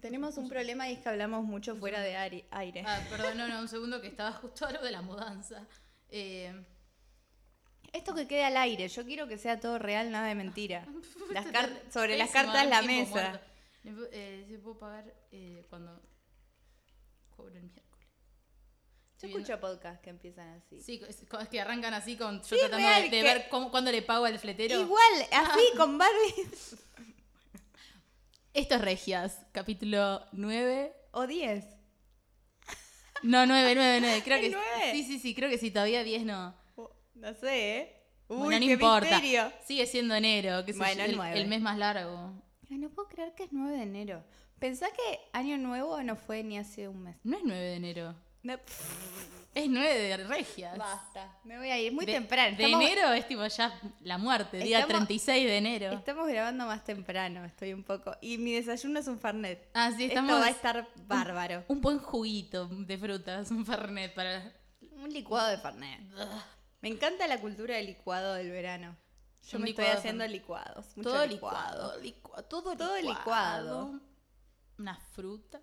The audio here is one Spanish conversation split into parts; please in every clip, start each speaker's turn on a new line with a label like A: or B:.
A: Tenemos un problema y es que hablamos mucho fuera de ari- aire.
B: Ah, perdón, no, no, un segundo que estaba justo a lo de la mudanza. Eh,
A: Esto que quede al aire, yo quiero que sea todo real, nada de mentira. Las car- sobre las
B: Pésima,
A: cartas la
B: ¿eh? tiempo
A: mesa.
B: muerto. Le pu- eh, se puedo pagar eh, cuando cobro el miércoles.
A: Yo
B: Estoy viendo-
A: escucho podcasts que empiezan así.
B: Sí, es, es que arrancan así con yo
A: Sí,
B: tratando de,
A: real,
B: de
A: que-
B: ver cómo, cuándo le pago al fletero.
A: Igual, así con Barbie.
B: Esto es Regias, capítulo 9.
A: O 10.
B: No, 9, 9, 9. Creo
A: ¿El
B: que
A: nueve?
B: sí, sí, sí, creo que sí, todavía 10 no.
A: O- No sé, ¿eh? Uy,
B: bueno, no
A: qué
B: importa.
A: misterio.
B: Sigue siendo enero, que es
A: Bueno,
B: el,
A: nueve.
B: el mes más largo.
A: Ay, no puedo creer que es 9 de enero. Pensá que Año Nuevo no fue ni hace un mes.
B: No es 9 de enero.
A: No,
B: Es 9 de Regias.
A: basta. Me voy a ir muy
B: De-
A: temprano.
B: De
A: Estamos-
B: enero es tipo ya la muerte, día
A: Estamos-
B: 36 de enero.
A: Estamos grabando más temprano, estoy un poco. Y mi desayuno es un Fernet.
B: Ah, sí, estamos-
A: Esto va a estar bárbaro.
B: Un buen juguito de frutas, un fernet para...
A: Un licuado de Fernet. Me encanta la cultura del licuado del verano. Yo
B: Un
A: me estoy
B: licuado de
A: haciendo
B: Fernet.
A: licuados. mucho
B: Todo licuado. licua- todo
A: Todo licuado.
B: Una fruta.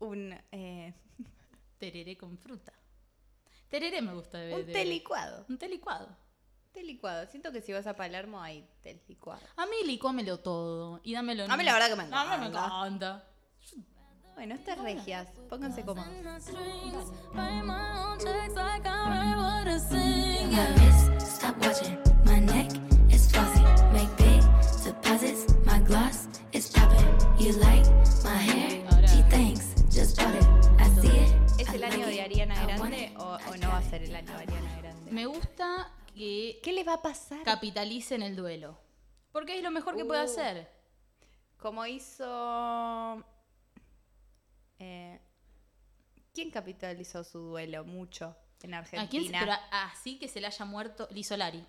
A: Un, eh,
B: Tereré con fruta. Tereré me gusta de
A: un
B: de-
A: té licuado.
B: Un té licuado.
A: Té licuado. Siento que si vas a Palermo hay té licuado.
B: A mí licuámelo todo y dámelo... en
A: A mí
B: un-
A: la verdad que me
B: No, a mí me
A: encanta.
B: encanta.
A: Bueno, estas regias, pónganse cómodos.
C: My wrist, stop watching. My neck is flossy. Make big deposits. My gloss is popping. You like my hair? She thinks. Just bought it. I see it.
A: ¿Es
C: I
A: el
C: like
A: año
C: it.
A: de Ariana
C: I want
A: Grande
C: it.
A: o,
C: I
A: o no
C: got
A: va a
C: it.
A: ser el año de Ariana Grande?
B: Me gusta que
A: ¿Qué le va a pasar?
B: capitalicen el duelo. Porque es lo mejor que puede
A: Uh.
B: hacer.
A: Como hizo... eh, ¿Quién capitalizó su duelo mucho en Argentina?
B: ¿A Ah, quién se- pero a- así que se le haya muerto Lisolari.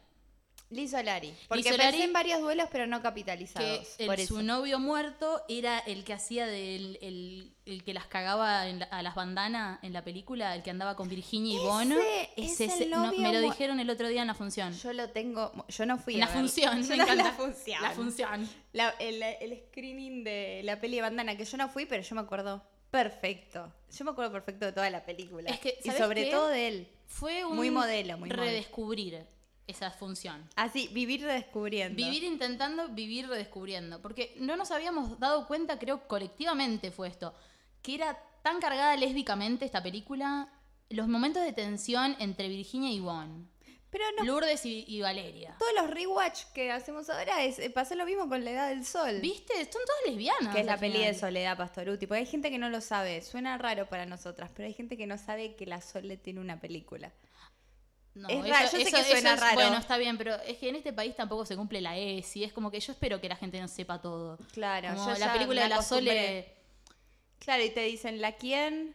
A: Liz Solari. Porque
B: Solari-
A: pensé en varios duelos, pero no
B: Que
A: capitalizados.
B: el-
A: por eso.
B: su novio muerto era el que hacía del el, el que las cagaba en la- a las bandanas en la película, el que andaba con Virginia y
A: Ese
B: Bono.
A: es el
B: no, me lo
A: novio mu-
B: dijeron el otro día en la función.
A: Yo lo tengo. Yo no fui
B: en la
A: a verlo.
B: función,
A: Yo
B: me
A: no-
B: encanta.
A: La función.
B: La función.
A: La- el, el screening de la peli de Bandana, que yo no fui, pero yo me acuerdo perfecto. Yo me acuerdo perfecto de toda la película.
B: Es que,
A: y
B: ¿sabés
A: sobre
B: qué?
A: todo de él.
B: Fue un
A: Muy modelo, muy modelo.
B: redescubrir esa función.
A: Así, vivir descubriendo.
B: Vivir intentando, vivir redescubriendo. Porque no nos habíamos dado cuenta, creo, colectivamente fue esto, que era tan cargada lésbicamente esta película, los momentos de tensión entre Virginia y Bon,
A: Pero no.
B: Lourdes y, y Valeria.
A: Todos los rewatch que hacemos ahora es, eh, pasó lo mismo con La Edad del Sol.
B: ¿Viste? Son todas lesbianas.
A: Que es la
B: al
A: peli de
B: final.
A: Soledad Pastoruti. Porque hay gente que no lo sabe. Suena raro para nosotras, pero hay gente que no sabe que la Sole tiene una película.
B: No,
A: Es raro, yo sé que suena
B: es-
A: raro.
B: Bueno, está bien, pero es que en este país tampoco se cumple la ESI. Es como que yo espero que la gente no sepa todo.
A: Claro,
B: Como
A: yo
B: la
A: ya
B: película
A: me
B: de la Sole.
A: acostumbré. Claro, y te dicen la quién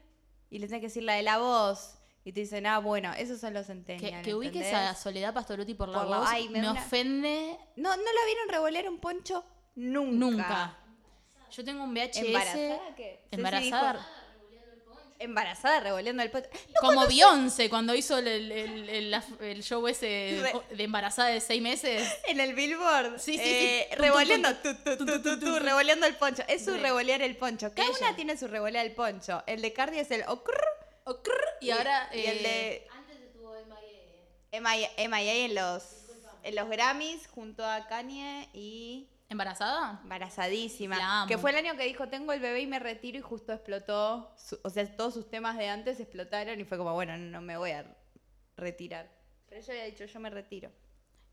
A: y le tenés que decir la de la voz. Y te dicen, ah, bueno, esos son los
B: Que,
A: centennials.
B: que ubiques
A: ¿entendés?
B: a Soledad Pastoruti por la
A: Por la-
B: voz
A: ay, me
B: me,
A: da una-
B: ofende
A: No, no la vieron revolear un poncho nunca.
B: nunca. Yo tengo un VHS.
A: ¿Embarazada qué? Ceci
B: Embarazada.
A: Embarazada revoleando el poncho. No,
B: Como Beyoncé cuando hizo el, el- el- el- la- el show ese de,
A: Re-
B: de embarazada de seis meses.
A: en el billboard.
B: Sí, sí, sí.
A: eh,
B: Tum, tum,
A: revoleando,
B: tum,
A: tu, tu, tu,
B: tum, tum,
A: tu,
B: tum,
A: tu,
B: tum.
A: revoleando el poncho. Es su
B: Re.
A: revolear el poncho. Cada
B: Ella.
A: una tiene su revolear el poncho. El de Cardi es el ocr.
B: O crrr, Y, ahora.
A: Oh, Y el
B: eh,
A: de. Antes estuvo MIA en los, en los Grammys junto a Kanye y
B: ¿Embarazada? La
A: embarazadísima.
B: amo.
A: Que fue el año que dijo, tengo el bebé y me retiro y justo explotó, su- o sea, todos sus temas de antes explotaron y fue como, bueno, no me voy a retirar. Pero yo había dicho, yo me retiro.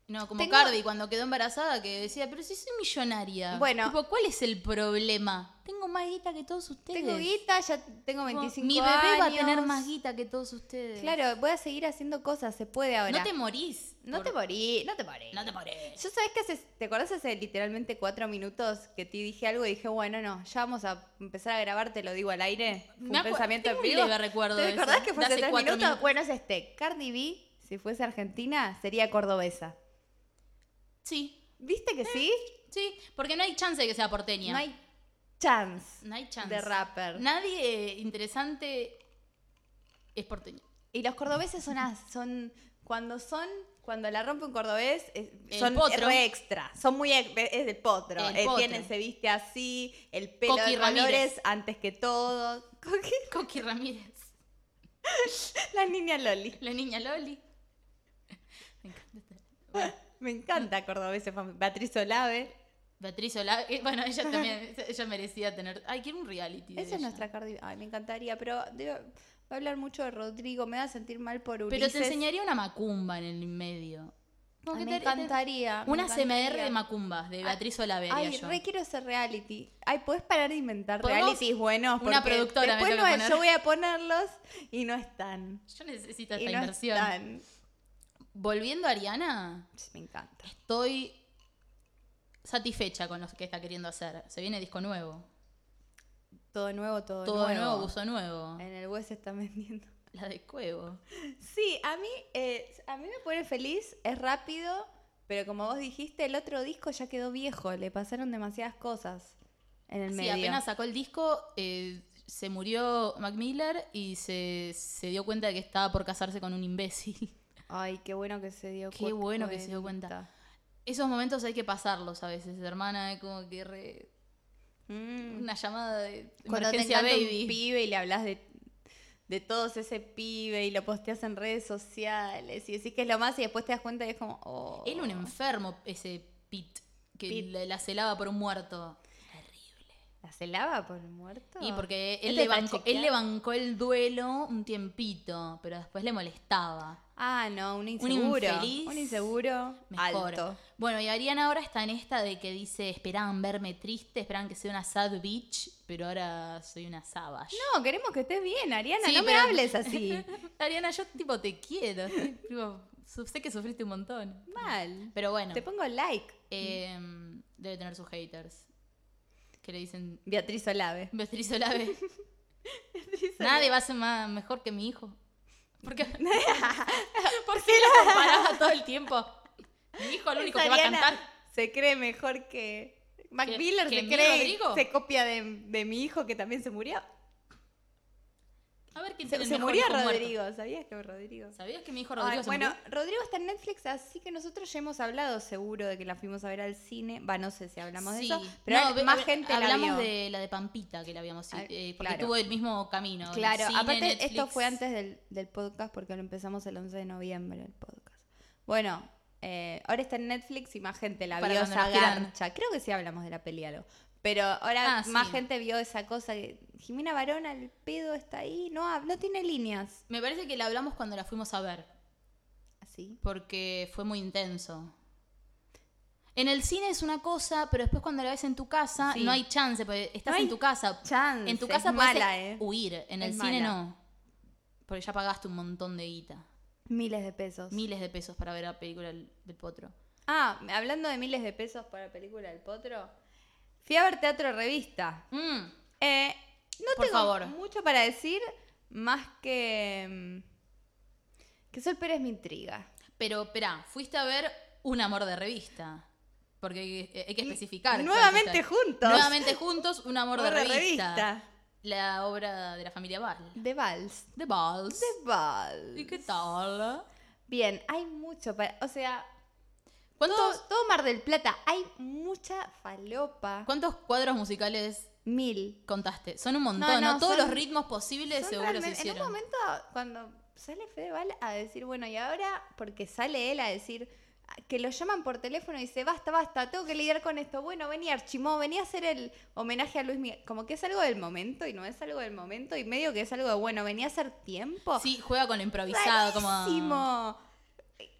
B: No, como
A: Tengo-
B: Cardi cuando quedó embarazada que decía, pero si soy millonaria.
A: Bueno.
B: Tipo, ¿cuál es el problema? Tengo más guita que todos ustedes.
A: Tengo guita, ya tengo
B: Tipo,
A: 25
B: Mi bebé va a tener
A: años.
B: más guita que todos ustedes.
A: Claro, voy a seguir haciendo cosas, se puede ahora.
B: No te morís.
A: No
B: por-
A: te morí, no te morí.
B: No te morís.
A: Yo sabes que hace, ¿te acordás hace literalmente cuatro minutos que te dije algo y dije, bueno, no, ya vamos a empezar a grabar, te lo digo al aire? Fue
B: Me
A: un
B: acu-
A: pensamiento
B: tengo
A: en
B: un
A: vivo.
B: leve recuerdo de
A: ¿Te
B: eso,
A: acordás que fue
B: de
A: hace
B: hace
A: tres
B: cuatro
A: minutos?
B: minutos.
A: Bueno, es este. Cardi B, si fuese argentina, sería cordobesa.
B: Sí,
A: ¿Viste
B: Eh.
A: que sí?
B: sí. Porque no hay chance de que sea porteña.
A: No hay chance
B: No hay chance.
A: de rapper.
B: Nadie interesante es porteño.
A: Y los cordobeses son, as- son cuando son Cuando la rompe un cordobés, es-
B: El
A: son
B: potro.
A: re extra. Son muy. ex- Es el potro.
B: El
A: Eh,
B: potro.
A: tienen- se viste así, el pelo
B: Coqui
A: de
B: Ramírez.
A: colores antes que todo. Coqui,
B: Coqui Ramírez,
A: la niña Loli.
B: la niña Loli. Me encanta esta-
A: Me encanta cordobeses. fam- Beatriz Olave.
B: Beatriz Ola, eh, bueno, ella también, ella merecía tener, ay, quiero un reality de
A: Esa es
B: ella.
A: nuestra cardi. Ay, me encantaría, pero debo- va a hablar mucho de Rodrigo. Me va a sentir mal por Ulises.
B: Pero te enseñaría una macumba en el medio. Como
A: Ay,
B: que
A: me
B: te- te-
A: encantaría. me
B: Una CMR
A: encantaría.
B: de macumbas, de Beatriz Olave haría
A: Ay,
B: yo.
A: re quiero hacer reality. Ay, ¿podés parar de inventar
B: ¿Podemos?
A: realities buenos?
B: Una
A: Porque
B: productora me
A: Después
B: tengo que
A: no es-
B: poner.
A: yo voy a ponerlos y no están.
B: Yo necesito esta
A: y no
B: inversión.
A: están.
B: Volviendo a Ariana,
A: Sí, Me encanta.
B: estoy satisfecha con lo que está queriendo hacer. Se viene disco nuevo.
A: Todo nuevo, todo,
B: Todo
A: nuevo. Eh.
B: nuevo, buzo nuevo.
A: En el web se están vendiendo.
B: La de Cuevo.
A: Sí, a mí, eh, a mí me pone feliz, es rápido, pero como vos dijiste, el otro disco ya quedó viejo, le pasaron demasiadas cosas en el
B: Sí,
A: medio.
B: apenas sacó el disco, eh, se murió Mac Miller y se, se dio cuenta de que estaba por casarse con un imbécil.
A: Ay, qué bueno que se dio
B: Qué bueno que se dio cuenta. Esos momentos hay que pasarlos a veces, hermana, es como que re-
A: Mm.
B: una llamada de
A: Cuando te
B: emergencia
A: encanta un
B: baby.
A: pibe y le hablas de, de todos ese pibe y lo posteas en redes sociales y decís que es lo más y después te das cuenta y es como, oh.
B: Era un enfermo ese Pete que
A: Pete.
B: La, la celaba por un muerto.
A: ¿La celaba por muerto?
B: Y porque
A: Este
B: él le,
A: está
B: bancó, él le
A: chequeado.
B: bancó el duelo un tiempito, pero después le molestaba.
A: Ah, no, un inseguro.
B: infeliz.
A: Un inseguro
B: Mejor.
A: alto.
B: Bueno, y Ariana ahora está en esta de que dice, esperaban verme triste, esperaban que sea una sad bitch, pero ahora soy una savage.
A: No, queremos que estés bien, Ariana.
B: Sí,
A: no me
B: pero-
A: hables así.
B: Ariana, yo tipo te quiero, sí, tipo, su- sé que sufriste un montón.
A: Mal.
B: Pero bueno,
A: Te pongo like.
B: eh, debe tener sus haters. Que le dicen,
A: Beatriz Olave.
B: Beatriz Olave, nadie va a ser más, mejor que mi hijo. ¿Por qué, ¿Por qué la comparaba todo el tiempo? Mi hijo es el único que va a
A: Ariana
B: cantar.
A: Se cree mejor que. Mac
B: ¿Que-
A: Miller
B: que
A: se
B: mi
A: cree.
B: Rodrigo?
A: Se copia de, de mi hijo que también se murió.
B: A ver quién
A: Se,
B: tiene el
A: se
B: mejor
A: murió
B: hijo muerto.
A: Rodrigo. ¿Sabías que Rodrigo?
B: ¿Sabías que mi hijo Rodrigo
A: Ay,
B: se
A: bueno,
B: murió?
A: Rodrigo está en Netflix, así que nosotros ya hemos hablado seguro de que la fuimos a ver al cine. Va, no sé si hablamos
B: Sí.
A: de eso, pero
B: No,
A: hay-
B: ve-
A: más
B: ve-
A: gente
B: hablamos
A: la vio.
B: de la de Pampita que la habíamos
A: Ah,
B: eh, porque
A: claro.
B: tuvo el mismo camino. el
A: Claro,
B: cine,
A: aparte esto
B: Netflix.
A: fue antes del, del podcast porque lo empezamos el 11 de noviembre el podcast. Bueno, eh, ahora está en Netflix y más gente la
B: Para
A: vio
B: cuando
A: esa
B: nos quieran.
A: garcha. Creo que sí hablamos de la peli algo. Pero ahora
B: Ah,
A: más
B: sí.
A: gente vio esa cosa que Jimena Barón al pedo está ahí, no, hab- no tiene líneas.
B: Me parece que la hablamos cuando la fuimos a ver,
A: Así.
B: porque fue muy intenso. En el cine es una cosa, pero después cuando la ves en tu casa
A: Sí.
B: no hay chance, porque estás
A: No hay
B: en tu casa.
A: chance,
B: en tu casa
A: es
B: podés
A: mala, eh.
B: huir, en el
A: Es
B: cine
A: mala.
B: no. Porque ya pagaste un montón de guita,
A: Miles de pesos.
B: miles de pesos para ver la película del, del potro.
A: Ah, hablando de miles de pesos para la película del potro, fui a ver teatro revista.
B: Mm,
A: Eh, no
B: Por
A: tengo
B: favor.
A: mucho para decir más que mm, que Sol Pérez me intriga.
B: Pero, espera, fuiste a ver un amor de revista. Porque hay que, eh, hay que especificar. cuál
A: Nuevamente
B: fuiste a ver.
A: juntos.
B: Nuevamente juntos, un amor de
A: Amor de
B: revista.
A: revista.
B: La obra de la familia Ball.
A: De Vals.
B: The Balls.
A: De Vals.
B: ¿Y qué tal?
A: Bien, hay mucho para, o sea, todo,
B: ¿Cuántos,
A: todo Mar del Plata, hay mucha falopa.
B: ¿Cuántos cuadros musicales
A: Mil.
B: contaste? Son un montón,
A: No,
B: ¿no?
A: no,
B: Todos
A: son-
B: los ritmos posibles
A: Son
B: seguro se
A: realmente- en
B: hicieron.
A: un momento, cuando sale Fedeval a decir, bueno, y ahora, porque sale él a decir ah, que lo llaman por teléfono y dice, basta, basta, tengo que lidiar con esto. Bueno, vení Archimó, vení a hacer el homenaje a Luis Miguel. Como que es algo del momento y no es algo del momento y medio que es algo de, bueno, vení a hacer tiempo.
B: Sí, juega con lo improvisado, como.
A: Rarísimo.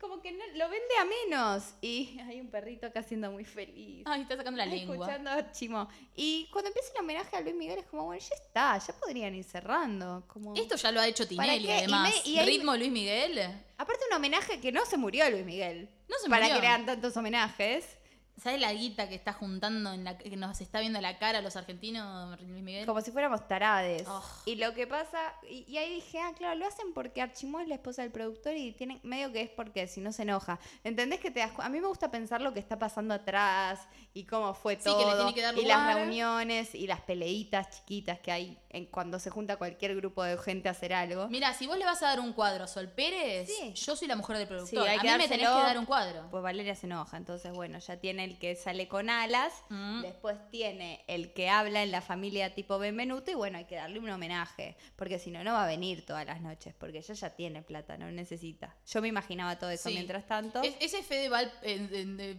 A: Como que no- lo vende a menos. Y hay un perrito acá siendo muy feliz.
B: Ay, está sacando la lengua.
A: Escuchando a Chimo. Y cuando empieza el homenaje a Luis Miguel es como, bueno, ya está, ya podrían ir cerrando. Como...
B: Esto ya lo ha hecho Tinelli,
A: qué? Y
B: además.
A: me- y ahí-
B: Ritmo Luis Miguel.
A: Aparte un homenaje que no se murió Luis Miguel.
B: No se
A: Para
B: murió.
A: que le hagan tantos homenajes.
B: ¿Sabes la guita que está juntando, en la, que nos está viendo la cara a los argentinos, Luis Miguel?
A: Como si fuéramos tarades.
B: Oh.
A: Y lo que pasa, y, y ahí dije, ah, claro, lo hacen porque Archimó es la esposa del productor y tienen, medio que es porque si no se enoja. ¿Entendés que te das cu- A mí me gusta pensar lo que está pasando atrás y cómo fue
B: Sí, que le
A: todo.
B: tiene que dar
A: y las
B: lugar.
A: reuniones y las peleitas chiquitas que hay en cuando se junta cualquier grupo de gente a hacer algo.
B: Mira, si vos le vas a dar un cuadro a Sol Pérez,
A: Sí.
B: yo soy la mujer del
A: Sí,
B: productor.
A: hay
B: a
A: que
B: mí me tenés que
A: dárselo.
B: dar un cuadro.
A: Pues Valeria se enoja, entonces bueno, ya tiene el que sale con alas,
B: Mm.
A: después tiene el que habla en la familia tipo Benvenuto y bueno, hay que darle un homenaje, porque si no, no va a venir todas las noches, porque ella ya tiene plata, no necesita. Yo me imaginaba todo eso
B: Sí.
A: mientras tanto.
B: Es- E-, ese Fedeval en- en- de-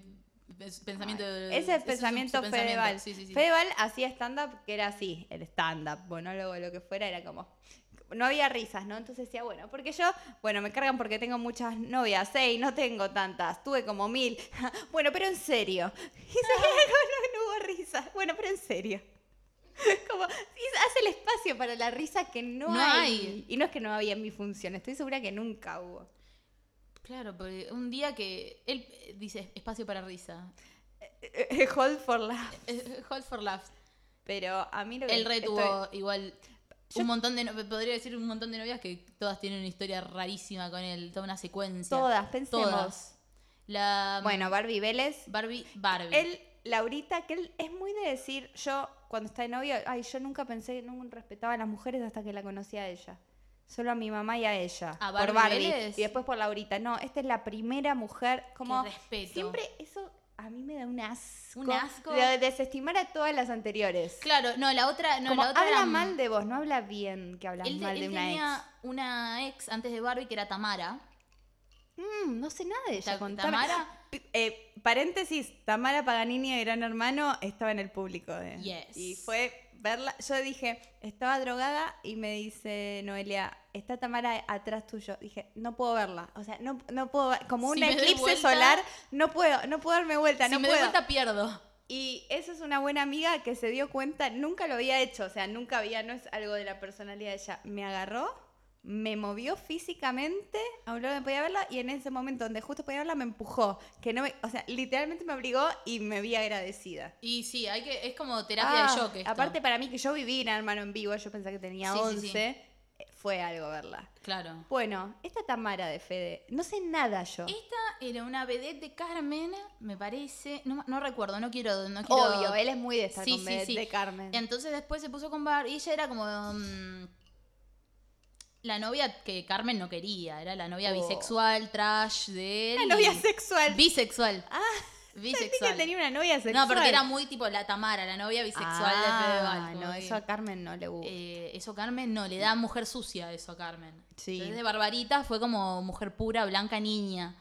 B: es- pensamiento. de-
A: Ese es
B: su-
A: pensamiento
B: su
A: Fedeval.
B: Sí, sí, sí.
A: Fedeval hacía stand-up que era así, el stand-up, monólogo, lo que fuera, era como. No había risas, ¿no? Entonces decía, bueno, porque yo, bueno, me cargan porque tengo muchas novias, seis, no tengo tantas, tuve como mil. Bueno, pero en serio. Y se no, no hubo risas. Bueno, pero en serio. Como, y hace el espacio para la risa que no,
B: No
A: hay. Y no es que no había en mi función, estoy segura que nunca hubo.
B: Claro, porque un día que. Él eh, dice espacio para risa.
A: Hold for laugh.
B: Eh, Hold for laughs.
A: Pero a mí lo que.
B: Él
A: estoy-
B: retuvo igual.
A: Yo-
B: Un montón de. no- Podría decir un montón de novias que todas tienen una historia rarísima con él, toda una secuencia.
A: Todas, pensemos.
B: Todas. La.
A: Bueno, Barbie Vélez.
B: Barbie. Barbie.
A: Él, Laurita, que él es muy de decir, yo cuando está de novio, ay, yo nunca pensé, nunca respetaba a las mujeres hasta que la conocí a ella. Solo a mi mamá y a ella.
B: ¿A
A: por
B: Barbie
A: Barbie.
B: Vélez?
A: Y después por Laurita. No, esta es la primera mujer. Como
B: Qué respeto.
A: siempre eso a mí me da un asco.
B: Un asco.
A: De desestimar a todas las anteriores.
B: Claro, no, la otra. No,
A: como
B: la otra
A: habla
B: era-
A: mal de vos, no habla bien que hablas
B: Él, te-
A: mal de
B: él
A: una
B: tenía una ex antes de Barbie que era Tamara.
A: ex. Mm, no sé nada de ella.
B: Ta-
A: contame.
B: Tamara.
A: P- eh, paréntesis, Tamara Paganini de Gran Hermano estaba en el público. de-
B: Yes.
A: Y fue verla. Yo dije, estaba drogada y me dice Noelia, está Tamara atrás tuyo. Dije, no puedo verla. O sea, no, no puedo ver- Como
B: Si
A: un
B: me doy
A: eclipse
B: vuelta-
A: solar, no puedo, no puedo darme vuelta,
B: si
A: no
B: me doy
A: puedo.
B: cuenta, pierdo.
A: Y esa es una buena amiga que se dio cuenta, nunca lo había hecho, o sea, nunca había, no es algo de la personalidad de ella. Me agarró, me movió físicamente a un lado donde podía verla y en ese momento donde justo podía verla me empujó, que no me, o sea, literalmente me obligó y me vi agradecida.
B: Y sí, hay que, es como terapia
A: Ah,
B: de shock. esto.
A: Aparte para mí que yo viví en Hermano en vivo, yo pensaba que tenía
B: Sí, sí,
A: 11,
B: sí.
A: eh, fue algo verla.
B: Claro.
A: Bueno, esta Tamara de Fede, no sé nada yo.
B: Esta era una vedette de Carmen, me parece. No, no recuerdo, no quiero. No quiero
A: Obvio, él es muy de estar
B: Sí,
A: con
B: sí,
A: Vedette
B: sí.
A: de Carmen.
B: Entonces después se puso con Barbie y ella era como. mm, la novia que Carmen no quería. Era la novia
A: Oh.
B: bisexual, trash de él.
A: Una
B: y-
A: novia sexual.
B: Bisexual.
A: Ah, Sentí
B: bisexual.
A: que tenía una novia sexual.
B: No, porque era muy tipo la Tamara, la novia bisexual de
A: Ah,
B: Fedeval. como
A: No,
B: que-
A: eso a Carmen no le gusta.
B: Eh, eso Carmen no, le da mujer sucia eso a Carmen.
A: Sí.
B: Entonces de Barbarita fue como mujer pura, blanca niña.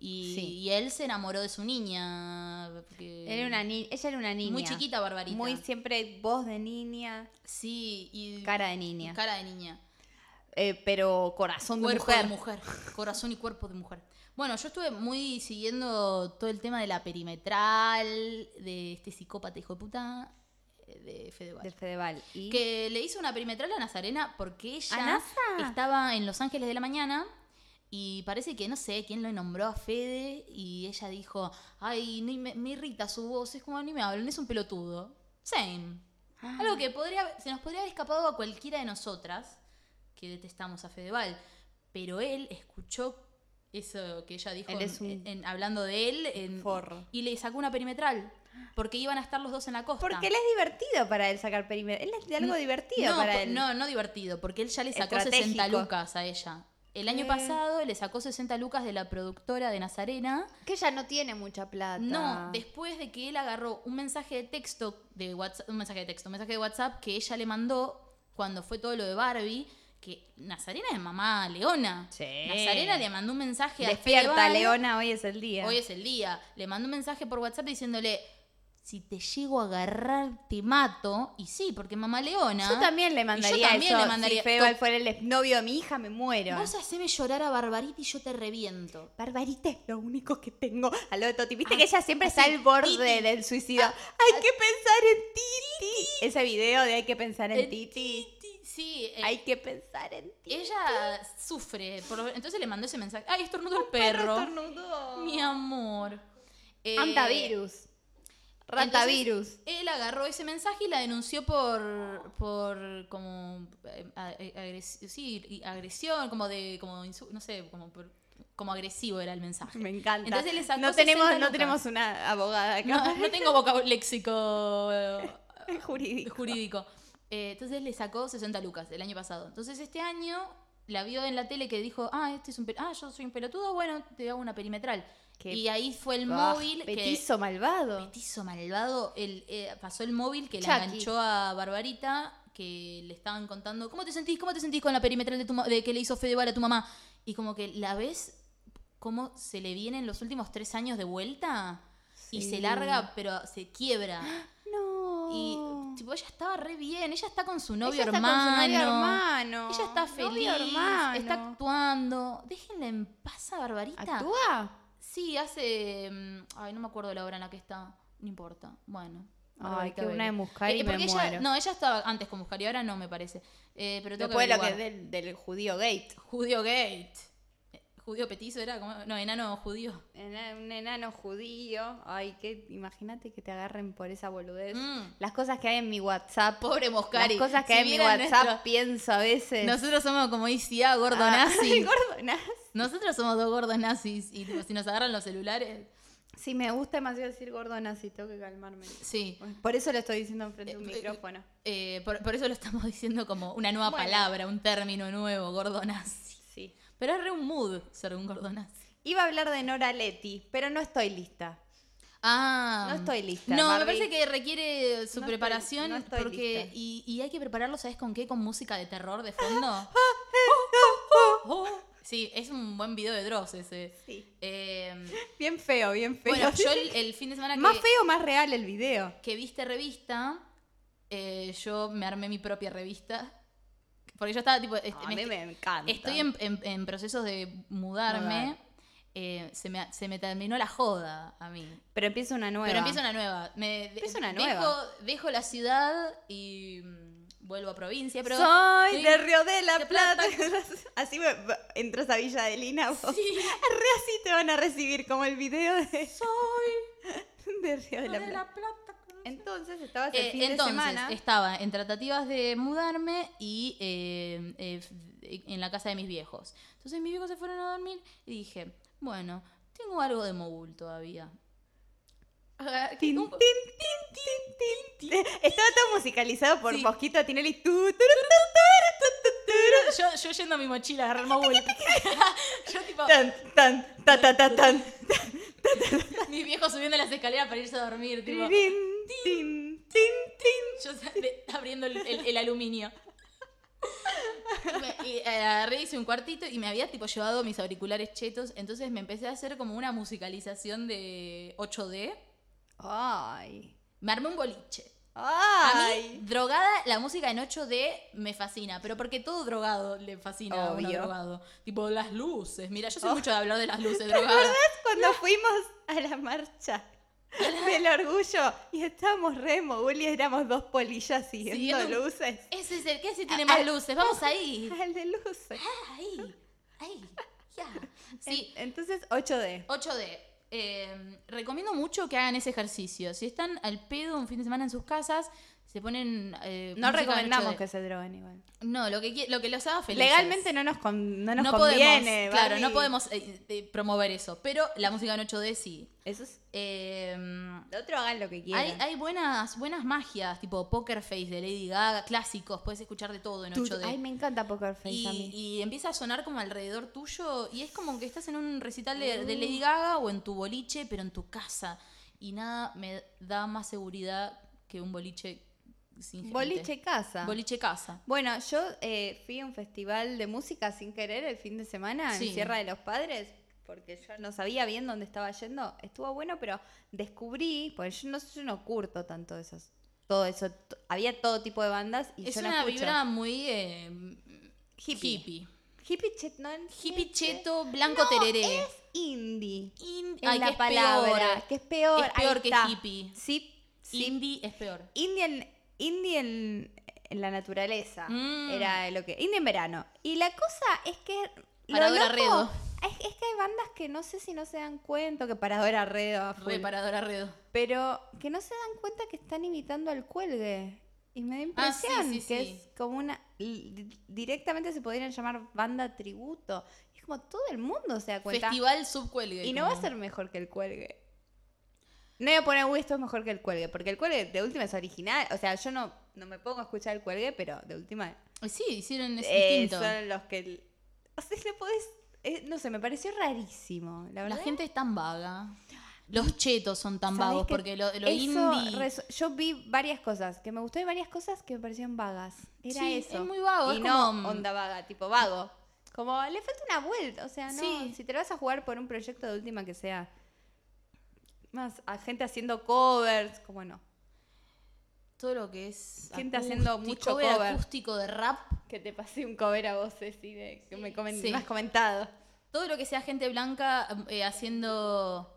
B: Y,
A: Sí.
B: y él se enamoró de su niña. porque-
A: Era una ni- ella era una niña.
B: Muy chiquita Barbarita.
A: Muy siempre voz de niña,
B: Sí, y
A: cara de niña.
B: cara de niña.
A: Eh, pero corazón de
B: Cuerpo
A: mujer.
B: de mujer. Corazón y cuerpo de mujer. Bueno, yo estuve muy siguiendo todo el tema de la perimetral, de este psicópata hijo de puta, eh, de Fedeval.
A: De Fedeval. Y
B: que le hizo una perimetral a Nazarena porque
A: ¿A
B: ella
A: Nasa?
B: estaba en Los Ángeles de la Mañana y parece que no sé quién lo nombró a Fede y ella dijo, ay, ni me, me irrita su voz, es como ni me hablan, es un pelotudo. Same.
A: ah,
B: Algo que podría, se nos podría haber escapado a cualquiera de nosotras que detestamos a Fedeval, pero él escuchó eso que ella dijo
A: Él es
B: en-
A: un
B: en- hablando de él en-
A: forro.
B: y le sacó una perimetral porque iban a estar los dos en la costa.
A: Porque él es divertido para él sacar perímetro. Él es de algo
B: No,
A: divertido
B: no, po-
A: para él.
B: No, no divertido, porque él ya le sacó 60
A: Estratégico.
B: lucas a ella. El año
A: Eh.
B: pasado le sacó 60 lucas de la productora de Nazarena.
A: Que ella no tiene mucha plata.
B: No, después de que él agarró un mensaje de texto de WhatsApp, un mensaje de texto, un mensaje de WhatsApp que ella le mandó cuando fue todo lo de Barbie, que Nazarena es mamá Leona.
A: Sí.
B: Nazarena le mandó un mensaje a
A: Despierta,
B: Fedeval.
A: Leona, hoy es el día.
B: Hoy es el día. Le mandó un mensaje por WhatsApp diciéndole, si te llego a agarrar, te mato. Y sí, porque mamá Leona.
A: Yo también le mandaría
B: Y yo también
A: eso.
B: le mandaría-
A: Si Fedeval fuera el novio de mi hija, me muero.
B: Vos haceme llorar a Barbarita y yo te reviento.
A: Barbarita es lo único que tengo. A lo de Toti. Viste que ella siempre está
B: así,
A: al borde
B: Titi.
A: del suicidio. hay que pensar en Ah, Titi. Ese video de hay que pensar en
B: En
A: Titi.
B: Sí, eh,
A: Hay que pensar en Titi.
B: ella sufre. por lo- entonces le mandó ese mensaje. ¡Ay, estornudo el
A: Ay,
B: perro!
A: estornudó.
B: Mi amor. Eh,
A: Antavirus. Ratavirus.
B: Entonces, Eh, él agarró ese mensaje y la denunció por, por como eh, a- eh, agres- sí, y agresión, como de, como insu- no sé, como, por- como agresivo era el mensaje.
A: Me encanta.
B: Entonces le sacó
A: no tenemos,
B: 60
A: no
B: lucas.
A: tenemos una abogada
B: No,
A: acá.
B: no tengo vocab- léxico eh,
A: Jurídico.
B: jurídico. Eh, entonces le sacó 60 lucas el año pasado. Entonces este año la vio en la tele que dijo, ah, este es un pe- ah, yo soy un pelotudo, bueno, te hago una perimetral.
A: Qué-
B: y ahí fue el
A: Ah,
B: móvil que
A: Petizo malvado.
B: Petizo malvado. El, eh, pasó el móvil que la
A: Chucky.
B: enganchó a Barbarita, que le estaban contando, ¿cómo te sentís? ¿Cómo te sentís con la perimetral de, tu ma- de que le hizo Fedeval a tu mamá? Y como que la ves cómo se le vienen los últimos tres años de vuelta y
A: Sí.
B: se larga, pero se quiebra.
A: No.
B: Y tipo, ella estaba re bien, ella está con su novio
A: Oh. Ella está con
B: hermano.
A: su novio hermano.
B: Ella está
A: Novio
B: feliz,
A: hermano.
B: está actuando. Déjenla en paz a Barbarita.
A: ¿Actúa?
B: Sí, hace. mm, Ay, no me acuerdo la hora en la que está. No importa. Bueno.
A: Ay,
B: Margarita
A: que una
B: Vélez.
A: de Muscari me
B: Eh, porque ella-
A: muero.
B: No, ella estaba antes con Muscari, ahora no me parece. Eh, pero tengo
A: Después
B: que
A: lo que
B: averiguar.
A: del, del judío gate.
B: Judío Gate. Eh, Judío petizo era como. No, enano judío.
A: Ena- Un enano judío. Ay, que imagínate que te agarren por esa boludez.
B: Mm.
A: Las cosas que hay en mi WhatsApp.
B: Pobre Muscari.
A: Las cosas que
B: Si
A: hay en mi
B: vieran
A: WhatsApp
B: nuestro-
A: pienso a veces.
B: Nosotros somos como ICA, gordo
A: Ah,
B: nazi.
A: gordo nazi.
B: Nosotros somos dos gordos nazis. Y tipo, si nos agarran los celulares.
A: Sí, me gusta demasiado decir gordo nazi, tengo que calmarme.
B: Sí.
A: Por eso lo estoy diciendo enfrente de un
B: Eh, eh,
A: micrófono.
B: Eh, por, por eso lo estamos diciendo como una nueva
A: Bueno.
B: palabra, un término nuevo, gordo nazi.
A: Sí.
B: Pero es re un mood ser un gordonazo.
A: Iba a hablar de Nora Leti, pero no estoy lista.
B: Ah.
A: No estoy lista,
B: No,
A: Barbie.
B: me parece que requiere su
A: No estoy-
B: preparación
A: no estoy
B: porque
A: lista.
B: Y, y hay que prepararlo, ¿sabes con qué? Con música de terror de
A: Ah,
B: fondo.
A: eh.
B: Oh, Sí, es un buen video de Dross ese.
A: Sí.
B: Eh,
A: Bien feo, bien feo.
B: bueno, yo el, el fin de semana
A: Más
B: que,
A: feo, más real el video.
B: que viste revista, eh, yo me armé mi propia revista. Porque yo estaba tipo. est-
A: A
B: Este, me-
A: mí me encanta.
B: Estoy en, en- en procesos de mudarme.
A: Mudar.
B: Eh, se, me, se me terminó la joda a mí.
A: Pero empieza una nueva.
B: Pero empieza una nueva. Me,
A: Empieza una
B: dejo,
A: nueva.
B: Dejo la ciudad y mm, vuelvo a provincia. Pero
A: Soy
B: estoy-
A: de Río de la
B: de
A: Plata.
B: Plata.
A: así me- entras a Villa de Lina. vos.
B: Sí,
A: Re así te van a recibir, como el video de,
B: soy
A: de Río de la
B: de
A: Plata.
B: la plata.
A: Entonces estabas el
B: Eh,
A: fin de
B: entonces,
A: semana.
B: estaba en tratativas de mudarme y eh, eh, f- en la casa de mis viejos. Entonces mis viejos se fueron a dormir y dije, bueno, tengo algo de mogul todavía. Ah, Agarré-
A: Tin, tin,
B: un-
A: tin, tin, tin, tin. Estaba todo musicalizado por
B: Sí.
A: Mosquito Tinelli. Tu, turu, tu, turu, tu, turu.
B: yo, yo yendo a mi mochila, agarré el mogul. yo tipo,
A: Tan, tan, ta, ta, ta, tan.
B: mis viejos subiendo las escaleras para irse a dormir. Tipo,
A: Tin, tin, tin, tin.
B: Yo sa- de- abriendo el, el- el aluminio. Y me- Y agarré, hice un cuartito y me había tipo llevado mis auriculares chetos. Entonces me empecé a hacer como una musicalización de 8D.
A: Ay.
B: Me armé un boliche. A mí,
A: Ay.
B: drogada, la música en 8D me fascina, pero porque todo drogado le fascina a uno
A: Obvio. Oh.
B: drogado. Tipo las luces. Mira, yo soy mucho de hablar de las luces drogadas.
A: Cuando fuimos a la marcha del orgullo y estábamos remo, Willy, éramos dos polillas siguiendo
B: Siguiendo un-
A: luces.
B: Ese es el que se tiene
A: Ah,
B: más
A: ah,
B: luces. Vamos ahí.
A: Al de luces.
B: Ahí. Ahí. Ya. Ah, Sí,
A: En- Entonces, 8D.
B: 8D. Eh, recomiendo mucho que hagan ese ejercicio. Si están al pedo un fin de semana en sus casas, se ponen. eh,
A: No
B: música en
A: recomendamos
B: 8D.
A: que se droguen igual.
B: No, lo que, qui- lo que los haga felices.
A: Legalmente no nos, con- no nos
B: No
A: conviene.
B: podemos, claro, no
A: Barbie.
B: podemos eh, eh, promover eso. Pero la música en 8D sí.
A: Eso es.
B: Eh,
A: Lo otro hagan lo que quieran.
B: hay hay buenas, buenas magias, tipo Poker Face de Lady Gaga, clásicos, puedes escuchar de todo en
A: Tú-
B: 8D.
A: Ay, me encanta Poker Face a
B: y,
A: mí.
B: y empieza a sonar como alrededor tuyo y es como que estás en un recital de, de
A: Mm.
B: Lady Gaga o en tu boliche, pero en tu casa. Y nada me da más seguridad que un boliche sin gente.
A: Boliche casa.
B: Boliche casa.
A: Bueno, yo eh, fui a un festival de música sin querer el fin de semana
B: Sí.
A: en Sierra de los Padres, porque yo no sabía bien dónde estaba yendo. Estuvo bueno, pero descubrí, porque yo no, yo no curto tanto esos, todo eso. t- había todo tipo de bandas y
B: es
A: yo no
B: una
A: escucho.
B: vibra muy eh, hippie.
A: hippie.
B: Hippie,
A: Hippie, chet- no,
B: cheto, blanco tereré.
A: Es indie.
B: In-
A: En
B: ay,
A: la
B: que es
A: palabra,
B: peor.
A: que es peor.
B: Es peor
A: ahí
B: que
A: está.
B: hippie.
A: Sí, sí,
B: Indie es peor.
A: Indie en, indie en, en la naturaleza
B: Mm.
A: era lo que. Indie en verano. Y la cosa es que.
B: Para
A: lo
B: Dora
A: loco
B: Redo.
A: Es, es que hay bandas que no sé si no se dan cuenta, que Paradora Redo, a full,
B: Reparadora Redo.
A: pero que no se dan cuenta que están imitando al cuelgue. Y me da
B: Ah, sí,
A: impresión
B: sí,
A: que
B: sí.
A: es como una... li- Directamente se podrían llamar banda tributo. Es como todo el mundo se da cuenta.
B: Festival Subcuelgue.
A: Y no va a
B: como-
A: ser mejor que el cuelgue. No voy a poner, uy, esto es mejor que el cuelgue, porque el cuelgue de última es original. O sea, yo no, no me pongo a escuchar el cuelgue, pero de última
B: Eh, Sí, hicieron es
A: eh,
B: distinto.
A: son los que... O sea, le podés... eh, no sé, me pareció rarísimo, la
B: La
A: verdad.
B: gente es tan vaga. Los chetos son tan
A: Mm. ¿Sabés
B: vagos
A: que
B: porque lo, lo
A: eso
B: indie.
A: resu- Yo vi varias cosas que me gustó y varias cosas que me parecían vagas. Era
B: Sí,
A: eso.
B: es muy vago,
A: Y
B: es
A: no
B: como- mm.
A: onda vaga, tipo vago. Como le falta una vuelta. O sea, no.
B: Sí.
A: Si te lo vas a jugar por un proyecto de última que sea más a gente haciendo covers, como no.
B: Todo lo que es.
A: Gente haciendo mucho cover.
B: acústico de rap.
A: Que te pasé un cover a vos, Ceci, de, que me, comen-
B: Sí.
A: me has comentado.
B: Todo lo que sea gente blanca eh, haciendo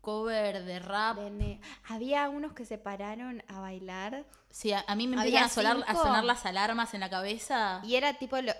B: cover de rap.
A: De ne- Había unos que se pararon a bailar
B: Sí, a, a mí me
A: Había
B: empiezan a, solar- a
A: cinco.
B: sonar las alarmas en la cabeza.
A: y era tipo lo-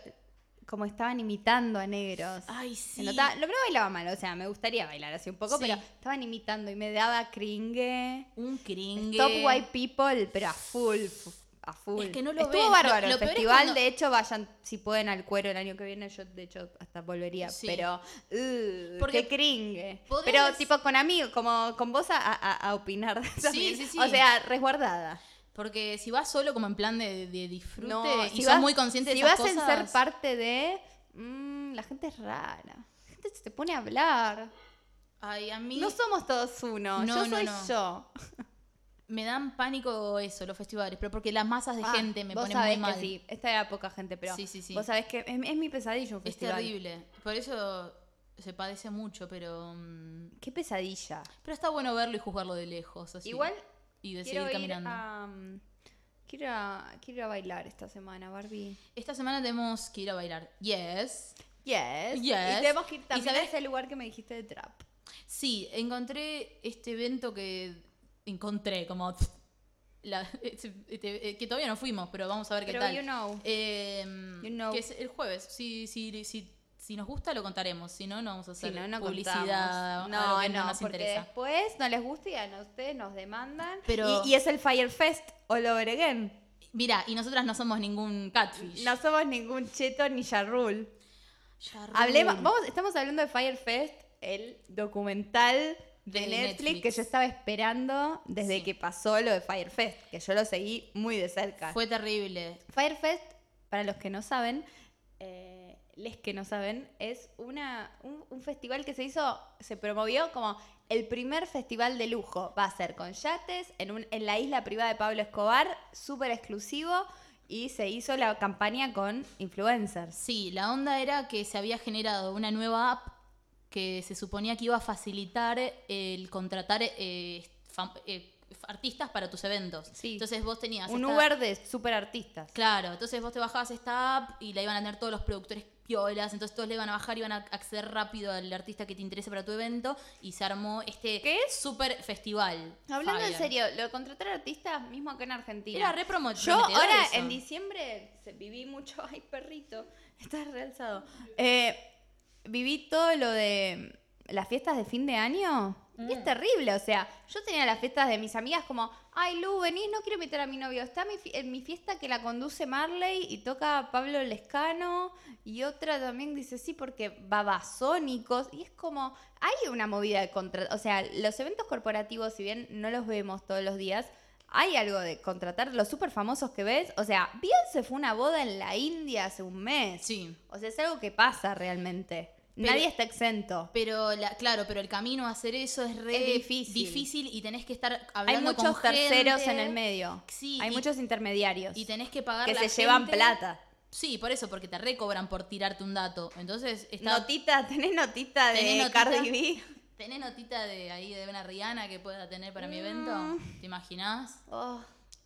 A: como estaban imitando a negros.
B: Ay,
A: Se
B: sí.
A: notaba, lo que no bailaba mal, o sea, me gustaría bailar así un poco,
B: Sí.
A: pero estaban imitando y me daba cringe.
B: Un cringe.
A: Top white people, pero a full, fu- a full.
B: Es que no lo
A: Estuvo
B: ven.
A: bárbaro
B: Lo- lo
A: el
B: peor es
A: festival,
B: cuando-
A: de hecho, vayan, si pueden, al cuero el año que viene, yo de hecho hasta volvería,
B: Sí.
A: pero uh,
B: Porque
A: qué cringe.
B: podés-
A: Pero tipo con amigos, como con vos a, a- a opinar también.
B: sí, sí.
A: O sea, resguardada.
B: Porque si vas solo como en plan de, de disfrute y
A: si
B: sos
A: vas-
B: muy consciente
A: si
B: de esas
A: vas
B: cosas.
A: en ser parte de... mm, la gente es rara. La gente se te pone a hablar.
B: Ay, a mí
A: No somos todos uno.
B: No,
A: yo
B: no,
A: soy
B: no.
A: yo.
B: me dan pánico eso, los festivales, pero porque las masas de
A: Ah,
B: gente me
A: vos
B: ponen
A: sabés
B: muy mal.
A: Que sí. Esta era poca gente, pero
B: Sí, sí, sí.
A: vos sabés que es, es mi pesadilla un
B: Es
A: festival.
B: terrible. Por eso se padece mucho, pero. mm,
A: Qué pesadilla.
B: Pero está bueno verlo y juzgarlo de lejos. así.
A: Igual
B: Y de
A: quiero
B: seguir
A: ir
B: caminando.
A: a... mm, Quiero ir, a, quiero ir a bailar esta semana, Barbie.
B: Esta semana tenemos que ir a bailar. Yes.
A: Yes. Y
B: Yes.
A: tenemos que ir
B: ¿Y
A: también a
B: sabés-
A: ese lugar que me dijiste de trap.
B: Sí, encontré este evento que encontré, como la- este- este- eh, que todavía no fuimos, pero vamos a ver qué
A: Pero
B: tal.
A: you know.
B: Em,
A: You know.
B: Que es el jueves. Si, si, si, si nos gusta lo contaremos, si no, no vamos a
A: Si
B: hacer
A: no, no
B: publicidad,
A: contamos.
B: algo
A: No,
B: que
A: no,
B: no nos
A: porque
B: interesa.
A: después no les gusta y a ustedes nos demandan.
B: Pero-
A: Y, y es el Fire Fest all over again.
B: Mira, y nosotras no somos ningún catfish.
A: No somos ningún cheto ni Yarrul.
B: Ya re-
A: Hablemos, vamos, estamos hablando de Firefest, el documental de,
B: De
A: Netflix,
B: Netflix.
A: que yo estaba esperando desde
B: Sí.
A: que pasó lo de Firefest, que yo lo seguí muy de cerca.
B: Fue terrible.
A: Firefest, para los que no saben, eh, les que no saben, es una, un, un festival que se hizo, se promovió como el primer festival de lujo. Va a ser con yates en, un- en la isla privada de Pablo Escobar, súper exclusivo, y se hizo la campaña con influencers.
B: Sí, la onda era que se había generado una nueva app que se suponía que iba a facilitar el contratar eh, fam- eh, artistas para tus eventos.
A: Sí.
B: Entonces vos tenías
A: Un
B: esta-
A: Uber de super artistas.
B: Claro, entonces vos te bajabas esta app y la iban a tener todos los productores piolas, entonces todos le iban a bajar y iban a acceder rápido al artista que te interese para tu evento y se armó este
A: ¿Qué es?
B: super festival.
A: Hablando en
B: Fire.
A: serio, lo de contratar artistas mismo acá en Argentina.
B: Era re promo-
A: Yo
B: prometedor
A: ahora
B: eso.
A: en diciembre se- viví mucho. Ay, perrito, estás realzado. Eh, viví todo lo de las fiestas de fin de año. Y es terrible, o sea, yo tenía las fiestas de mis amigas como, ay Lu, venís, no quiero invitar a mi novio. Está mi fi- en mi fiesta que la conduce Marley y toca Pablo Lescano. Y otra también dice, sí, porque babasónicos. Y es como, hay una movida de contra... O sea, los eventos corporativos, si bien no los vemos todos los días, hay algo de contratar los súper famosos que ves. O sea, Beyoncé fue a una boda en la India hace un mes.
B: Sí.
A: O sea, es algo que pasa realmente.
B: Pero-
A: Nadie está exento.
B: Pero la- claro, pero el camino a hacer eso es re
A: Es difícil.
B: difícil y tenés que estar
A: Hay
B: hablando con
A: muchos terceros
B: gente
A: en el medio.
B: Sí,
A: Hay
B: y-
A: muchos intermediarios
B: y tenés que pagar
A: que
B: la
A: se llevan
B: gente.
A: plata.
B: Sí, por eso, porque te recobran por tirarte un dato. Entonces, está,
A: Notita, ¿tenés notita de
B: ¿Tenés notita?
A: Cardi B?
B: ¿tenés notita de ahí de una Rihanna que pueda tener para mi
A: Mm.
B: evento? ¿Te imaginás?
A: Oh,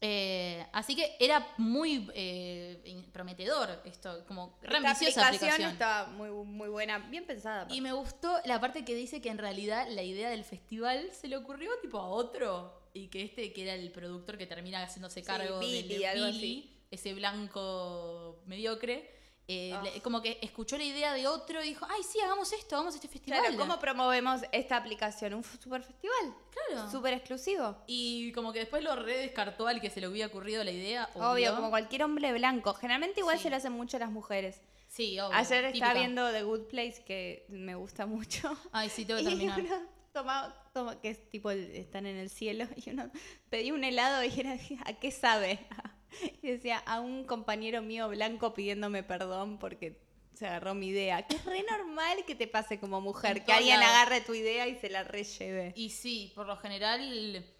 B: Eh, así que era muy eh, in- prometedor esto, como
A: esta
B: re ambiciosa
A: aplicación,
B: aplicación.
A: está muy, muy buena, bien pensada.
B: Y me gustó la parte que dice que en realidad la idea del festival se le ocurrió tipo a otro y que este que era el productor que termina haciéndose cargo
A: Billy,
B: del de
A: algo
B: Billy, ese blanco mediocre, eh,
A: Ah.
B: le- como que escuchó la idea de otro y dijo, ay, sí, hagamos esto, hagamos este festival.
A: Claro, ¿cómo promovemos esta aplicación? Un super festival,
B: Claro.
A: super exclusivo.
B: Y como que después lo redescartó al que se le hubiera ocurrido la idea. Obvio,
A: Obvio, como cualquier hombre blanco. Generalmente igual
B: Sí.
A: se lo hacen mucho a las mujeres.
B: Sí, obvio.
A: Ayer estaba
B: típica.
A: viendo The Good Place, que me gusta mucho.
B: Ay, sí, tengo que
A: Y
B: terminar.
A: uno toma, toma- que es tipo, el- están en el cielo, y uno pedí un helado y era, ¿a qué sabe? Y decía, a un compañero mío blanco pidiéndome perdón porque se agarró mi idea. Que es re normal que te pase como mujer,
B: En
A: que
B: todos
A: alguien
B: lados.
A: agarre tu idea y se la relleve.
B: Y sí, por lo general.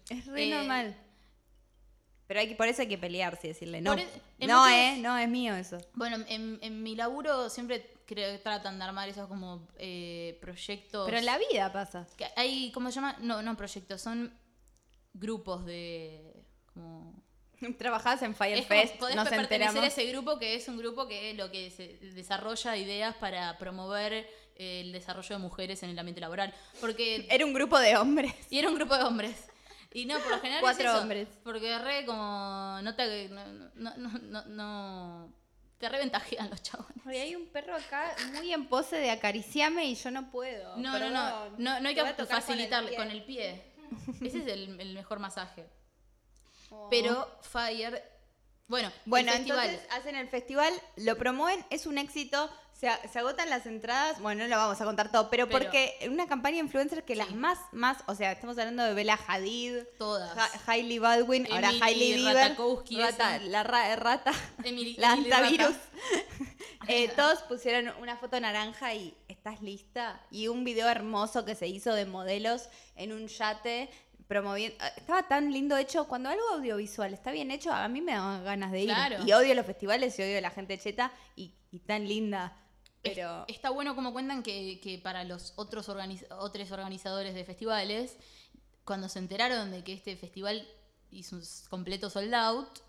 A: Es re
B: eh,
A: normal. Pero hay que, por eso hay que pelearse y decirle, no,
B: Por e- en
A: no,
B: muchos-
A: eh, no, es mío eso.
B: Bueno, en, en mi laburo siempre creo que tratan de armar esos como eh, proyectos.
A: Pero en la vida pasa.
B: que hay, ¿cómo se llama? No, no proyectos, son grupos de. Como,
A: Trabajabas en
B: es como
A: Firefest,
B: podés
A: nos
B: pertenecer
A: enteramos.
B: a ese grupo que es un grupo que lo que se desarrolla ideas para promover eh, el desarrollo de mujeres en el ambiente laboral. Porque
A: Era un grupo de hombres.
B: Y era un grupo de hombres. Y no, por lo general. es
A: Cuatro
B: eso,
A: hombres.
B: Porque re como. No te. No, no, no, no- no- te reventajean los chabones.
A: Ay, hay un perro acá muy en pose de acariciame y yo no puedo.
B: No, no, no,
A: perdón.
B: no. No hay
A: Te voy
B: que
A: a tocar
B: facilitarle con
A: pie.
B: el pie. Ese es el, el mejor masaje.
A: Oh.
B: Pero Fire. Bueno, el
A: Bueno,
B: festival.
A: entonces hacen el festival, lo promueven, es un éxito, se, a- se agotan las entradas, bueno, no lo vamos a contar todo, pero,
B: Pero-
A: porque una campaña de influencers que las más, más, o sea, estamos hablando de Bella Hadid,
B: Todas.
A: Ha- Hailey Baldwin, ahora
B: Emily
A: Hailey Bieber,
B: Ratajkowski,
A: Rata-
B: esa.
A: la ra- rata,
B: Emily-
A: la
B: Emily
A: antivirus.
B: Rata.
A: Eh, todos pusieron una foto naranja y estás lista. Y un video hermoso que se hizo de modelos en un yate promoviendo. ah, Estaba tan lindo hecho. Cuando algo audiovisual está bien hecho, a mí me da ganas de ir.
B: Claro.
A: Y odio los festivales y odio la gente cheta y, y tan linda.
B: Es-
A: Pero.
B: Está bueno como cuentan que, que para los otros, organiz- otros organizadores de festivales, cuando se enteraron de que este festival hizo un s- completo sold out,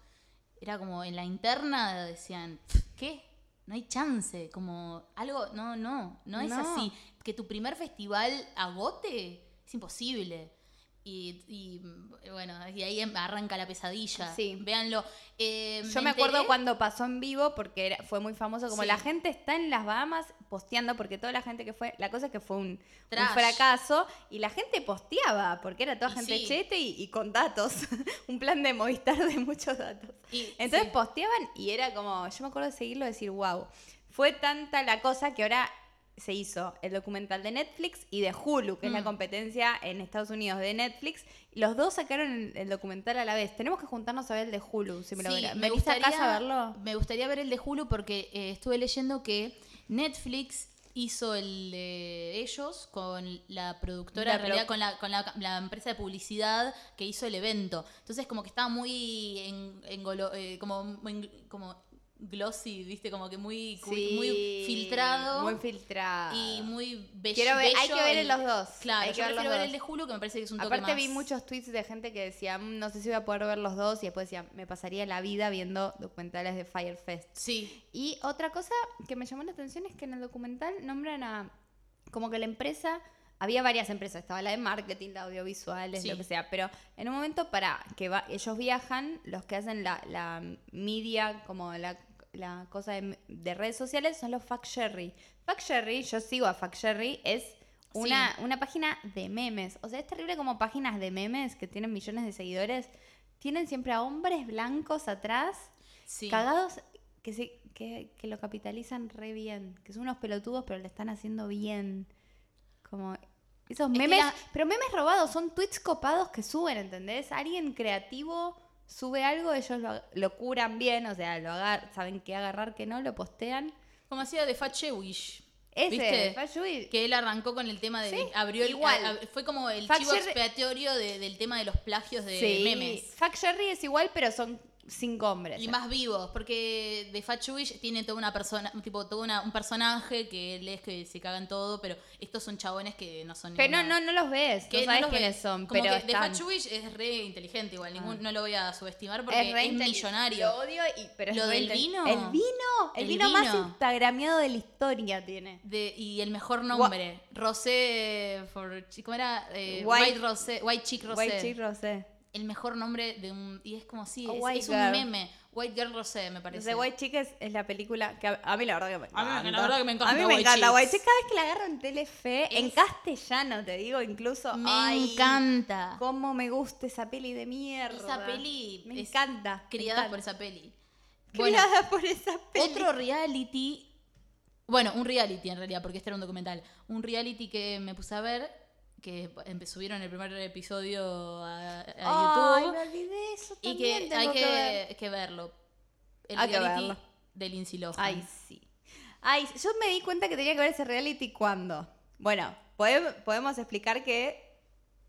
B: era como en la interna decían, ¿qué? No hay chance, como algo, no, no, no es
A: No.
B: así. Que tu primer festival agote es imposible. Y, y, mm, bueno, y ahí em- arranca la pesadilla.
A: Sí.
B: Véanlo. Eh,
A: Yo me acuerdo
B: enteré-
A: cuando pasó en vivo porque era- fue muy famoso. Como
B: Sí.
A: la gente está en las Bahamas posteando, porque toda la gente que fue. La cosa es que fue un, un
B: Trash.
A: fracaso y la gente posteaba porque era toda
B: Y
A: gente
B: sí.
A: chete y, y con datos. un plan de Movistar de muchos datos.
B: Y-
A: Entonces
B: sí.
A: posteaban y era como. Yo me acuerdo de seguirlo y decir, wow. Fue tanta la cosa que ahora. Se hizo el documental de Netflix y de Hulu, que es la
B: Mm.
A: competencia en Estados Unidos de Netflix. Los dos sacaron el, el documental a la vez. Tenemos que juntarnos a ver el de Hulu, si me lo
B: Sí,
A: verá.
B: me
A: ¿Venís a
B: gustaría-
A: casa a verlo?
B: Me gustaría ver el de Hulu porque eh, estuve leyendo que Netflix hizo el de ellos con la productora,
A: La
B: en realidad
A: produ-
B: con, la, con la, la empresa de publicidad que hizo el evento. Entonces como que estaba muy en, engolo- eh, como, muy- como glossy, viste, como que muy, cu- muy filtrado.
A: Muy filtrado.
B: y muy bello.
A: Quiero ver- hay
B: bello
A: que ver
B: el-
A: los dos.
B: Claro,
A: Hay que
B: yo
A: ver los
B: prefiero ver
A: dos.
B: el de Hulu que me parece que es un toque
A: Aparte vi
B: más-
A: muchos tweets de gente que decía, "Mm, no sé si voy a poder ver los dos, y después decía, me pasaría la vida viendo documentales de Firefest.
B: Sí,
A: Y otra cosa que me llamó la atención es que en el documental nombran a. Como que la empresa. Había varias empresas, estaba la de marketing, la de audiovisuales,
B: Sí.
A: lo que sea, pero en un momento para que va- ellos viajan, los que hacen la, la media, como la, la cosa de, de redes sociales, son los Fuck Sherry. Fuck Sherry, yo sigo a Fuck Sherry, es una, una página de memes. O sea, es terrible como páginas de memes que tienen millones de seguidores, tienen siempre a hombres blancos atrás
B: sí.
A: cagados que, se, que, que lo capitalizan re bien, que son unos pelotudos pero le están haciendo bien. Como esos
B: que
A: memes,
B: la-
A: pero memes robados, son tweets copados que suben, ¿entendés? Alguien creativo sube algo, ellos lo, lo curan bien, o sea, lo agar- saben qué agarrar, qué no, lo postean.
B: Como hacía de Fat Wish.
A: Ese,
B: ¿Viste?
A: Fat Jewish.
B: Que él arrancó con el tema de.
A: Sí,
B: abrió el-
A: igual.
B: a- a- fue como el
A: Fact
B: chivo
A: share-
B: expiatorio de- del tema de los plagios de
A: Sí.
B: memes.
A: Fuck Jerry es igual, pero son cinco hombres.
B: Y más vivos, porque de Fat Jewish tiene toda una persona, tipo, todo una- un personaje que él es que se cagan todo, pero estos son chabones que no son
A: pero no,
B: ninguna-
A: no, no los ves,
B: que
A: no sabes
B: los
A: quiénes
B: ves.
A: son.
B: Como
A: pero
B: que de
A: están.
B: Fat Jewish es re inteligente igual, ningún,
A: Ah.
B: no lo voy a subestimar porque es,
A: re inteli-
B: millonario.
A: Lo odio y pero es
B: Lo
A: re
B: del
A: inte-
B: vino.
A: El vino, el,
B: El
A: vino, más
B: vino.
A: instagrameado de la historia tiene.
B: De- y el mejor nombre, Rosé for ¿cómo era? Eh,
A: White-
B: White, Rosé, White Chick Rosé.
A: White Chick Rosé.
B: el mejor nombre de un. Y es como, sí,
A: A
B: es-
A: White
B: es, un
A: Girl.
B: meme. White Girl Rosé, me parece.
A: The White Chick es, es la película que a, a mí la verdad que me
B: A mí
A: encanta.
B: la verdad que me encanta
A: A mí me
B: White
A: encanta
B: Chicks.
A: White Chick. Cada vez que la agarro en Telefe, en
B: Es-
A: castellano te digo, incluso.
B: me
A: ay,
B: encanta.
A: Cómo me gusta esa peli de mierda.
B: Esa peli
A: Me
B: es
A: encanta. me
B: Criadas
A: encanta.
B: por esa peli. Bueno,
A: Criada por esa peli.
B: otro reality. Bueno, un reality en realidad, porque este era un documental. Un reality que me puse a ver, que empe- subieron el primer episodio a, a
A: Ay,
B: YouTube.
A: me olvidé eso
B: y
A: también
B: que
A: tengo
B: hay que,
A: ver.
B: que verlo. El
A: Hay que
B: reality
A: verlo.
B: de Lindsay Lohan.
A: Ay, sí. Ay, yo me di cuenta que tenía que ver ese reality cuando. Bueno, pode- podemos explicar que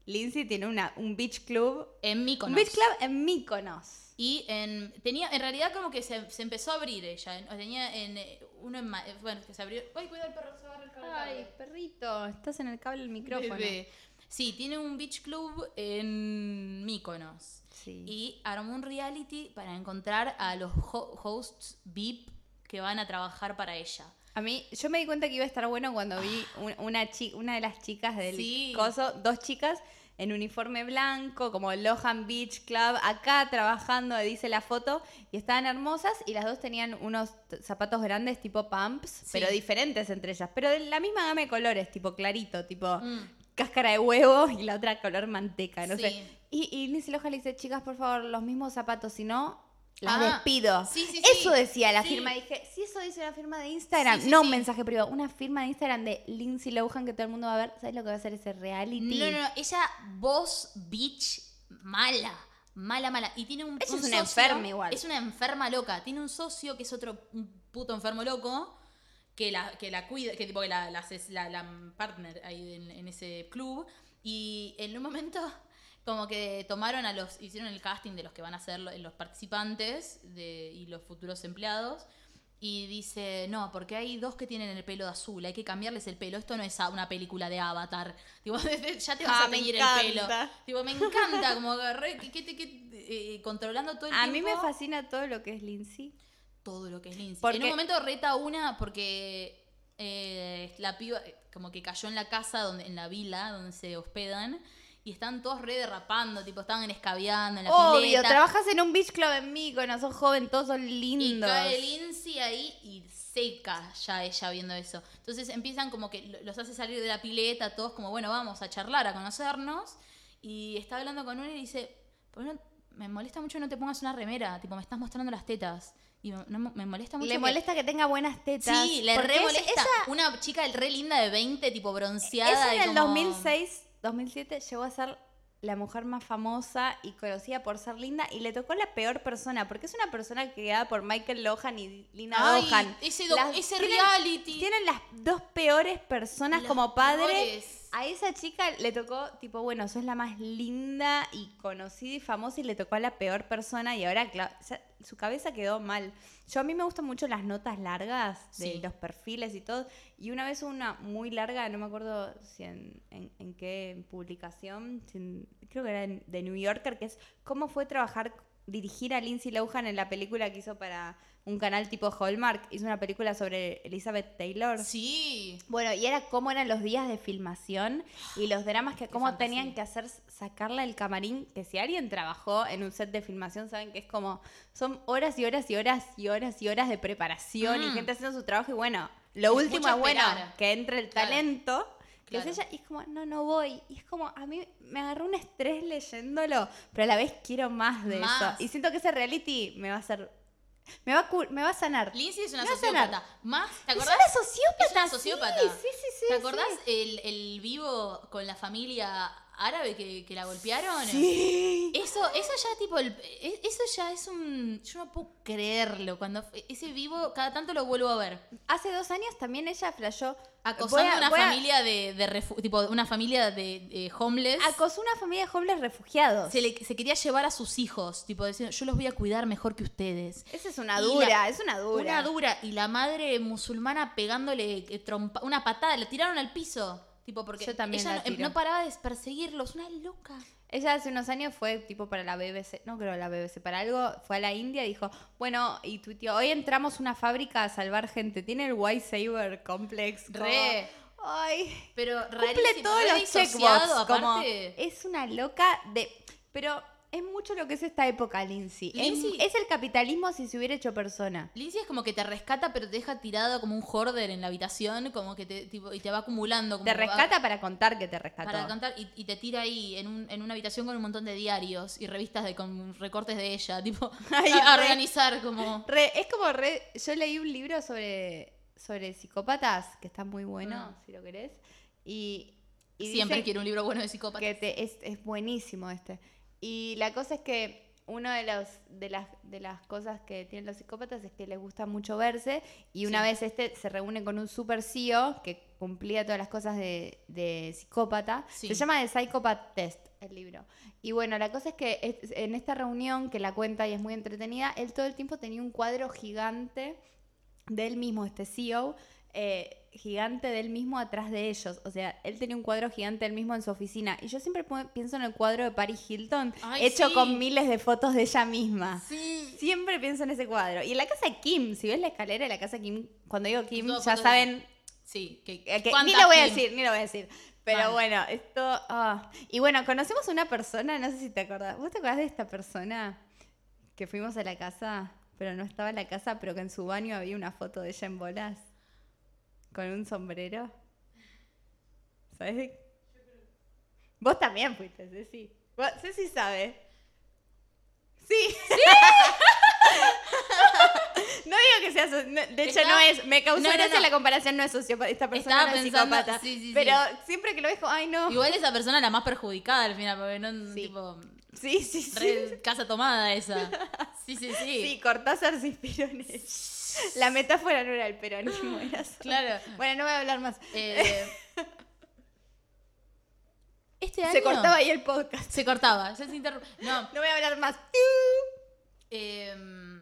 A: Lindsay tiene una, un beach club.
B: En
A: Un
B: Mykonos.
A: beach club en Mykonos.
B: Y en, tenía, en realidad como que se, se empezó a abrir ella. En- Tenía en, eh, uno en... ma- eh, Bueno, que se abrió... Ay, cuidado, el perro se agarra el cable.
A: Ay, perrito, estás en el cable del micrófono.
B: Bebé. Sí, tiene un beach club en Mykonos.
A: Sí.
B: Y armó un reality para encontrar a los ho- hosts VIP que van a trabajar para ella.
A: A mí, yo me di cuenta que iba a estar bueno cuando vi un- una, chi- una de las chicas del
B: Sí.
A: coso, dos chicas en uniforme blanco, como Lohan Beach Club, acá trabajando, dice la foto, y estaban hermosas y las dos tenían unos t- zapatos grandes tipo pumps, pero diferentes entre ellas, pero de la misma gama de colores, tipo clarito, tipo cáscara de huevo y la otra color manteca, no
B: Sí.
A: sé. Y, y Lindsay Lohan le dice, chicas, por favor, los mismos zapatos, si no, las
B: Ah,
A: despido.
B: sí, sí,
A: Eso
B: sí.
A: decía la
B: Sí.
A: firma dije, si eso dice una firma de Instagram,
B: Sí, sí,
A: no
B: sí.
A: un mensaje privado, una firma de Instagram de Lindsay Lohan que todo el mundo va a ver, ¿sabes lo que va a hacer ese reality?
B: No, no, no. Ella, voz bitch, mala. Mala, mala. Y tiene un.
A: Ella
B: un
A: es una enferma igual.
B: Es una enferma loca. Tiene un socio que es otro un puto enfermo loco. Que la, que la cuida, que tipo que la, la, ases- la- la partner ahí en, en ese club. Y en un momento, como que tomaron a los. Hicieron el casting de los que van a ser lo- los participantes de- y los futuros empleados. Y dice, no, porque hay dos que tienen el pelo de azul, hay que cambiarles el pelo. Esto no es a- una película de Avatar. Tipo, ya te vas
A: Ah,
B: a
A: me
B: teñir el
A: encanta.
B: pelo. Tipo, me encanta, como agarré, que, que, que- que- eh, controlando todo el
A: A mí
B: tiempo
A: me fascina todo lo que es Lindsay.
B: todo lo que es Lindsay.
A: Porque-
B: En un momento reta a una porque eh, la piba eh, como que cayó en la casa, donde, en la vila donde se hospedan, y están todos re derrapando, tipo, estaban escabeando en la
A: Obvio,
B: pileta.
A: trabajas en un beach club en Mykonos, sos joven, todos son
B: Y
A: lindos.
B: cae Lindsay ahí y seca ya ella viendo eso. Entonces empiezan como que lo- los hace salir de la pileta, todos como, bueno, vamos a charlar, a conocernos. Y está hablando con uno y dice, "¿Por qué no- me molesta mucho que no te pongas una remera, tipo, me estás mostrando las tetas. Y me, no- me molesta mucho.
A: Le
B: que-
A: molesta que tenga buenas tetas.
B: Sí, le
A: porque
B: re
A: ella-
B: molesta.
A: ella-
B: Una chica re linda de 20, tipo bronceada.
A: Ella
B: y
A: en el
B: como-
A: 2006, 2007 llegó a ser la mujer más famosa y conocida por ser linda y le tocó la peor persona porque es una persona creada por Michael Lohan y Lina
B: Ay,
A: Lohan.
B: ese doc- ese reality.
A: Tienen las dos peores personas
B: Las
A: como padres.
B: peores.
A: A esa chica le tocó, tipo, bueno, sos la más linda y conocida y famosa y le tocó a la peor persona y ahora cla- o sea, su cabeza quedó mal. Yo a mí me gustan mucho las notas largas de
B: Sí.
A: los perfiles y todo. Y una vez una muy larga, no me acuerdo si en, en- en qué publicación, si en- creo que era en- de New Yorker, que es cómo fue trabajar, dirigir a Lindsay Lohan en la película que hizo para un canal tipo Hallmark. Hizo una película sobre Elizabeth Taylor.
B: Sí.
A: Bueno, y era cómo eran los días de filmación y los dramas que cómo
B: fantasía.
A: tenían que hacer sacarla del camarín, que si alguien trabajó en un set de filmación, saben que es como, son horas y horas y horas y horas y horas de preparación y
B: Mm.
A: gente haciendo su trabajo y bueno, lo
B: Es
A: último
B: mucho
A: es bueno,
B: esperar.
A: que entre el
B: Claro.
A: talento. Que es
B: Claro.
A: ella, y es como, no, no voy. Y es como, a mí me agarró un estrés leyéndolo, pero a la vez quiero más de
B: Más.
A: eso. Y siento que ese reality me va a hacer, me va a, cur- me va a sanar.
B: Lindsay es una
A: Me va a sanar.
B: sociópata. Más, ¿te
A: Es
B: acordás?
A: una sociópata.
B: Es una
A: sí,
B: sociópata.
A: Sí, sí, sí.
B: ¿Te acordás
A: sí.
B: el, el vivo con la familia árabe que, que la golpearon?
A: Eh, Sí.
B: Eso, eso ya tipo, el- e- eso ya es un, yo no puedo creerlo. Cuando f- ese vivo, cada tanto lo vuelvo a ver.
A: Hace dos años también ella flasheó.
B: Acosando
A: voy a-
B: una
A: voy a-
B: familia de, de refu- tipo, una familia de, de homeless.
A: Acosó una familia de hombres refugiados.
B: se, le- se quería llevar a sus hijos, tipo diciendo, yo los voy a cuidar mejor que ustedes.
A: Esa es una
B: Y
A: dura,
B: la-
A: es una dura.
B: Una dura. Y la madre musulmana pegándole eh, trompa, una patada, la tiraron al piso. Tipo, porque
A: Yo también
B: ella
A: la
B: no, eh,
A: tiro.
B: no paraba de perseguirlos, una loca.
A: Ella hace unos años fue tipo para la BBC, no creo la BBC, para algo, fue a la India y dijo, bueno, y tu tío, hoy entramos a una fábrica a salvar gente. Tiene el White Saber Complex. como-
B: Re.
A: Ay.
B: Pero
A: cumple
B: rarísimo,
A: todos
B: re
A: los
B: disociado,
A: checkbox. Como,
B: aparte.
A: es una loca de. Pero es mucho lo que es esta época, Lindsay. Es-
B: Lindsay-
A: Es, el capitalismo si se hubiera hecho persona.
B: Lindsay es como que te rescata, pero te deja tirado como un hoarder en la habitación, como que te, tipo, y te va acumulando. Como
A: Te
B: que va-
A: rescata para contar que te rescató.
B: para cantar y, y te tira ahí en, un- en una habitación con un montón de diarios y revistas de, con recortes de ella, tipo,
A: Ay,
B: a, a
A: re.
B: organizar como...
A: Re- es como re, yo leí un libro sobre, sobre psicópatas, que está muy bueno,
B: Mm.
A: si lo querés. Y, y
B: Siempre
A: dicen
B: quiero un libro bueno de psicópata.
A: que te- es, es buenísimo este. Y la cosa es que una de, los, de, las, de las cosas que tienen los psicópatas es que les gusta mucho verse. Y una
B: Sí.
A: vez este se reúne con un super CEO que cumplía todas las cosas de, de psicópata.
B: Sí.
A: Se llama The Psychopath Test el libro. Y bueno, la cosa es que es- en esta reunión, que la cuenta y es muy entretenida, él todo el tiempo tenía un cuadro gigante del mismo, este CEO, eh, gigante del mismo atrás de ellos. O sea, él tenía un cuadro gigante del mismo en su oficina. Y yo siempre pu- pienso en el cuadro de Paris Hilton,
B: Ay,
A: hecho
B: sí.
A: con miles de fotos de ella misma.
B: Ah, Sí.
A: Siempre pienso en ese cuadro. Y en la casa de Kim, si ves la escalera de la casa de Kim, cuando digo Kim,
B: Todas
A: ya
B: fotos de-
A: saben
B: Sí, que,
A: eh, que ni
B: ¿cuántas
A: lo voy a
B: Kim?
A: decir, ni lo voy a decir. Pero
B: Mal.
A: bueno, esto. ah. Y bueno, conocemos una persona, no sé si te acordás. ¿Vos te acordás de esta persona que fuimos a la casa, pero no estaba en la casa, pero que en su baño había una foto de ella en bolas? Con un sombrero. ¿Sabés? de- Vos también fuiste, Ceci. Vos- Ceci sabe. Sí. no digo que sea. so- no- de hecho,
B: Está-
A: no es. Me causó
B: No, no,
A: gracia
B: no.
A: la comparación, no es sociópata. Esta persona
B: Estaba
A: no es
B: pensando-
A: psicópata.
B: sí, sí, sí.
A: pero siempre que lo dejo, ay, no.
B: Igual esa persona la más perjudicada al final, porque no,
A: Sí.
B: tipo,
A: sí, sí, sí.
B: re casa tomada esa. Sí, sí, sí.
A: Sí, Cortázar se inspiró en ella. La metáfora no era el peronismo, era solo-
B: Ah, Claro.
A: Bueno, no voy a hablar más.
B: Eh, este año...
A: Se cortaba ahí el podcast.
B: Se cortaba, ya se interrum- No,
A: No voy a hablar más.
B: em,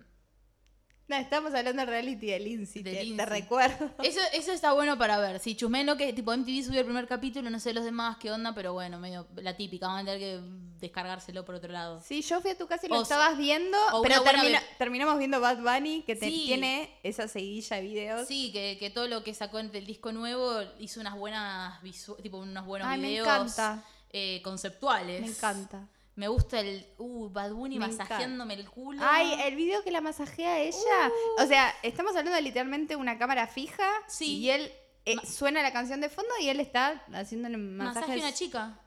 A: No, estamos hablando de reality de Lindsay,
B: De
A: te- te,
B: Lindsay. Eh,
A: recuerdo.
B: Eso, eso está bueno para ver. Si Chusmeno, que tipo MTV subió el primer capítulo, no sé los demás qué onda, pero bueno, medio la típica, van a tener que descargárselo por otro lado.
A: Sí, yo fui a tu casa y lo
B: O-
A: estabas viendo,
B: o
A: pero
B: una buena
A: termina-
B: ve-
A: terminamos viendo Bad Bunny, que te-
B: Sí.
A: tiene esa seguidilla de videos.
B: Sí, que, que todo lo que sacó del disco nuevo hizo unas buenas visu- tipo unos buenos
A: Ay, me
B: videos
A: encanta.
B: eh, conceptuales.
A: Me encanta.
B: Me gusta el uh, Bad Bunny
A: Me
B: masajeándome el culo.
A: Ay, el video que la masajea ella. O sea, estamos hablando de literalmente una cámara fija
B: Sí.
A: y él eh,
B: Ma-
A: suena la canción de fondo y él está haciéndole masajes.
B: masaje a una chica.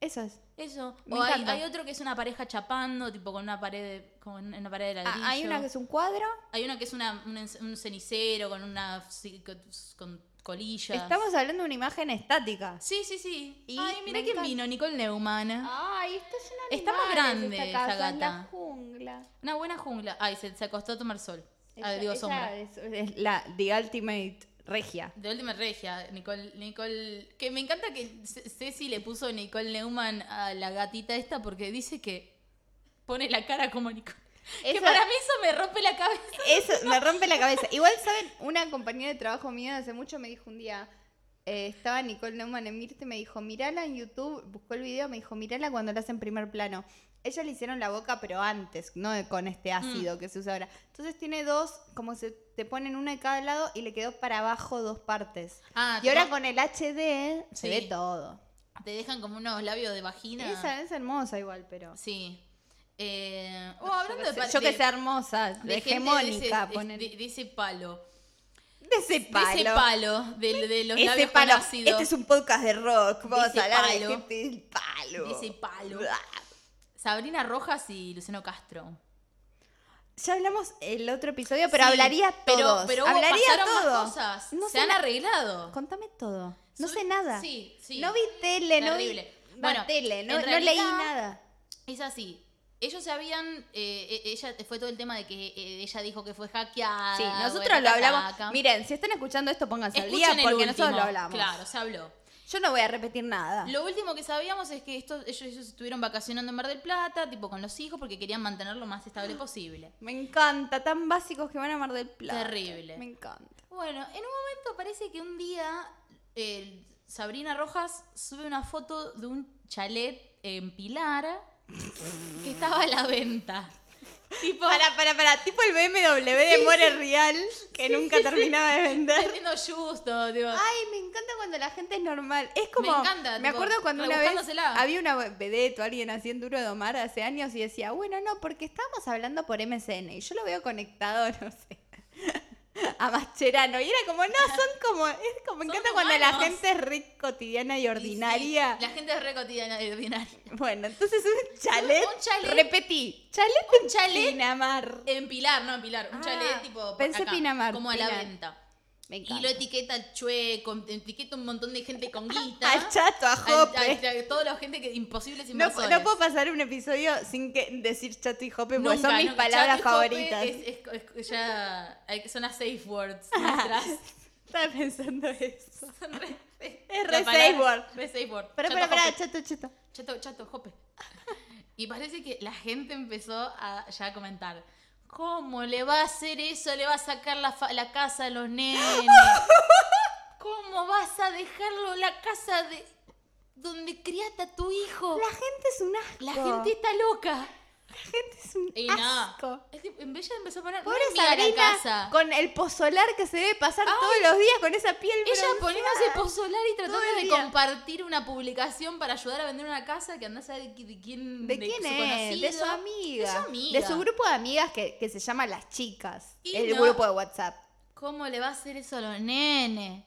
A: Eso es.
B: Eso.
A: Me
B: o hay,
A: encanta.
B: hay otro que es una pareja chapando, tipo con una pared de, con una pared de
A: Ah,
B: ladrillo.
A: hay una que es un cuadro.
B: Hay una que es una, un, ens- un cenicero con una ci- con, con colillas.
A: Estamos hablando de una imagen estática.
B: Sí, sí, sí.
A: Y
B: Ay, mira
A: me
B: quién
A: encanta.
B: vino, Nicole Neumann.
A: Ay, está llena
B: de Está más animales grande esta
A: esta
B: casa, esa es la
A: la
B: gata.
A: jungla.
B: Una buena jungla. Ay, se, se acostó a tomar sol. Ah, digo sombra.
A: Es, la The Ultimate Regia.
B: De última regia, Nicole, Nicole. Que me encanta que Ce- Ceci le puso Nicole Neumann a la gatita esta porque dice que pone la cara como Nicole. Que
A: Eso-
B: para mí eso me rompe la cabeza.
A: Eso me rompe la cabeza. Igual, ¿saben? Una compañera de trabajo mía de hace mucho me dijo un día, eh, estaba Nicole Neumann en Mirte, me dijo, mirala en YouTube, buscó el video, me dijo, mirala cuando la hacen primer plano. Ellos le hicieron la boca, pero antes, no con este
B: Mm.
A: ácido que se usa ahora. Entonces tiene dos, como se te ponen una de cada lado y le quedó para abajo dos partes.
B: Ah,
A: y ahora
B: tipo,
A: con el HD se
B: Sí.
A: ve todo.
B: te dejan como unos labios de vagina.
A: Esa es hermosa igual, pero...
B: Sí. Eh, oh,
A: Yo
B: hablando
A: que
B: de
A: sé-
B: pa-
A: yo que
B: de-
A: sea hermosa, de
B: de gente
A: hegemónica,
B: de ese-
A: ponen-
B: de- de ese palo.
A: de ese
B: De ese palo, de, de los
A: Ese
B: labios
A: palo.
B: con ácido.
A: Este es un podcast de rock. Vamos
B: Dice
A: a hablar de
B: palo.
A: gente del palo.
B: Dice palo.
A: Blah.
B: Sabrina Rojas y Luciano Castro.
A: Ya hablamos el otro episodio, pero
B: Sí,
A: hablaría
B: pero-
A: todos.
B: Pero, hubo-
A: hablaría
B: pasaron más
A: todo.
B: cosas.
A: No
B: Se
A: sé
B: han
A: na-
B: arreglado.
A: Contame todo. No
B: Sub-
A: sé nada.
B: Sí, sí.
A: No vi tele,
B: Terrible.
A: no vi
B: Bueno,
A: tele, no,
B: en
A: no
B: realidad-
A: leí nada.
B: Es así. Ellos se habían. eh, eh, ella fue todo el tema de que eh, ella dijo que fue hackeada.
A: Sí, nosotros
B: bueno,
A: lo hablamos.
B: caca.
A: Miren, si están escuchando esto, pónganse al día
B: Escuchen el
A: porque
B: último.
A: nosotros lo hablamos. Ah.
B: Claro, se habló.
A: Yo no voy a repetir nada.
B: Lo último que sabíamos es que estos, ellos, ellos estuvieron vacacionando en Mar del Plata, tipo con los hijos, porque querían mantenerlo lo más estable posible.
A: Me encanta, tan básicos que van a Mar del Plata.
B: Terrible.
A: Me encanta.
B: Bueno, en un momento parece que un día eh, Sabrina Rojas sube una foto de un chalet en Pilar que estaba a la venta. Tipo,
A: Para, para, para. Tipo el BMW de More Real que nunca terminaba de vender.
B: vendiendo justo, tipo.
A: Ay, me encanta cuando la gente es normal. Es como.
B: Me encanta, tipo,
A: acuerdo cuando una vez
B: rebuscándosela.
A: había una vedette o alguien así en Duro de Omar hace años y decía, bueno, no, porque estábamos hablando por MSN y yo lo veo conectado, no sé. A Mascherano. Y era como, no, son como. Es como, me
B: Son
A: encanta cuando la
B: humanos.
A: gente es re cotidiana y
B: Y sí,
A: ordinaria.
B: la gente es re cotidiana y ordinaria.
A: Bueno, entonces un chalet.
B: Un chalet.
A: Repetí. Chalet
B: Un
A: en
B: chalet.
A: Pinamar.
B: En Pilar, no en Pilar. Un
A: Ah,
B: chalet tipo.
A: pensé
B: acá,
A: Pinamar,
B: Como a la
A: Pilar.
B: venta.
A: Me
B: Y lo
A: encanta.
B: etiqueta al chueco, etiqueta un montón de gente con guita.
A: Al chato, a
B: Al-
A: Jope.
B: al- a toda la gente que imposibles
A: No,
B: inversores.
A: no puedo pasar un episodio sin que decir chato y jope porque
B: Nunca,
A: Pues son mis
B: nunca.
A: palabras
B: Chato y jope
A: favoritas.
B: es- es- es- ya, hay- son las safe words nuestras.
A: Estaba pensando eso.
B: Son re-
A: Es
B: la
A: re
B: palabra-
A: safe word.
B: Re safe word.
A: Pará,
B: Chato,
A: pará, pará,
B: jope.
A: chato, chato.
B: Chato, chato, jope. Y parece que la gente empezó a ya a comentar. ¿Cómo le va a hacer eso? Le va a sacar la, fa- la casa a los nenes. ¿Cómo vas a dejarlo la casa de donde criaste a tu hijo?
A: La gente es un asco.
B: La, gente está loca.
A: La gente es un
B: Y
A: asco.
B: no. Es que en vez de empezó a poner
A: Pobre
B: "No es mía la
A: Sabrina
B: casa.
A: con el pozolar que se debe pasar
B: Ay.
A: todos los días con esa piel
B: Ella
A: bronceada.
B: poniéndose posolar y tratando
A: Todo el
B: de
A: día.
B: compartir una publicación para ayudar a vender una casa que andás a saber qui- de quién,
A: ¿De quién
B: su
A: es? De su
B: conocido.
A: amiga.
B: De su amiga.
A: De su grupo de amigas que, que se llama Las Chicas.
B: Y
A: el
B: no.
A: grupo de WhatsApp.
B: ¿Cómo le va a hacer eso a los nenes?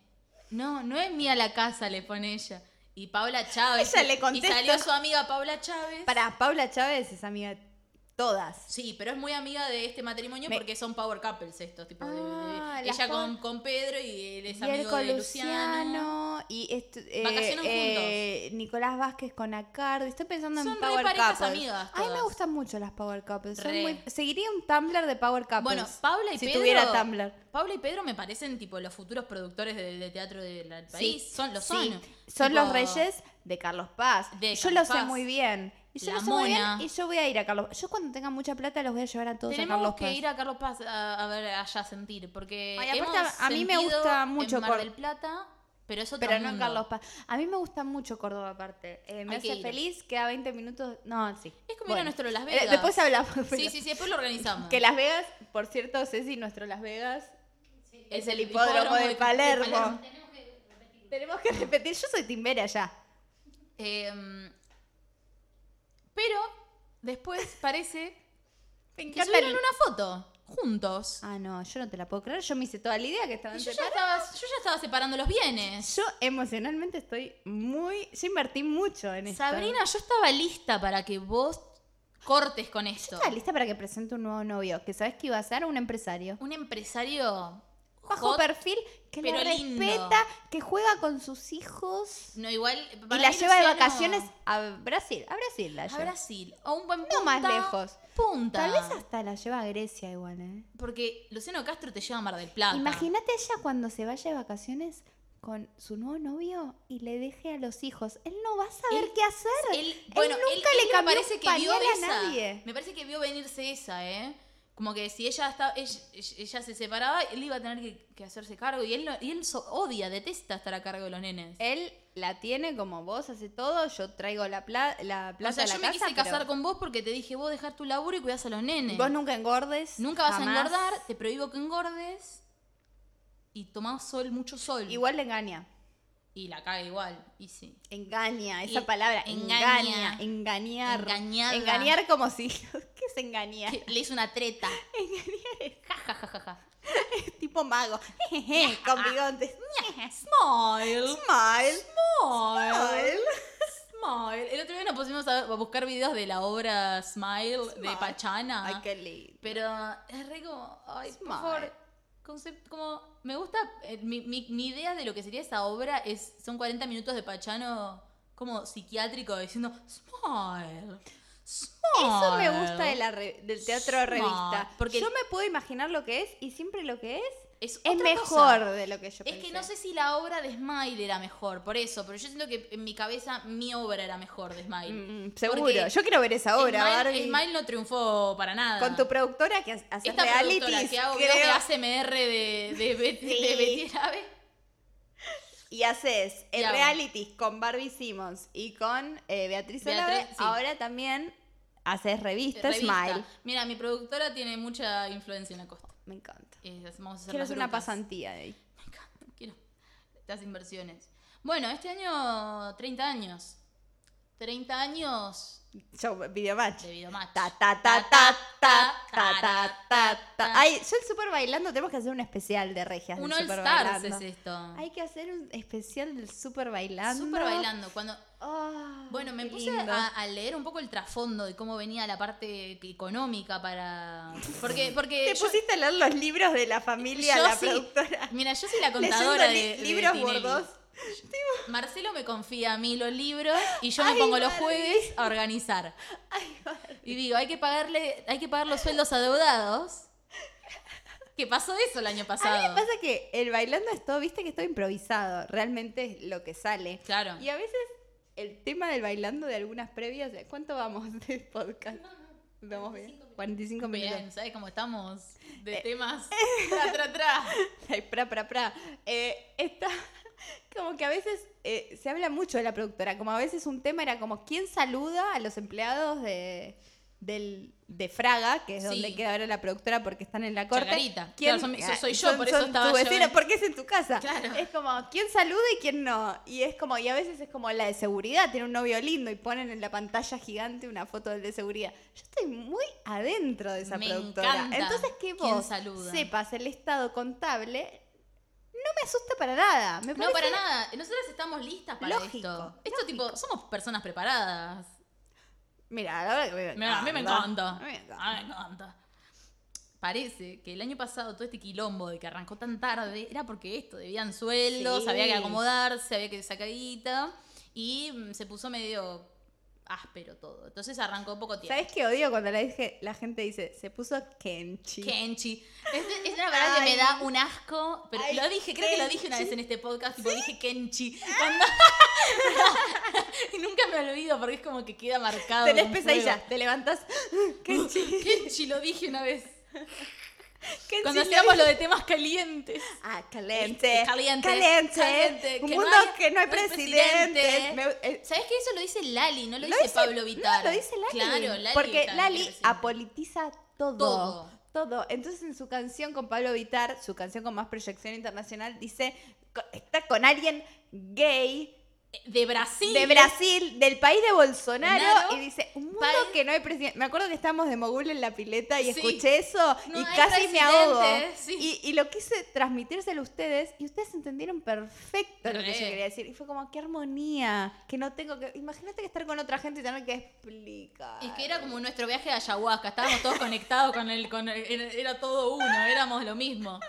B: No, no es mía la casa, le pone ella. Y Paula Chávez.
A: Ella le
B: Y
A: contesta.
B: salió su amiga Paula Chávez.
A: Para Paula Chávez es amiga de todas.
B: Sí, pero es muy amiga de este matrimonio
A: Me-
B: porque son power couples estos. Tipo de- de-
A: Ah, las
B: ella con,
A: power-
B: con Pedro y él es
A: Y él
B: amigo
A: con
B: de Luciano.
A: Luciano. Y estu- eh,
B: Vacacionan
A: eh, Nicolás Vázquez con Acardo. Estoy pensando
B: Son
A: en
B: re
A: Power
B: parejas
A: Couples.
B: amigas
A: A mí me
B: todas.
A: gustan mucho las Power Couples. son
B: Re.
A: muy- Seguiría un Tumblr de Power Couples.
B: Bueno, Paula y
A: Ah, pues, si
B: Pedro.
A: tuviera Tumblr.
B: Paula y Pedro me parecen tipo los futuros productores de, de teatro del del
A: Sí,
B: país. Son, lo
A: sí.
B: son.
A: Son
B: Tipo,
A: los reyes de Carlos Paz.
B: De
A: yo
B: Carlos
A: lo sé
B: Paz.
A: muy bien. Y yo
B: La
A: lo sé muy bien,
B: Mona.
A: y yo voy a ir a Carlos Yo cuando tenga mucha plata los voy a llevar a todos
B: Tenemos
A: a Carlos
B: que
A: Paz.
B: ir a Carlos Paz a, a ver allá a sentir. Porque
A: Ay, aparte,
B: hemos
A: a mí me
B: sentido
A: gusta mucho
B: en Mar
A: Cor-
B: del Plata, pero es otro
A: Pero no en
B: mundo.
A: Carlos Paz. A mí me gusta mucho Córdoba aparte. Eh, me
B: Hay que
A: hace
B: ir.
A: feliz, queda 20 minutos. No, sí.
B: Es como ir
A: Bueno.
B: a nuestro Las
A: Eh,
B: Vegas.
A: después hablamos.
B: Sí,
A: pero-
B: sí, sí, después lo organizamos.
A: Que Las Vegas, por cierto, Ceci, nuestro Las Vegas es el hipódromo, de, Palermo. Tenemos que repetir, yo soy timbera ya.
B: Eh, pero después parece
A: Me
B: que
A: encanta
B: subieron
A: el-
B: una foto juntos.
A: Ah, no, yo no te la puedo creer. Yo me hice toda la idea que
B: Y
A: estaban
B: yo, ya
A: separados.
B: estaba, yo ya estaba separando los bienes.
A: Yo emocionalmente estoy muy. Yo invertí mucho en esto.
B: Sabrina, yo estaba lista para que vos cortes con
A: Yo
B: esto.
A: estaba lista para que presente un nuevo novio, que sabes que iba a ser un empresario.
B: Un empresario
A: Bajo
B: hot,
A: perfil, que lo
B: pero lindo.
A: respeta, que juega con sus hijos
B: no igual
A: y
B: para
A: la
B: mí
A: lleva de
B: Luciano-
A: vacaciones a Brasil. A Brasil la
B: a
A: lleva.
B: Brasil o un buen punta,
A: No más lejos.
B: Punta.
A: Tal vez hasta la lleva a Grecia igual, ¿eh?
B: porque Luciano Castro te lleva a Mar del Plata.
A: Imagínate ella cuando se vaya de vacaciones con su nuevo novio y le deje a los hijos. Él no va a saber
B: Él-
A: qué hacer.
B: Él, bueno, él-
A: nunca
B: él
A: le
B: me
A: cambió
B: parece
A: un
B: que vio
A: pañal a
B: esa.
A: nadie.
B: Me parece que vio venirse esa, ¿eh? Como que si ella, estaba, ella, ella se separaba, él iba a tener que, que hacerse cargo. Y él, no- y él so- odia, detesta estar a cargo de los nenes.
A: Él la tiene como vos, hace todo, yo traigo la, pla- la
B: O
A: plata
B: sea,
A: a la
B: yo me
A: casa. pero
B: quise casar con vos porque te dije, vos dejar tu laburo y cuidás a los nenes.
A: Vos nunca engordes.
B: Nunca vas
A: jamás.
B: a engordar, te prohíbo que engordes. Y tomás sol, mucho sol.
A: Igual le engaña.
B: Y la caga igual, y sí.
A: Engaña, esa
B: Y-
A: palabra. Engaña.
B: engaña.
A: Engañar.
B: Engañada.
A: Engañar como si. ¿Qué es engañar?
B: Que Le hizo una treta. Ja, ja, ja, ja, ja.
A: Tipo mago. con bigotes.
B: Smile.
A: Smile.
B: Smile.
A: Smile.
B: Smile. El otro día nos pusimos a, a buscar videos de la obra Smile, de
A: Smile.
B: Pachana.
A: Ay, qué lindo.
B: Pero es re como, ay, por
A: Smile.
B: favor, concep- como, me gusta, eh, mi, mi- mi idea de lo que sería esa obra es, son 40 minutos de Pachano como psiquiátrico diciendo, smile, smile.
A: Eso me gusta de la re- del teatro de
B: Smart.
A: revista.
B: Porque-
A: Porque yo me puedo imaginar lo que es y siempre lo que es
B: Es,
A: es
B: otra
A: mejor
B: cosa.
A: de lo que yo
B: Es
A: pensé.
B: que no sé si la obra de Smile era mejor, por eso, pero yo siento que en mi cabeza mi obra era mejor de Smile.
A: Mm, mm, seguro.
B: Porque
A: Yo quiero ver esa obra,
B: Smile,
A: Barbie.
B: Smile no triunfó para nada.
A: Con tu productora que ha- hace
B: Esta productora
A: realities,
B: que hago
A: creo,
B: videos de ASMR de, de, Bet-
A: Sí.
B: de Betty Arabe.
A: y haces
B: Y
A: el
B: hago.
A: realities con Barbie Simmons y con eh, Beatriz Olabe,
B: Beatriz, sí.
A: ahora también haces revista, Smile.
B: Mira, mi productora tiene mucha influencia en la costa.
A: Me encanta.
B: Eh, vamos a hacer
A: Quiero
B: las
A: hacer una
B: grutas.
A: pasantía de ahí.
B: Me encanta, quiero estas inversiones. Bueno, este año 30 años. 30 años
A: Yo, videomatch.
B: de videomatch.
A: Ta, ta, ta, ta, ta, ta, ta, ta, ta. Ay, yo el Super Bailando tenemos que hacer un especial de regias del
B: Un All
A: Super
B: Stars
A: Bailando.
B: es esto.
A: Hay que hacer un especial del Super Bailando.
B: Súper bailando. Cuando,
A: Ah,
B: bueno, me
A: qué
B: puse
A: lindo.
B: a, a leer un poco el trasfondo de cómo venía la parte económica para. Porque, porque
A: Te
B: eh, yo-
A: pusiste a leer los libros de la familia,
B: yo
A: la
B: sí-
A: productora.
B: Mira, yo soy la
A: Leyendo
B: contadora
A: li-
B: de, de
A: libros
B: Tinelli.
A: gordos.
B: Marcelo me confía a mí los libros y yo me
A: Ay,
B: pongo los
A: Barbie.
B: jueves a organizar. y digo, hay que pagarle, hay que pagar los sueldos adeudados. Que pasó eso el año
A: A mí me
B: pasado.
A: pasa que el bailando es todo, viste que es todo improvisado, realmente es lo que sale.
B: Claro.
A: Y a veces el tema del bailando de algunas previas, ¿cuánto vamos de podcast? ¿Vamos bien? 45 minutos.
B: Bien, ¿sabes cómo estamos? De
A: Eh,
B: temas. Tra, tra, tra.
A: Ay, pra, pra, pra. Eh, está como que a veces eh, se habla mucho de la productora, como a veces un tema era como quién saluda a los empleados de, del, de Fraga, que es
B: Sí.
A: donde queda ahora la productora porque están en la corte. Ah,
B: Chacarita. Claro, son mi- so- soy yo, por eso
A: son
B: estaba
A: tu
B: yo
A: vecino,
B: en-
A: porque es en tu casa.
B: Claro.
A: Es como quién saluda y quién no. Y es como, y a veces es como la de seguridad, tiene un novio lindo y ponen en la pantalla gigante una foto del de seguridad. Yo estoy muy adentro de esa
B: Me
A: productora.
B: encanta.
A: Entonces que
B: ¿Quién
A: vos
B: saluda?
A: sepas el estado contable, no me asusta para nada. Me
B: No,
A: parece-
B: para nada. Nosotras estamos listas para
A: Lógico,
B: esto. Esto tipo, somos personas preparadas.
A: Mira, la verdad que me
B: Mira, a mí me encanta.
A: A mí me encanta.
B: A mí me encanta. Parece que el año pasado todo este quilombo de que arrancó tan tarde era porque esto, debían sueldos,
A: Sí.
B: había que acomodarse, había que sacar guita y mm, se puso medio áspero todo. Entonces arrancó poco tiempo.
A: ¿Sabes qué odio cuando la, dije, la gente dice, se puso Kenchi?
B: Kenchi. Es, es una palabra que
A: Ay.
B: me da un asco, pero
A: Ay,
B: lo dije, creo que lo dije una
A: Kenchi.
B: vez en este podcast, tipo dije Kenchi. Cuando- y nunca me olvido porque es como que queda marcado.
A: Tenés
B: con
A: pesadillas,
B: fuego.
A: te levantas. Kenchi.
B: Kenchi lo dije una vez.
A: Kenchi,
B: Cuando
A: te
B: hacíamos
A: dije-
B: lo de temas calientes.
A: Ah, caliente.
B: Caliente,
A: Caliente.
B: caliente,
A: Un
B: que
A: mundo
B: no hay-
A: que no hay
B: no hay
A: presidente.
B: presidente.
A: Me- eh,
B: ¿Sabes que eso lo dice Lali? No
A: Lo
B: lo, dice,
A: dice-
B: Pablo Vittar.
A: No, lo dice Lali.
B: Claro, Lali.
A: Porque
B: Vittar,
A: Lali
B: quiero decir.
A: apolitiza todo.
B: Todo.
A: Todo. Entonces en su canción con Pablo Vitar, su canción con más proyección internacional, dice, co- está con alguien gay
B: Eh, De Brasil.
A: de Brasil, del país de Bolsonaro,
B: Bolsonaro,
A: y dice, un mundo
B: país-
A: que no hay presidente. Me acuerdo que estábamos de Mogul en la pileta y
B: Sí.
A: escuché eso
B: No
A: y
B: hay
A: casi me ahogo.
B: presidente, sí.
A: Y, y lo quise transmitírselo a ustedes y ustedes entendieron perfecto lo que
B: Re.
A: yo quería decir. Y fue como, qué armonía, que no tengo que... Imagínate que estar con otra gente y tener que explicar.
B: Es que era como nuestro viaje de ayahuasca, estábamos todos conectados con el, con el- era- era todo uno, éramos lo mismo.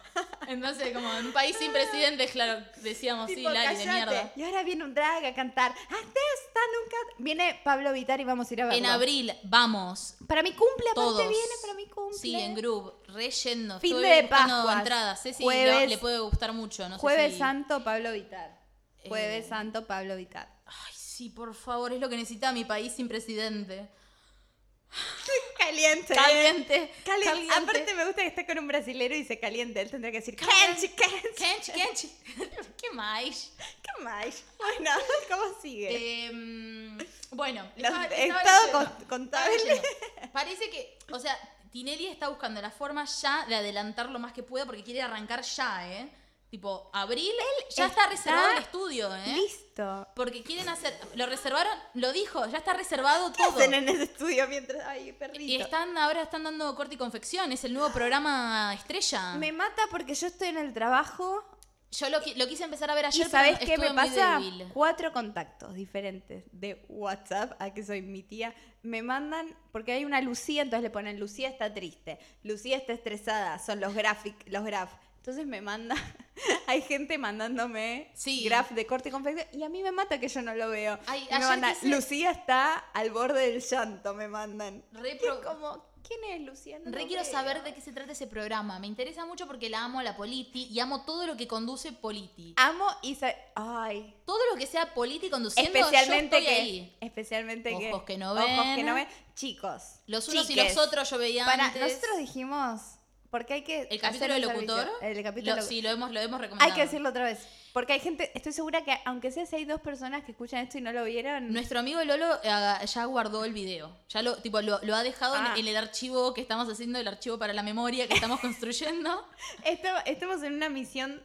B: Entonces, como en un país sin presidente, claro, decíamos, sí,
A: Tipo,
B: Lali, de
A: "Cállate".
B: mierda.
A: Y ahora viene un drag a cantar. Hasta esta nunca. Viene Pablo Vitar y vamos a ir a verlo.
B: En abril, vamos.
A: Para mi cumple, aparte
B: Todos.
A: viene para mi cumple.
B: Sí, en Groove, reyendo.
A: Fin
B: Estuve
A: de
B: buscando
A: Pascuas.
B: entradas. Ceci lo-
A: Jueves-
B: le puede gustar mucho, no sé
A: Jueves
B: si-
A: Santo, Pablo Vitar. Jueves
B: Eh.
A: Santo, Pablo Vitar.
B: Ay, sí, por favor, es lo que necesita mi país sin presidente.
A: Caliente.
B: Caliente.
A: Caliente.
B: caliente.
A: Aparte me gusta que esté con un brasilero y dice caliente. Él tendría que decir caliente, caliente.
B: Kench, Kench. ¿Qué más?
A: ¿Qué más? Bueno, ¿cómo sigue?
B: Em, bueno,
A: Los-
B: estaba-
A: he
B: estaba
A: estado
B: leyendo,
A: con- contable.
B: estaba leyendo. Parece que, o sea, Tinelli está buscando la forma ya de adelantar lo más que pueda porque quiere arrancar ya, ¿eh? Tipo, abril, ya está,
A: está
B: reservado el estudio, ¿eh?
A: Listo.
B: Porque quieren hacer, lo reservaron, lo dijo, ya está reservado
A: ¿Qué
B: todo.
A: hacen en ese estudio mientras. Ay, perrito.
B: Y están, ahora están dando corte y confección, es el nuevo programa estrella.
A: Me mata porque yo estoy en el trabajo
B: Yo lo, qui- lo quise empezar a ver
A: ¿Y
B: ayer,
A: sabes
B: pero
A: qué me
B: estuve muy
A: pasa?
B: débil.
A: Cuatro contactos diferentes de WhatsApp, a que soy mi tía, me mandan, porque hay una Lucía, entonces le ponen Lucía está triste, Lucía está estresada, son los graphic, los graph. Entonces me manda, hay gente mandándome
B: Sí.
A: graph de corte y confección y a mí me mata que yo no lo veo. Y
B: Ay,
A: me
B: ayer
A: mandan,
B: quise-
A: Lucía está al borde del llanto, me mandan.
B: Re
A: Y es
B: pro-
A: como, ¿quién es Lucía? No
B: Re
A: lo
B: quiero
A: veo.
B: saber de qué se trata ese programa. Me interesa mucho porque la amo a la Politi y amo todo lo que conduce Politi.
A: Amo y... sa- Ay,
B: Todo lo que sea Politi conduciendo,
A: especialmente
B: yo estoy
A: que
B: ahí.
A: especialmente
B: Ojos que no
A: ojos que
B: ven.
A: no ven. chicos
B: Los unos y
A: chiques,
B: los otros yo veía
A: para
B: antes.
A: nosotros dijimos Porque hay que.
B: El capítulo
A: hacer
B: del
A: servicio.
B: locutor.
A: El
B: Lo-
A: capítulo del
B: sí, lo hemos, lo hemos recomendado.
A: Hay que decirlo otra vez. Porque hay gente, estoy segura que aunque sea si hay dos personas que escuchan esto y no lo vieron,
B: Nuestro amigo Lolo eh, ya guardó el video. Ya lo, tipo, lo, lo ha dejado en-
A: Ah.
B: en el archivo que estamos haciendo, el archivo para la memoria que estamos construyendo.
A: Esta- estamos en una misión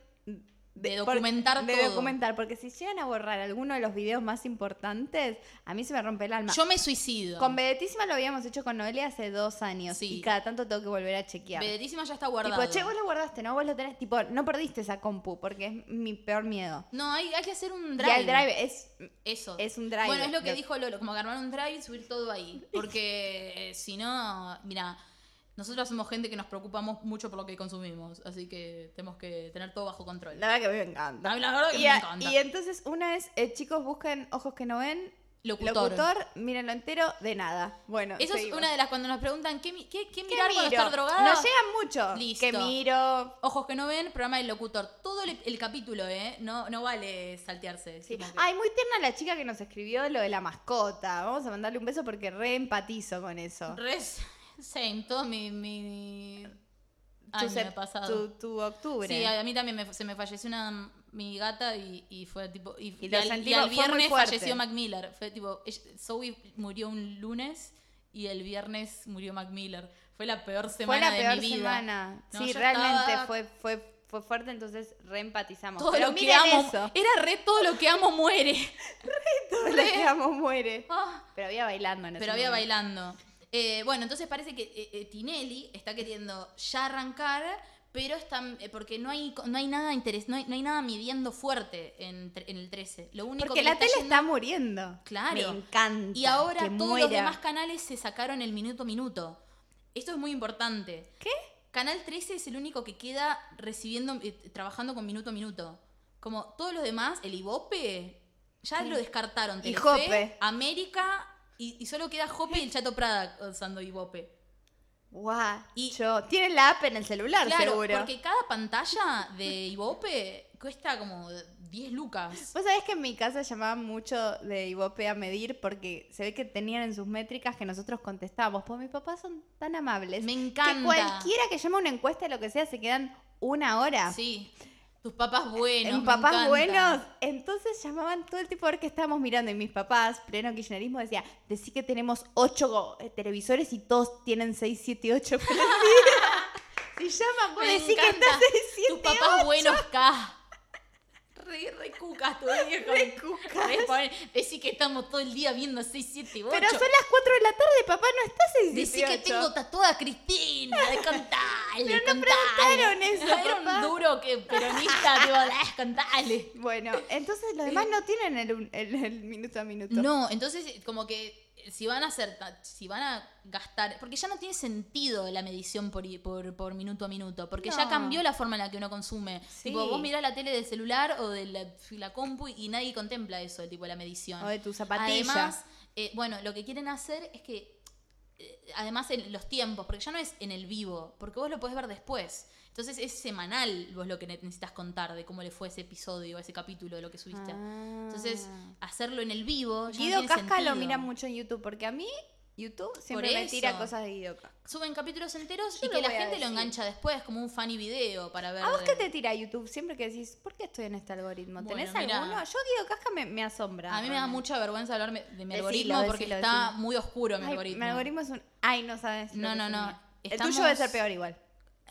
B: De
A: por-
B: documentar
A: de
B: todo.
A: documentar, porque si llegan a borrar alguno de los videos más importantes, a mí se me rompe el alma.
B: Yo me suicido.
A: con Vedetísima lo habíamos hecho con Noelia hace dos años
B: Sí.
A: y cada tanto tengo que volver a chequear.
B: Vedetísima ya está guardado.
A: Tipo, che, vos lo guardaste, ¿no? Vos lo tenés, tipo, no perdiste esa compu, porque es mi peor miedo.
B: No, hay, hay que hacer un
A: Ya
B: drive.
A: el drive es...
B: Eso.
A: es un drive.
B: Bueno, es lo que
A: Lo-
B: dijo Lolo, como que armar un drive y subir todo ahí. Porque eh, si no, mira, nosotros somos gente que nos preocupamos mucho por lo que consumimos. Así que tenemos que tener todo bajo control.
A: La verdad que a mí me encanta.
B: La verdad que
A: y,
B: me
A: a-
B: encanta.
A: y entonces una es, eh, chicos, busquen Ojos que no ven,
B: Locutor.
A: locutor, mírenlo entero, de nada. Bueno,
B: Eso es
A: seguimos.
B: una de las cuando nos preguntan ¿qué, mi- qué,
A: ¿Qué
B: qué mirar cuando
A: miro?
B: estar drogada?
A: Nos llegan mucho.
B: Listo.
A: Que miro.
B: Ojos que no ven, programa del locutor. Todo el, el capítulo, ¿eh? No, no vale saltearse.
A: Sí. Ah,
B: como que-
A: Ay, muy tierna la chica que nos escribió lo de la mascota. Vamos a mandarle un beso porque re empatizo con eso.
B: Res, same, todo mi, mi
A: tu,
B: año
A: sep-
B: pasado.
A: tu, tu octubre.
B: sí, a a mí también me- se me falleció una mi gata y, y fue tipo y,
A: Y
B: y
A: lo
B: al,
A: sentí,
B: y
A: fue
B: al
A: muy
B: viernes
A: fuerte.
B: falleció Mac Miller. Fue tipo ella- Zoe murió un lunes y el viernes murió Mac Miller. Fue la peor
A: fue
B: semana
A: la peor
B: de mi vida.
A: semana.
B: No,
A: sí,
B: yo
A: realmente
B: estaba-
A: fue, fue, fue fuerte, entonces re empatizamos.
B: Todo
A: Pero
B: lo que
A: miren
B: amo.
A: eso.
B: Era re todo lo que amo muere.
A: Todo lo que amo muere.
B: Ah.
A: Pero había bailando en ese
B: Pero había
A: momento.
B: bailando. Eh, bueno, entonces parece que eh, eh, Tinelli está queriendo ya arrancar, pero están, eh, porque no hay, co- no hay nada interes, no, hay, no hay nada midiendo fuerte en, tre- en el 13. Lo único
A: Porque
B: que
A: la
B: le está
A: tele
B: yendo-
A: está muriendo.
B: Claro.
A: Me encanta.
B: Y ahora
A: que
B: todos
A: muera.
B: los demás canales se sacaron el minuto a minuto. Esto es muy importante.
A: ¿Qué?
B: Canal 13 es el único que queda recibiendo, eh, trabajando con minuto a minuto. Como todos los demás, el Ibope, ya lo descartaron.
A: Y
B: Telefe,
A: Jope.
B: América, y, y solo queda Jope y el Chato Prada usando Ibope.
A: Guau.
B: Y-
A: yo. Tienen la app en el celular,
B: Claro,
A: seguro.
B: porque cada pantalla de Ibope cuesta como 10 lucas.
A: Vos sabés que en mi casa llamaban mucho de Ibope a medir porque se ve que tenían en sus métricas que nosotros contestábamos. Pues mis papás son tan amables.
B: Me
A: Que
B: encanta.
A: cualquiera que llama a una encuesta, lo que sea, se quedan una hora.
B: Sí. Tus papás buenos.
A: en
B: me
A: papás
B: encanta.
A: buenos. Entonces llamaban todo el tipo de ver que estábamos mirando. Y mis papás, pleno kirchnerismo, decía, decí que tenemos ocho go- eh, televisores y todos tienen seis, siete, ocho prendidos. si llaman, vos
B: Me
A: decís que
B: encanta.
A: estás seis,
B: Tus
A: siete,
B: papás buenos, K. Re, re cucas tu viejo.
A: Re cucas.
B: Re ponen- Decí que estamos todo el día viendo 6, 7, 8.
A: Pero son las cuatro de la tarde, papá, no está seis,
B: Decí
A: siete,
B: que
A: ocho.
B: tengo tatuada a Cristina. De contale,
A: Pero no
B: contale.
A: preguntaron eso,
B: Era un
A: papá.
B: duro que peronista. Digo, "Ah, contale.
A: Bueno, entonces los demás no tienen el, un- el- el minuto a minuto.
B: No, entonces eh, como que eh, si van a hacer, ta- si van a gastar, porque ya no tiene sentido la medición por, i- por, por minuto a minuto, porque ya
A: No.
B: cambió la forma en la que uno consume.
A: Sí.
B: Tipo, vos mirás la tele del celular o de la, la compu y nadie contempla eso, tipo la medición.
A: O de tu zapatilla.
B: Además, eh, bueno, lo que quieren hacer es que, eh, además en los tiempos, porque ya no es en el vivo, porque vos lo podés ver después. Entonces es semanal vos lo que ne- necesitas contar de cómo le fue ese episodio, ese capítulo de lo que
A: Ah.
B: subiste. Entonces, hacerlo en el vivo. ya no
A: Guido
B: tiene
A: Casca
B: sentido.
A: lo mira mucho en YouTube, porque a mí YouTube siempre me
B: eso.
A: tira cosas de Guido Casca.
B: Suben capítulos enteros
A: Yo
B: y
A: lo
B: que la
A: voy a
B: gente lo
A: decir.
B: engancha después, como un funny video para ver.
A: ¿A vos qué te tira YouTube siempre que decís, ¿por qué estoy en este algoritmo?
B: Bueno,
A: ¿Tenés
B: mirá.
A: alguno? Yo Guido Casca me, me asombra.
B: A mí me da
A: realmente.
B: mucha vergüenza hablarme de mi
A: Decilo,
B: algoritmo porque
A: decilo,
B: está
A: decilo.
B: muy oscuro mi
A: Ay,
B: algoritmo.
A: Mi algoritmo es un... Ay, no sabes. lo
B: No,
A: que
B: no,
A: es el
B: no.
A: mío. El
B: Estamos-
A: tuyo debe ser peor igual.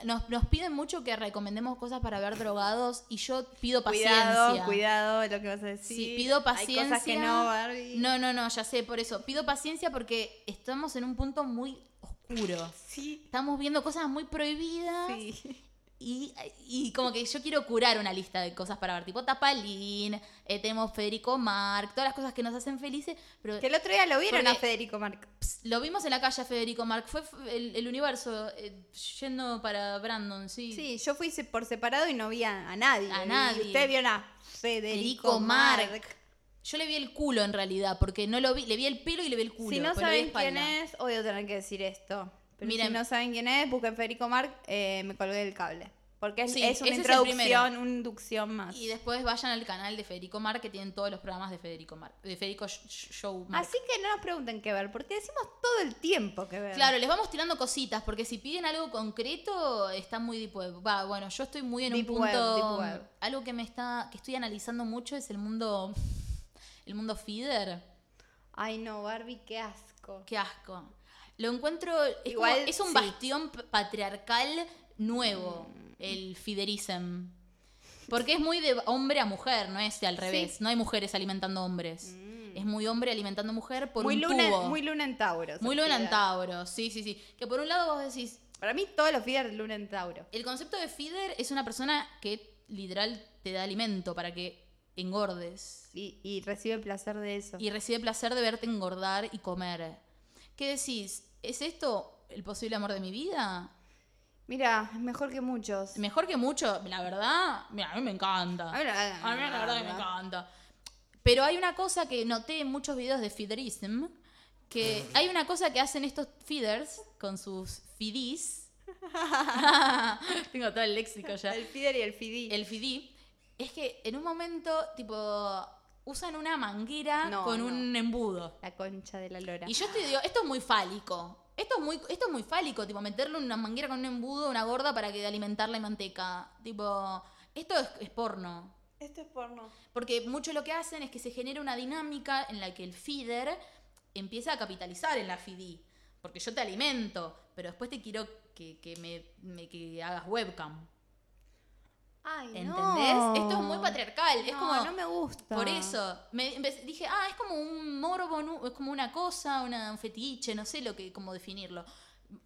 B: Nos, nos piden mucho que recomendemos cosas para ver drogados y yo pido paciencia.
A: Cuidado, cuidado de lo que vas a decir.
B: Sí, pido paciencia.
A: Hay cosas que no, Barbie.
B: No, no, no, ya sé, por eso. Pido paciencia porque estamos en un punto muy oscuro.
A: Sí.
B: Estamos viendo cosas muy prohibidas.
A: Sí.
B: Y, y como que yo quiero curar una lista de cosas para ver, tipo Tapalín, eh, tenemos Federico Marc, todas las cosas que nos hacen felices, pero
A: Que el otro día lo vieron
B: Porque-
A: a Federico Marco.
B: ps, lo vimos en la calle a Federico Marc, fue f- el, el universo eh, yendo para Brandon, sí.
A: Sí, yo fui se- por separado y no vi a, a nadie.
B: A
A: Y
B: nadie.
A: Ustedes vieron a Federico
B: Federico Marc.
A: Marc.
B: Yo le vi el culo en realidad, porque no lo vi, le vi el pelo y le vi el culo.
A: Si no
B: pero le vi
A: saben quién
B: espalda.
A: es, odio tener que decir esto. Pero
B: Miren.
A: si no saben quién es, busquen Federico Marc, eh, me colgué del cable. Porque es,
B: Sí,
A: es una
B: ese es el primero.
A: introducción, una inducción más.
B: Y después vayan al canal de Federico Mar, que tienen todos los programas de Federico Mar, de Federico Sh- Sh- Show Mar.
A: Así que no nos pregunten qué ver, porque decimos todo el tiempo qué ver.
B: Claro, les vamos tirando cositas, porque si piden algo concreto, está muy deep web. Va, bueno, yo estoy muy en
A: Deep
B: un
A: web,
B: punto.
A: deep web.
B: Algo que me está. que estoy analizando mucho es el mundo. el mundo feeder.
A: Ay no, Barbie, qué asco.
B: Qué asco. Lo encuentro. Es,
A: Igual,
B: como- es un
A: sí. Mm.
B: bastión p- patriarcal nuevo, el fiderism. Porque es muy de hombre a mujer, no es al revés. No hay mujeres alimentando hombres. Es muy hombre alimentando mujer por
A: Mm. muy,
B: un
A: luna,
B: tubo.
A: muy
B: Muy,
A: luna en Tauro. se
B: luna en
A: refiere.
B: Tauro. Sí, sí, sí. Que por un lado vos decís,
A: Para mí todos los videos de luna en Tauro.
B: el concepto de feeder es una persona que literal te da alimento para que engordes.
A: Y, y recibe placer de eso.
B: Y recibe placer de verte engordar y comer. ¿Qué decís? ¿Es esto el posible amor de mi vida?
A: Mira, es mejor que muchos.
B: Mejor que mucho, la verdad, mira, a mí me encanta.
A: A mí la-
B: A mí la verdad que me
A: no.
B: encanta. Pero hay una cosa que noté en muchos videos de feederism, que hay una cosa que hacen estos feeders con sus feedies. Tengo todo el léxico ya.
A: El Fider y el Fidi.
B: el FIDI, es que en un momento, tipo, usan una manguera
A: No,
B: con
A: no.
B: un embudo.
A: La concha de la lora.
B: Y yo te digo, esto es muy fálico. Esto es muy, esto es muy fálico, tipo, meterle una manguera con un embudo a una gorda para que alimentarla en manteca. Tipo, esto es, es porno.
A: Esto es porno.
B: Porque mucho lo que hacen es que se genera una dinámica en la que el feeder empieza a capitalizar en la FIDI. Porque yo te alimento, pero después te quiero que, que me- me- que hagas webcam.
A: Ay,
B: ¿Entendés?
A: no.
B: Esto es muy patriarcal. es
A: No,
B: como,
A: no me gusta.
B: por eso, me empe- dije, ah, es como un morbo, nu- es como una cosa, una, un fetiche, no sé lo que, cómo definirlo.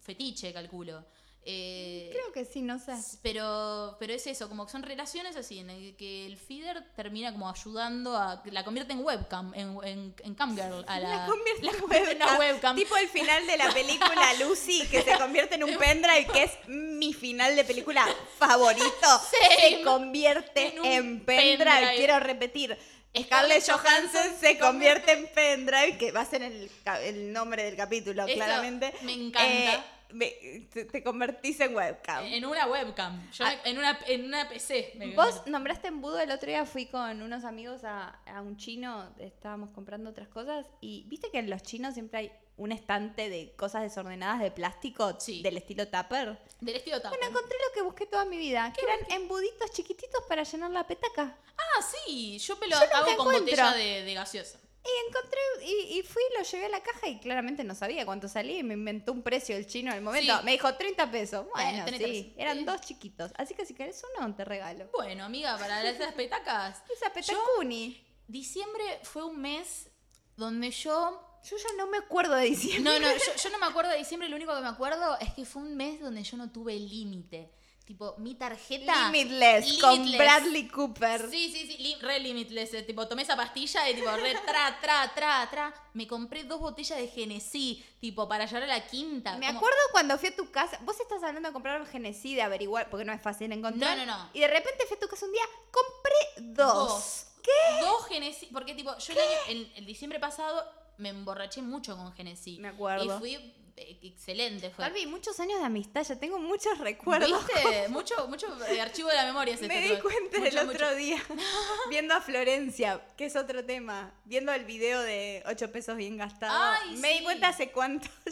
B: Fetiche, calculo. Eh,
A: Creo que sí, no sé.
B: s- pero, pero es eso, como que son relaciones así, en el que el feeder termina como ayudando a. La convierte en webcam, en, en, en camgirl. A la,
A: convierte
B: la convierte en una webcam.
A: Tipo el final de la película Lucy, que se convierte en un pendrive, que es mi final de película favorito.
B: Same.
A: Se convierte
B: En
A: en,
B: un
A: pendrive.
B: pendrive.
A: Quiero repetir. Scarlett Johansson se convierte en pendrive, que va a ser el, ca- el nombre del capítulo,
B: Eso
A: claramente.
B: me encanta.
A: Eh, me- te, te convertís en webcam.
B: en una webcam. Yo me- en, una, en una PC. me-
A: Ah. Vos nombraste embudo, el otro día fui con unos amigos a, a un chino, estábamos comprando otras cosas y viste que en los chinos siempre hay un estante de cosas desordenadas de plástico
B: Sí.
A: del estilo tupper.
B: Del estilo tapa.
A: Bueno, encontré lo que busqué toda mi vida, que eran embuditos chiquititos para llenar la petaca.
B: Ah, sí, yo me lo
A: Yo los
B: hago con
A: encuentro.
B: botella de, de gaseosa.
A: Y encontré, y, y fui, lo llevé a la caja y claramente no sabía cuánto salía y me inventó un precio el chino al momento.
B: Sí.
A: Me dijo 30 pesos. Bueno,
B: 30
A: sí,
B: pesos.
A: eran
B: Sí.
A: dos chiquitos. Así que si querés uno, te regalo.
B: Bueno, amiga, para esas petacas,
A: Esa petacuni.
B: diciembre fue un mes donde yo...
A: Yo ya no me acuerdo de diciembre.
B: No, no, yo, yo no me acuerdo de diciembre, lo único que me acuerdo es que fue un mes donde yo no tuve límite. Tipo, mi tarjeta...
A: Limitless, con
B: Limitless.
A: Bradley Cooper.
B: Sí, sí, sí, li- re limitless. eh, Tipo, tomé esa pastilla y tipo, re tra, tra, tra, tra. Me compré dos botellas de Genesí, tipo, para llegar a la quinta.
A: Me
B: como-
A: acuerdo cuando fui a tu casa, vos estás hablando de comprar un Genesí, de averiguar, porque no es fácil encontrar.
B: No, no, no.
A: Y de repente fui a tu casa un día, compré dos.
B: ¿Qué? Dos Genesí. Porque, tipo, yo el, año- el- el diciembre pasado me emborraché mucho con Genesí.
A: Me acuerdo.
B: Y fui eh, excelente. Fue.
A: Barbie, muchos años de amistad, ya tengo muchos recuerdos.
B: ¿Viste? Mucho, mucho eh, archivo de la memoria. es
A: Me
B: este,
A: di
B: tuve.
A: cuenta el
B: Mucho,
A: otro
B: mucho.
A: día, viendo a Florencia, que es otro tema, viendo el video de 8 pesos bien gastado.
B: Ay,
A: me
B: sí.
A: di cuenta hace cuánto.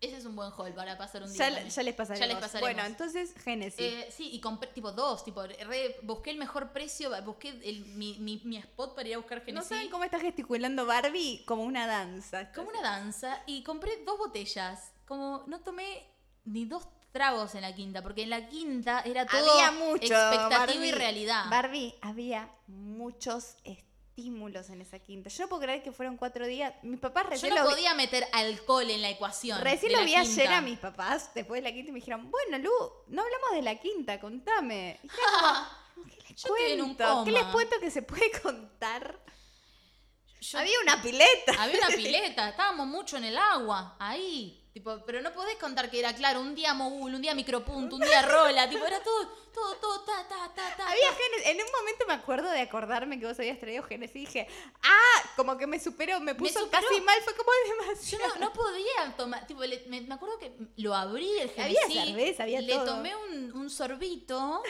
A: Ya,
B: Ese es un buen haul para pasar un día.
A: ya-
B: también.
A: ya les pasaremos.
B: pasaremos.
A: Bueno, entonces Genesí.
B: Eh, sí, y compré tipo dos, tipo, re- busqué el mejor precio, busqué el- mi, mi- mi spot para ir a buscar Genesí.
A: ¿No saben cómo está gesticulando Barbie? Como una danza.
B: como una danza y compré dos botellas. Como no tomé ni dos tragos en la quinta, porque en la quinta era todo
A: había mucho
B: expectativa y
A: Barbie.
B: realidad.
A: Barbie, había muchos estímulos en esa quinta. Yo no puedo creer que fueron cuatro días. Mis papás
B: Yo
A: recién
B: no
A: lo vi-
B: podía meter alcohol en la ecuación.
A: Recién
B: de
A: lo
B: la
A: vi ayer
B: quinta.
A: a mis papás, después de la quinta, y me dijeron, bueno, Lu, no hablamos de la quinta, contame. Y yo como, ¿qué les
B: Yo estoy en un
A: cuento? ¿Qué les
B: coma.
A: cuento que se puede contar?
B: Yo-
A: Había una pileta.
B: había una pileta, estábamos mucho en el agua, ahí. Tipo, pero no podés contar que era claro, un día mogul, un día micropunto, un día rola, tipo, era todo, todo, todo, ta, ta, ta, ta.
A: Había Genes- En un momento me acuerdo de acordarme que vos habías traído Genesis y dije, ah, como que me superó, me puso
B: superó.
A: casi mal, fue como
B: Yo
A: demasiado.
B: no, no podía tomar, tipo, le- me, me acuerdo que lo abrí el Genesis,
A: Había cerveza, había
B: le
A: todo.
B: tomé un, un sorbito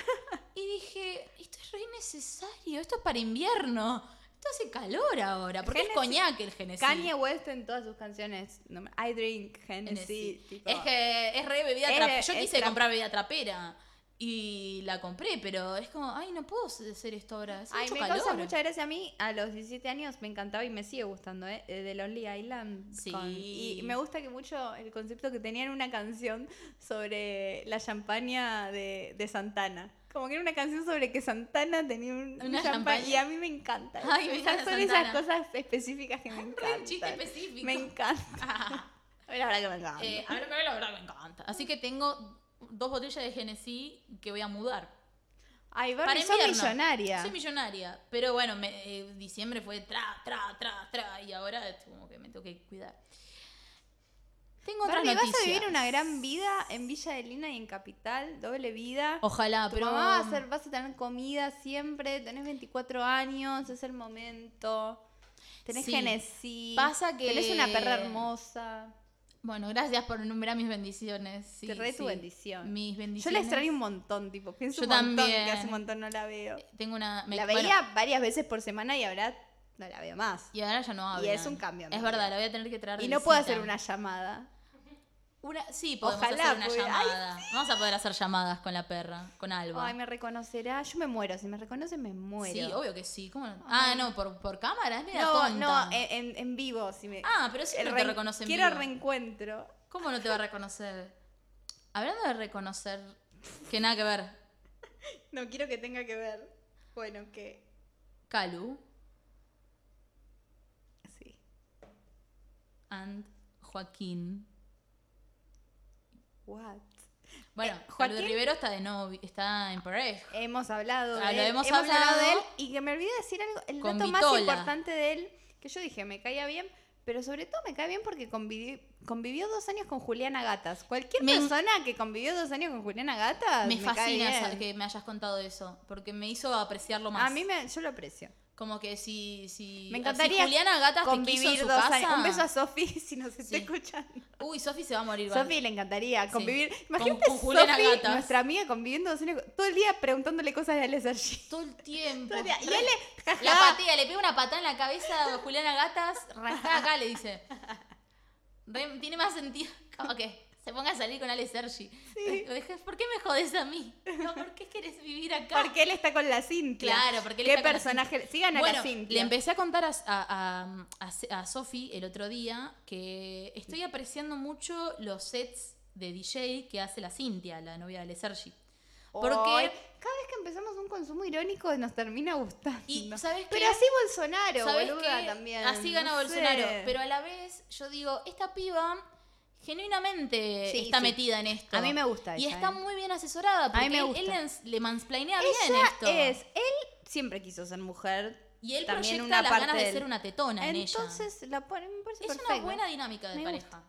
B: y dije, esto es re necesario, esto es para invierno, esto hace calor ahora, porque
A: Genesis-
B: es coñac el Genesis.
A: Kanye West en todas sus canciones, no me- I drink Hennessy, Eh, tipo,
B: Es que es re bebida
A: Es
B: trapera.
A: re-
B: Yo
A: es
B: quise
A: tra-
B: comprar bebida trapera y la compré, pero es como, ay, no puedo hacer esto ahora. hace
A: Ay,
B: mucho
A: me
B: calor.
A: causa mucha gracia a mí. A los 17 años me encantaba y me sigue gustando, ¿eh? eh, De Lonely Island.
B: Sí.
A: y me gusta que mucho el concepto que tenían una canción sobre la champaña de, de Santana. Como que era una canción sobre que Santana tenía un, un
B: Una
A: champa-
B: champaña.
A: Y a mí me encanta.
B: Ay, me
A: Esas
B: encanta
A: son
B: Santana.
A: esas cosas específicas que me encantan.
B: Un chiste específico.
A: Me encanta. La verdad que me encanta.
B: Ah, Eh, a mí la verdad me encanta. Así que tengo dos botellas de Genesí que voy a mudar.
A: Ay,
B: Para
A: Barbie, sos
B: invierno.
A: millonaria.
B: Soy millonaria. Pero bueno, me- eh, diciembre fue tra, tra, tra, tra. Y ahora es como que me tengo que cuidar. Tengo otras
A: Barbie, vas
B: noticias.
A: a vivir una gran vida en Villa de Lina y en Capital, doble vida.
B: Ojalá,
A: Tu
B: pero.
A: mamá va a hacer- Ah, vas a tener comida siempre, tenés 24 años, es el momento. Tenés
B: Sí.
A: Genesí.
B: Pasa que-
A: Tenés una perra hermosa.
B: Bueno, gracias por enumerar mis bendiciones. Sí,
A: Te re tu
B: sí.
A: bendición.
B: Mis
A: Yo
B: bendiciones.
A: la extraño un montón, tipo, pienso
B: Yo
A: un montón
B: también.
A: que hace un montón no la veo.
B: Tengo una. me-
A: la
B: bueno,
A: veía varias veces por semana y ahora no la veo más.
B: y ahora ya no hablo.
A: es un cambio en
B: Es
A: mi
B: verdad,
A: vida.
B: la voy a tener que traer.
A: Y
B: de
A: no puedo
B: visita.
A: hacer una llamada.
B: Una- sí, podemos
A: Ojalá
B: hacer una
A: pudiera. Ay,
B: llamada. Vamos a poder hacer llamadas con la perra, con Alba.
A: Ay, me reconocerá. Yo me muero. Si me reconoce, me muero.
B: Sí, obvio que sí. ¿Cómo no? Ah, no, por, por cámara, es media
A: no,
B: tonta.
A: no, en, en- en vivo. Si me...
B: Ah, pero siempre te
A: reen-
B: reconoce en
A: Quiero
B: vivo.
A: reencuentro.
B: ¿Cómo no te va a reconocer? Hablando de reconocer, que nada que ver.
A: No quiero que tenga que ver. Bueno, que.
B: Calu
A: Sí.
B: and Joaquín.
A: What?
B: Bueno,
A: Eh,
B: Calu
A: Joaquín-
B: Rivero está de novio, está en pareja.
A: Hemos hablado de
B: Ah, lo
A: él.
B: hemos hablado.
A: hablado de él. Y que me olvidé decir algo. El
B: Con
A: dato más
B: Vitola.
A: importante de él, que yo dije, me caía bien. Pero sobre todo me cae bien porque convivió, convivió dos años con Juliana Gatas. Cualquier
B: Me-
A: persona que convivió dos años con Juliana Gatas.
B: Me,
A: Ah, me cae
B: fascina
A: bien.
B: esa- que me hayas contado eso, porque me hizo apreciarlo más.
A: A mí me, yo lo aprecio.
B: Como que si, si,
A: Me encantaría
B: si Juliana Gatas te
A: convivir
B: quiso en su
A: dos
B: casa.
A: años. Un beso a Sofi si nos está
B: Sí.
A: escuchando.
B: Uy, Sofi se va a morir. va.
A: Sofi le encantaría convivir.
B: Con-
A: Imagínate
B: con Juliana
A: Sofi,
B: Gatas.
A: nuestra amiga, conviviendo dos años, todo el día preguntándole cosas de Ale Sergi.
B: Todo el tiempo.
A: Todo el día. Y él
B: Re-
A: le- jaja.
B: La patea, le pega una patada en la cabeza a Juliana Gatas, rajá acá, le dice. Re- tiene más sentido como que se ponga a salir con Ale Sergi. Dije, ¿Por qué me jodes a mí? No, ¿por qué querés vivir acá?
A: Porque él está con la Cintia.
B: Claro, porque él
A: ¿Qué
B: está con la
A: personaje? Sigan a
B: Bueno,
A: la Cintia.
B: le empecé a contar a, a, a- a Se- a Sofi el otro día que estoy apreciando mucho los sets de DJ que hace la Cintia, la novia de Ale Sergi. Porque
A: Ay, cada vez que empezamos un consumo irónico nos termina gustando.
B: Y, ¿sabes qué?
A: Pero así Bolsonaro,
B: ¿Sabés
A: boluda,
B: qué?
A: también.
B: así gana
A: no
B: Bolsonaro,
A: sé.
B: pero a la vez yo digo, esta piba genuinamente
A: Sí,
B: está
A: sí.
B: metida en esto.
A: A mí me gusta
B: Y
A: ella,
B: está
A: eh.
B: muy bien asesorada porque
A: A mí me
B: él-
A: gusta.
B: él, le- le mansplainea bien
A: Ella
B: esto.
A: es, él siempre quiso ser mujer.
B: y él
A: también
B: proyecta
A: una
B: las
A: parte
B: ganas de,
A: del-
B: ser una tetona en ella.
A: Entonces, la pone, me parece
B: Es una
A: perfecto.
B: buena dinámica de
A: Me
B: pareja.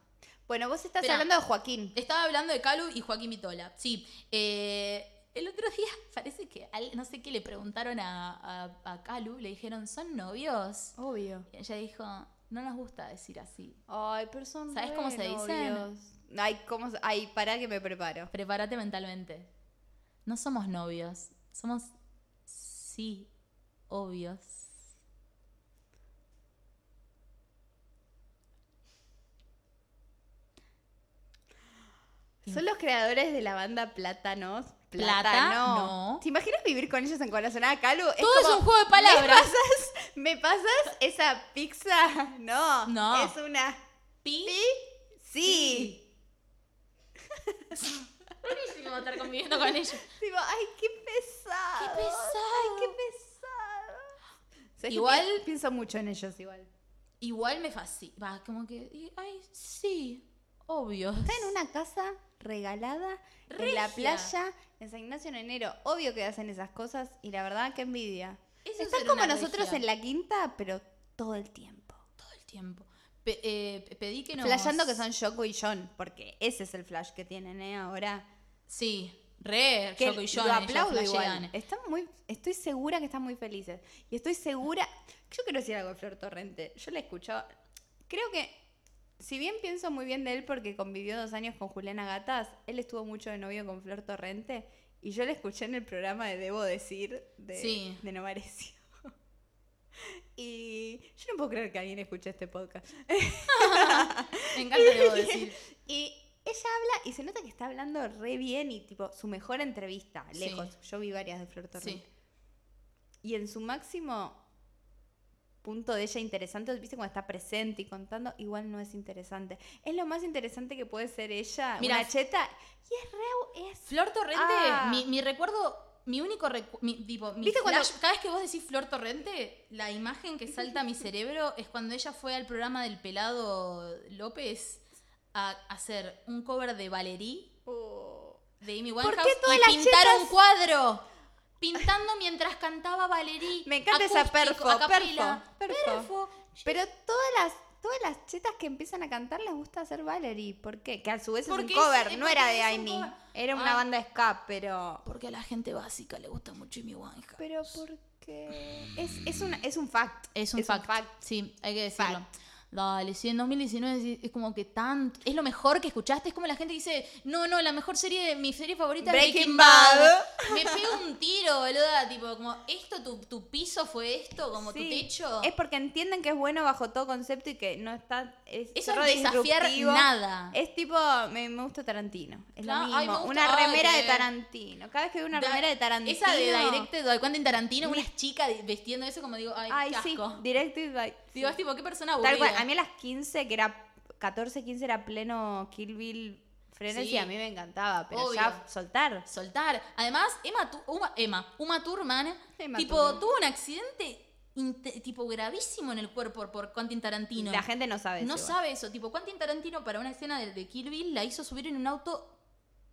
A: Bueno, vos estás
B: Esperá.
A: hablando de Joaquín.
B: Estaba hablando de Calu y Joaquín Vitola. Sí. eh, el otro día parece que al- no sé qué le preguntaron a, a, a Calu, le dijeron, ¿son novios?
A: Obvio.
B: Y ella dijo, no nos gusta decir así.
A: Ay, pero son
B: ¿Sabés cómo
A: re
B: se dicen?
A: novios. Ay, ¿cómo se- Ay, pará que me preparo.
B: Prepárate mentalmente. No somos novios, somos sí obvios.
A: Son los creadores de la banda Plátanos.
B: Plátano.
A: Plátano. ¿Te imaginas vivir con ellos en corazón? Ah, Calu, es
B: Todo es
A: como,
B: un juego de palabras.
A: ¿Me pasas esa pizza? No.
B: No.
A: Es una...
B: Pi.
A: ¿Sí? Sí.
B: Buenísimo estar conviviendo con ellos.
A: Digo, ay, qué pesado.
B: Qué pesado.
A: Ay, qué pesado. ¿Sabés que
B: Igual-
A: pi- pienso mucho en ellos igual.
B: Igual me fascina. Como que, y- ay, sí, obvios.
A: Está en una casa regalada en la
B: Regia.
A: playa en San Ignacio en enero. Obvio que hacen esas cosas y la verdad que envidia.
B: Eso
A: Están
B: es
A: como
B: una
A: nosotros
B: regia.
A: en la quinta, pero todo el tiempo.
B: Todo el tiempo. Pe- eh, pe- pedí que nos...
A: Flashando que son Yoko y John, porque ese es el flash que tienen ¿eh? ahora.
B: Sí. Re,
A: que
B: Yoko y John.
A: lo
B: ellos
A: aplaudo
B: flashean.
A: igual. Están muy, estoy segura que están muy felices. Y estoy segura. Yo quiero decir algo de Flor Torrente. Yo la he escuchado. Creo que, si bien pienso muy bien de él porque convivió dos años con Juliana Gatas, él estuvo mucho de novio con Flor Torrente. Y yo la escuché en el programa de Debo Decir de,
B: Sí.
A: de Novarecio. Y yo no puedo creer que alguien escuche este podcast.
B: Me encanta debo decir.
A: Y ella habla y se nota que está hablando re bien y tipo su mejor entrevista,
B: Sí.
A: lejos. Yo vi varias de Flor Torrente.
B: Sí.
A: Y en su máximo punto de ella interesante, viste cuando está presente y contando, igual no es interesante. Es lo más interesante que puede ser ella,
B: Mira,
A: una cheta. Y es re... Es,
B: Flor Torrente,
A: Ah.
B: mi, mi recuerdo, mi único recuerdo, mi, tipo, mi
A: ¿Viste cuando-
B: flash- cada vez que vos decís Flor Torrente, la imagen que salta a mi cerebro es cuando ella fue al programa del pelado López a hacer un cover de Valerie
A: Oh.
B: de Amy
A: ¿Por qué
B: Winehouse
A: todas
B: y
A: las
B: pintar un
A: chetas-
B: cuadro. Pintando mientras cantaba Valerie.
A: Me encanta esa
B: acústico,
A: perfo,
B: a capela.
A: perfo, perfo.
B: Yo
A: Pero todas las... Todas las chetas que empiezan a cantar les gusta hacer Valerie. ¿Por qué? Que a su vez es
B: Porque
A: un cover,
B: es-
A: no
B: porque
A: era de
B: es un
A: Amy.
B: cover.
A: Era una
B: Ah.
A: banda de ska, pero.
B: Porque a la gente básica le gusta mucho Amy Winehouse.
A: Pero porque. Es, es, una, es un fact.
B: es un fact. Sí, hay que decirlo.
A: Fact.
B: Dale, sí, en 2019 sí, es como que tanto. Es lo mejor que escuchaste. Es como la gente que dice: No, no, la mejor serie, mi serie favorita es
A: Breaking
B: Breaking
A: Bad".
B: Bad. Me pego un tiro, boluda. Tipo, como, ¿esto, tu, tu piso fue esto? Como tu
A: Sí,
B: techo.
A: Es porque entienden que es bueno bajo todo concepto y que no está. Es
B: Eso
A: re
B: es desafiar
A: disruptivo.
B: nada.
A: Es tipo. Me, me gusta Tarantino. Es lo
B: Claro,
A: mismo.
B: ay, me gusta-
A: una
B: ay,
A: remera de
B: que-
A: Tarantino. Cada vez que veo una
B: Da-
A: remera de Tarantino.
B: Esa de Directed by Quentin Tarantino, unas chicas di- vestiendo eso, como digo, ay,
A: Ay,
B: qué
A: sí.
B: asco.
A: Directed by.
B: Digo, es tipo, qué persona
A: Tal cual.
B: aburrida.
A: A mí a las 15, que era. 14, 15 era pleno Kill Bill Frenesy.
B: Sí.
A: A mí me encantaba. Pero
B: Obvio.
A: ya soltar.
B: soltar. Además, Emma, Tu- Uma, Emma, Uma Thurman,
A: Emma
B: tipo,
A: Thurman.
B: tuvo un accidente inte- tipo gravísimo en el cuerpo por Quentin Tarantino.
A: La gente no sabe
B: no
A: eso igual.
B: sabe eso. Tipo, Quentin Tarantino para una escena de, de Kill Bill la hizo subir en un auto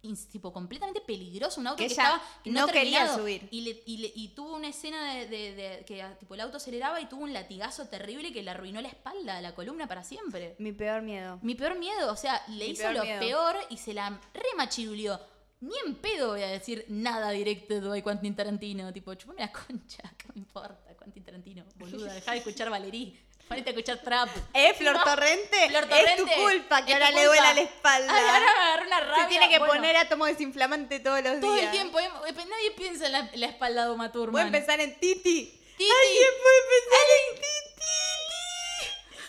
B: ins- tipo completamente peligroso, un auto
A: Que
B: que,
A: ella
B: estaba que
A: no quería
B: terminado.
A: subir.
B: Y, le- y le- y tuvo una escena de, de- de- que ah, tipo el auto aceleraba y tuvo un latigazo terrible que le arruinó la espalda, la columna para siempre.
A: Mi peor miedo.
B: Mi peor miedo, o sea, le
A: Mi
B: hizo
A: peor
B: lo
A: miedo.
B: peor y se la remachirulió. Ni en pedo voy a decir nada directo de Quentin Tarantino. Tipo, chupame la concha, ¿qué me importa, Quentin Tarantino? Boluda, dejá de escuchar Valerí, ponete a escuchar Trap.
A: Eh, Flor Torrente,
B: Flor
A: es tu
B: Torrente,
A: culpa que
B: es tu
A: ahora le
B: culpa.
A: duela la espalda.
B: Ay, ahora me agarró una rabia.
A: Se tiene que
B: Bueno,
A: poner átomo desinflamante todos los
B: todo
A: días.
B: el tiempo. eh, eh, Nadie piensa en la, en la espalda de Uma Thurman.
A: Voy a empezar en Titi.
B: Titi.
A: Alguien puede empezar en Titi.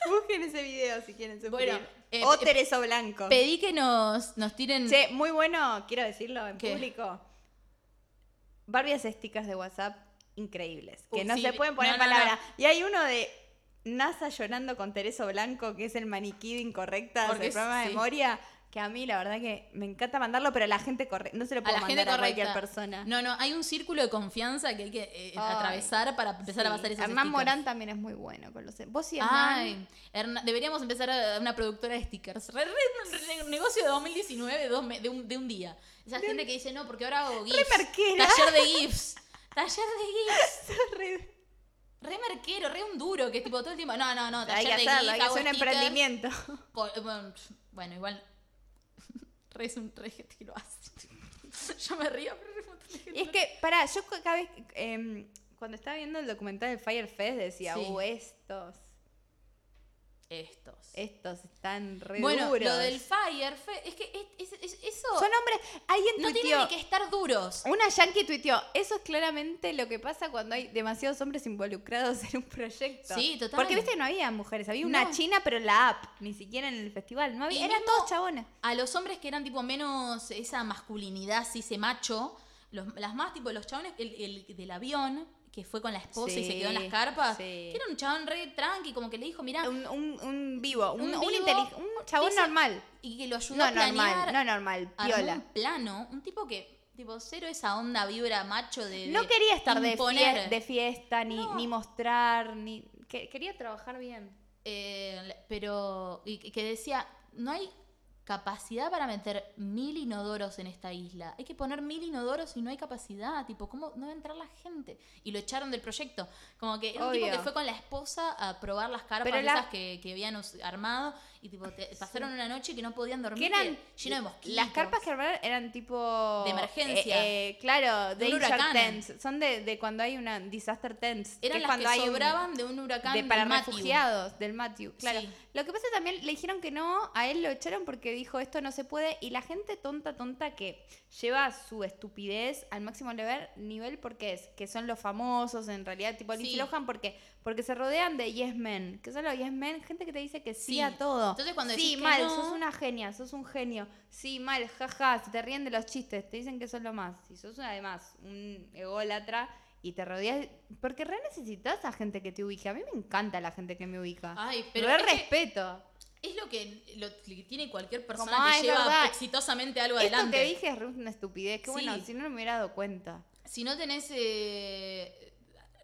A: Busquen ese video si quieren sufrir.
B: Bueno, eh,
A: o
B: eh,
A: Tereso Blanco.
B: Pedí que nos, nos tiren.
A: Che, muy bueno, quiero decirlo en
B: Mm. ¿Qué?
A: público. Barbies esticas de WhatsApp increíbles, que
B: Uh,
A: no
B: sí,
A: se pueden poner
B: no, no,
A: palabras. Y hay uno de NASA llorando con Tereso Blanco, que es el maniquí de incorrectas
B: Porque
A: del
B: es-
A: programa de
B: sí.
A: memoria, que a mí la verdad que me encanta mandarlo, pero a la gente correcta, no se lo
B: a
A: puedo
B: la
A: mandar
B: gente
A: a
B: correcta.
A: cualquier persona.
B: No, no, hay un círculo de confianza que hay que eh,
A: Ay,
B: atravesar para empezar a
A: Sí.
B: pasar esas
A: Hernán
B: stickers.
A: Morán también es muy bueno con los... Vos y Hernán...
B: Ay, Hernán- deberíamos empezar a- una productora de stickers. Re- re- re- un negocio de 2019 dos me- de, un, de un día. Esa gente que dice, no, porque ahora hago GIFs.
A: marquera.
B: Taller de GIFs. Taller de GIFs.
A: re-
B: Re merquero, re un duro, que es tipo todo el tiempo, no, no, no, taller
A: hay que
B: de
A: hacerlo, hay
B: GIFs,
A: que
B: hago
A: hacer un
B: stickers".
A: emprendimiento.
B: Po- eh, Bueno, bueno, igual. Re es un re gente que lo hace. Yo me río, pero re un montón de gente
A: Y es
B: lo-
A: que, pará, yo cu- cada vez. em, cuando estaba viendo el documental de Firefest decía,
B: Sí.
A: uh, estos.
B: Estos.
A: Estos están re
B: Bueno,
A: duros.
B: lo del Fire, fe- es que es- es- es- eso.
A: Son hombres. Alguien
B: no
A: tuiteó.
B: tienen ni que estar duros.
A: Una yankee tuiteó. Eso es claramente lo que pasa cuando hay demasiados hombres involucrados en un proyecto.
B: Sí, total.
A: Porque viste que no había mujeres. Había una
B: No.
A: china, pero en la app. Ni siquiera en el festival. No había,
B: Y
A: eran
B: mismo-
A: todos chabones.
B: A los hombres que eran tipo menos esa masculinidad, si se macho, los- las más tipo los chabones, el, el del avión, que fue con la esposa y se
A: Sí,
B: quedó en las carpas,
A: sí.
B: que era un chabón re tranqui, como que le dijo, mirá,
A: Un, un- un vivo. Un,
B: Un
A: un
B: vivo
A: intelig- un chabón
B: dice-
A: normal.
B: y que lo ayudó
A: No
B: a planear
A: normal, no normal.
B: armó
A: Piola.
B: un plano, un tipo que, tipo, cero esa onda vibra macho de, de
A: No quería estar de,
B: Eh, imponer.
A: fie- de fiesta, ni,
B: No.
A: ni mostrar, ni. que- quería trabajar bien.
B: Eh, la- pero y que que decía, no hay capacidad para meter mil inodoros en esta isla. Hay que poner mil inodoros y no hay capacidad. Tipo, ¿cómo no va a entrar la gente? Y lo echaron del proyecto. Como que era un tipo
A: Obvio.
B: que fue con la esposa a probar las carpas
A: Pero la-
B: esas que, que habían us- armado y tipo, te- pasaron una noche que no podían dormir.
A: Que eran
B: que- lleno de mosquitos.
A: Las carpas que armaron eran tipo.
B: De emergencia.
A: eh, eh, claro,
B: De
A: de
B: un huracán.
A: tents. Son de, de cuando hay una disaster tents.
B: Eran
A: es
B: las
A: cuando
B: que
A: hay un-
B: sobraban de un huracán
A: de para
B: del Matthew.
A: refugiados del Matthew, claro.
B: Sí.
A: Lo que pasa también le dijeron que no, a él lo echaron porque dijo esto no se puede y la gente tonta tonta que lleva su estupidez al máximo nivel, nivel porque es que son los famosos en realidad, tipo Lindsay
B: Sí.
A: Lohan porque porque se rodean de yes men, que son los yes men, gente que te dice que sí,
B: Sí.
A: a todo.
B: Entonces, cuando
A: sí,
B: decís que
A: mal,
B: no-
A: sos una genia, sos un genio. Sí, mal, jaja, se te ríen de los chistes, te dicen que sos lo más. Si sos además un ególatra y te rodeas. Porque re necesitas a gente que te ubique. A mí me encanta la gente que me ubica.
B: Ay, pero
A: pero re
B: es que-
A: respeto.
B: Es lo que, lo que tiene cualquier persona
A: Como, "Ah,
B: que
A: es
B: lleva
A: verdad".
B: exitosamente algo
A: Esto
B: adelante.
A: que dije es re una estupidez. Que bueno,
B: Sí.
A: si no, no me hubiera dado cuenta.
B: Si no tenés eh,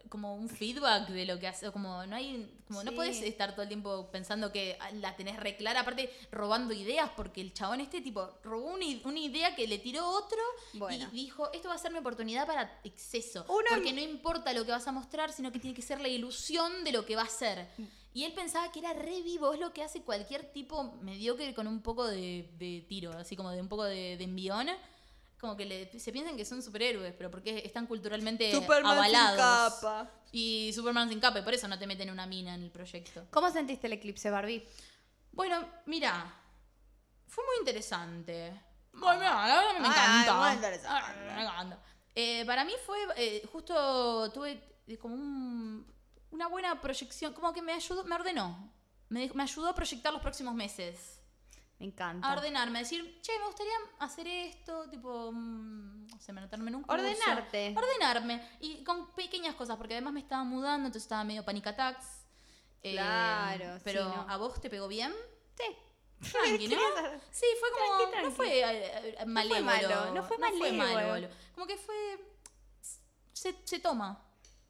B: como un feedback de lo que haces, como no hay, como no
A: Sí.
B: podés estar todo el tiempo pensando que ah, la tenés re clara, aparte robando ideas, porque el chabón este tipo robó una, i- una idea que le tiró otro
A: Bueno.
B: y dijo, esto va a ser mi oportunidad para exceso.
A: Uno-
B: porque no importa lo que vas a mostrar, sino que tiene que ser la ilusión de lo que va a ser. Y él pensaba que era re vivo, es lo que hace cualquier tipo mediocre con un poco de, de tiro, así como de un poco de, de envión. Como que le- se piensan que son superhéroes, pero porque están culturalmente avalados. Y Superman sin capa, y por eso no te meten una mina en el proyecto.
A: ¿Cómo sentiste el eclipse, Barbie?
B: Bueno, mira, fue muy interesante. Bueno, mirá, la verdad que me encanta.
A: muy interesante.
B: Ah, Me encanta. Eh, para mí fue, eh, justo tuve eh, como un- una buena proyección, como que me ayudó, me ordenó. Me, dej- me ayudó a proyectar los próximos meses.
A: Me encanta.
B: A ordenarme, a decir, che, me gustaría hacer esto, tipo, mm, no sé, anotarme en un curso.
A: Ordenarte.
B: Ordenarme. Y con pequeñas cosas, porque además me estaba mudando, entonces estaba medio panic attacks. Eh,
A: Claro, sí,
B: Pero
A: no.
B: a vos te pegó bien.
A: Sí.
B: Tranqui, ¿no? Sí, fue como.
A: Tranqui, tranqui.
B: No fue eh, eh, malévolo.
A: malo, no fue malévolo.
B: Como que fue. Se, se toma.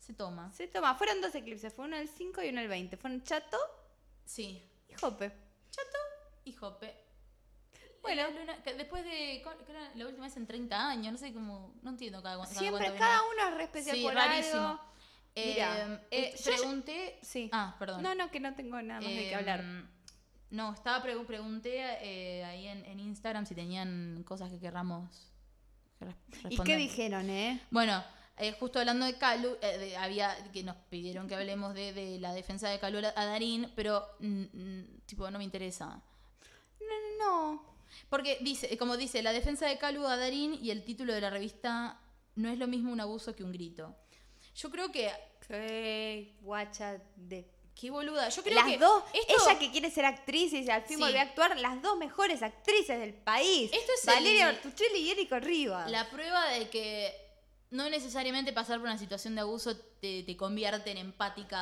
B: Se toma.
A: Se toma. Fueron dos eclipses. Fue uno el 5 y uno el 20. Fueron Chato
B: Sí.
A: y Jope.
B: Hijo, pe-
A: Bueno.
B: la luna- que después de. ¿cuál- qué era? La última vez en 30 años, no sé cómo. No entiendo cada, cu- cada cuánto
A: Siempre,
B: viene.
A: cada uno es re especial
B: Sí,
A: por
B: rarísimo.
A: algo.
B: Eh,
A: Mirá,
B: eh,
A: eh, yo-
B: pregunté.
A: Sí.
B: Ah, perdón.
A: No, no, que no tengo nada más de qué hablar.
B: Em, No, estaba pre- pregunté eh, ahí en, en Instagram si tenían cosas que querramos res-
A: ¿Y
B: responder.
A: qué dijeron, eh?
B: Bueno, eh, justo hablando de Calu, eh, de- había que nos pidieron que hablemos de, de la defensa de Calu a Darín, pero mm, mm, tipo no me interesa. Eh,
A: No.
B: Porque dice, como dice, la defensa de Calu a Darín y el título de la revista no es lo mismo un abuso que un grito. Yo creo que
A: Qué guacha de...
B: qué boluda. Yo creo
A: las
B: que
A: dos,
B: esto-
A: ella que quiere ser actriz y dice, al fin
B: Sí.
A: volvió a actuar, las dos mejores actrices del país.
B: Esto es
A: Valeria
B: el-
A: Bertuccelli y Erika Rivas.
B: La prueba de que no necesariamente pasar por una situación de abuso te, te convierte en empática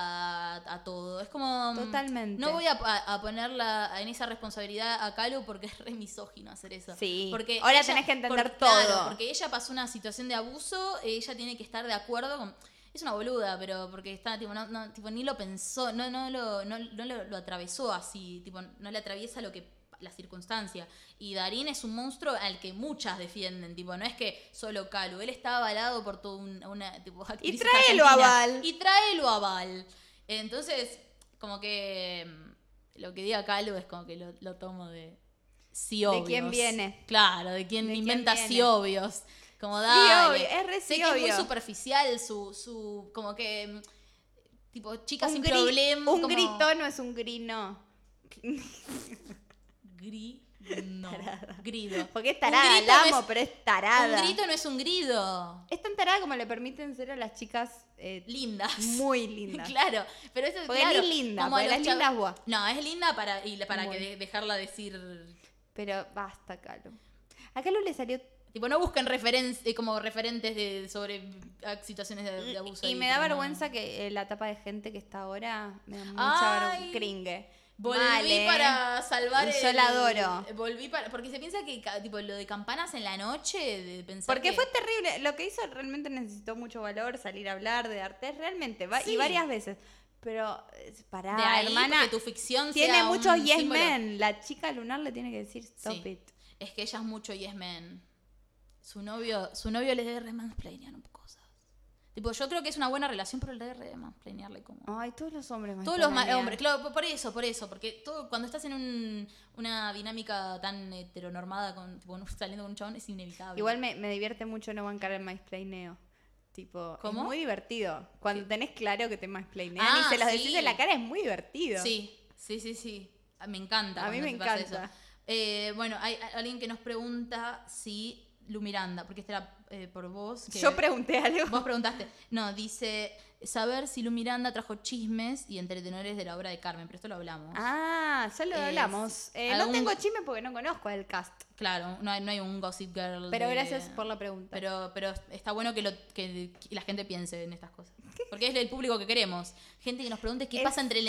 B: a, a todo. Es como. mm,
A: Totalmente.
B: No voy a, a- a ponerla en esa responsabilidad a Calu porque es re misógino hacer eso.
A: Sí.
B: Porque
A: Ahora tenés que entender
B: porque- claro,
A: todo.
B: porque ella pasó una situación de abuso, ella tiene que estar de acuerdo con. Es una boluda, pero porque está, tipo, no, no, tipo, ni lo pensó, no, no, lo, no, no lo, lo atravesó así, tipo, no le atraviesa lo que la circunstancia. Y Darín es un monstruo al que muchas defienden, tipo, no es que solo Calu, él está avalado por toda un- una tipo, actriz
A: tráelo
B: argentina.
A: aval.
B: Y tráelo aval. Entonces, como que mm, lo que diga Calu es como que lo, lo tomo de sí
A: ¿De
B: obvios.
A: quién viene?
B: Claro, de quién
A: ¿De quién
B: inventa sí
A: viene?
B: obvios. Como
A: Sí,
B: dale.
A: obvio, es re
B: Sé
A: sí,
B: que es muy
A: obvio.
B: superficial su, su como que mm, tipo chica sin
A: gri-
B: problema.
A: un
B: como-
A: grito no es un grino.
B: Gri no, grido.
A: Porque es
B: Un
A: tarada,
B: grito
A: la
B: no
A: amo,
B: es-
A: pero es tarada.
B: Un grito no es un grido.
A: Es tan tarada como le permiten ser a las chicas eh,
B: Lindas.
A: muy lindas.
B: Claro, pero eso
A: Porque
B: claro,
A: ni linda,
B: como a
A: porque
B: los
A: las
B: chav-
A: lindas guas.
B: No, es linda para, y la- para que
A: Bueno.
B: de- dejarla decir
A: Pero basta, Calo. A Calo le salió
B: Tipo, no busquen referen- eh, como referentes de, sobre ah, situaciones de, de abuso.
A: Y
B: ahí,
A: me da
B: porque no-
A: vergüenza que eh, la tapa de gente que está ahora me da
B: Ay.
A: mucha vergüenza. Cringe.
B: Volví
A: Mal, ¿eh?
B: para salvar
A: Y yo
B: el-
A: la adoro.
B: Volví para... Porque se piensa que ca- tipo lo de campanas en la noche, de pensar
A: Porque
B: que-
A: fue terrible. Lo que hizo realmente necesitó mucho valor, salir a hablar de arte, realmente. va-
B: Sí.
A: Y varias veces. Pero, eh, pará,
B: de ahí,
A: hermana.
B: que tu ficción
A: Tiene
B: sea
A: muchos
B: un
A: yes
B: símbolo.
A: men. La chica lunar le tiene que decir stop
B: Sí.
A: it.
B: Es que ella es mucho yes man. Su novio, su novio les debe re mansplainear un poco cosas. Tipo, yo creo que es una buena relación, pero le re de más planearle como.
A: Ay, todos los hombres me
B: Todos los ma-
A: planean.
B: hombres, claro, por- por eso, por eso, porque todo, cuando estás en un- una dinámica tan heteronormada, con, tipo, no- saliendo con un chabón, es inevitable.
A: Igual me, me divierte mucho no bancar el mansplaineo. Tipo,
B: ¿Cómo?
A: es muy divertido. Cuando tenés claro que te mansplainean
B: Ah,
A: y se los
B: sí.
A: decís en la cara, es muy divertido.
B: Sí, sí, sí, sí. Ah, Me encanta.
A: A mí
B: cuando
A: me
B: te pasa eso.
A: encanta.
B: Eh, bueno, hay hay alguien que nos pregunta si Lu Miranda, porque esta era eh, por vos. que-
A: Yo pregunté algo.
B: Vos preguntaste. No, dice saber si Lu Miranda trajo chismes y entretenedores de la obra de Carmen, pero esto lo hablamos.
A: Ah, ya lo
B: Es-
A: hablamos. Eh, no
B: algún-
A: tengo chisme porque no conozco al cast.
B: Claro, no hay, no hay un gossip girl.
A: Pero
B: de-
A: gracias por la pregunta.
B: Pero, pero está bueno que, lo, que la gente piense en estas cosas. Porque es el público que queremos. Gente que nos pregunte qué
A: Es-
B: pasa entre el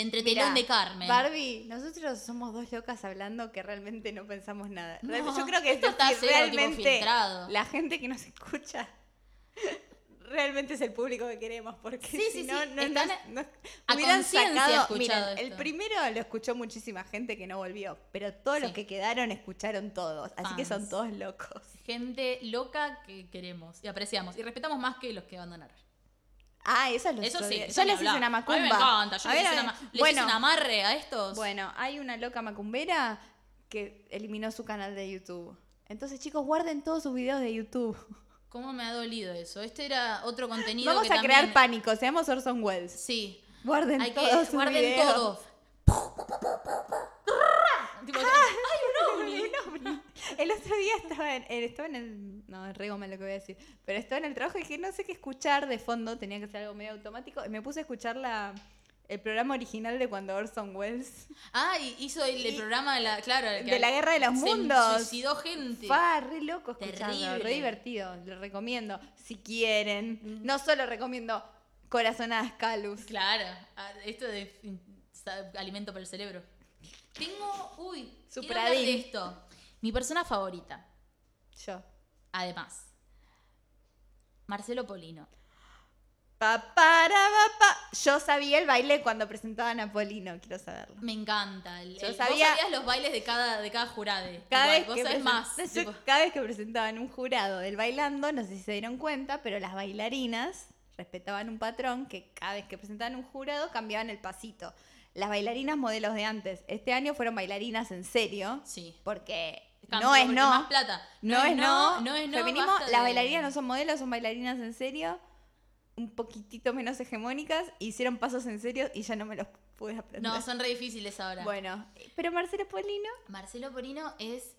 A: Mirá,
B: entretelón de Carmen.
A: Barbie, nosotros somos dos locas hablando que realmente no pensamos nada. Real-
B: No,
A: Yo creo que
B: esto
A: esto
B: está
A: sí
B: cero, tipo,
A: realmente
B: filtrado.
A: la gente que nos escucha realmente es el público que queremos porque
B: Sí,
A: si
B: sí,
A: no
B: sí,
A: no,
B: están
A: nos- nos-
B: a
A: hubieran
B: conciencia
A: sacado
B: escuchado
A: miren, el
B: esto.
A: primero lo escuchó muchísima gente que no volvió, pero todos los
B: Sí.
A: que quedaron escucharon todos, así que son
B: Fans.
A: todos locos.
B: Gente loca que queremos y apreciamos. Y respetamos más que los que abandonaron.
A: Ah, eso es lo
B: Eso sí.
A: Yo
B: ni
A: les hice
B: hablar.
A: una macumba.
B: A mí me encanta. Yo
A: A ver,
B: les, hice
A: a
B: una,
A: ver.
B: ma- les
A: bueno,
B: hice un amarre a estos.
A: Bueno, hay una loca macumbera que eliminó su canal de YouTube. Entonces, chicos, guarden todos sus videos de YouTube.
B: ¿Cómo me ha dolido eso? Este era otro contenido
A: Vamos
B: que
A: a crear
B: también-
A: pánico, seamos Orson Welles.
B: Sí.
A: Guarden
B: Hay
A: todos
B: que...
A: sus
B: Guarden
A: videos.
B: todo. Tipo,
A: El otro día estaba en, en- estaba en el. No, es re goma lo que voy a decir. Pero estaba en el trabajo y dije, no sé qué escuchar de fondo, tenía que ser algo medio automático. Y me puse a escuchar la, el programa original de cuando Orson Welles.
B: Ah, y hizo el, el
A: Y-
B: programa de la, claro, el que-
A: de la Guerra de los
B: se
A: Mundos.
B: Suicidó gente.
A: Fa, re loco escucharlo,
B: Terrible. Mm.
A: re divertido, lo recomiendo. Si quieren, no solo recomiendo Corazonadas Calus.
B: Claro, ah, esto de in- sa- alimento para el cerebro. Tengo, uy, quiero
A: Supradín.
B: hablar de esto. Mi persona favorita,
A: Yo.
B: además. Marcelo Polino.
A: Pa, para, pa, pa. Yo sabía el baile cuando presentaban a Polino, quiero saberlo.
B: Me encanta. El,
A: Yo
B: el-
A: sabía-
B: vos sabías los bailes de cada, de cada jurado.
A: Cada vez,
B: vos
A: que
B: sabés
A: presen-
B: más.
A: yo-
B: tipo,
A: cada vez que presentaban un jurado del bailando, no sé si se dieron cuenta, pero las bailarinas respetaban un patrón que cada vez que presentaban un jurado cambiaban el pasito. Las bailarinas modelos de antes, este año fueron bailarinas en serio,
B: sí.
A: porque
B: Cambio,
A: no es
B: porque
A: no.
B: Más plata.
A: No, es no,
B: No es no.
A: Feminismo,
B: basta
A: las
B: de-
A: bailarinas no son modelos, son bailarinas en serio, un poquitito menos hegemónicas, hicieron pasos en serio y ya no me los pude aprender.
B: No, son re difíciles ahora.
A: bueno, pero Marcelo Polino,
B: Marcelo Porino es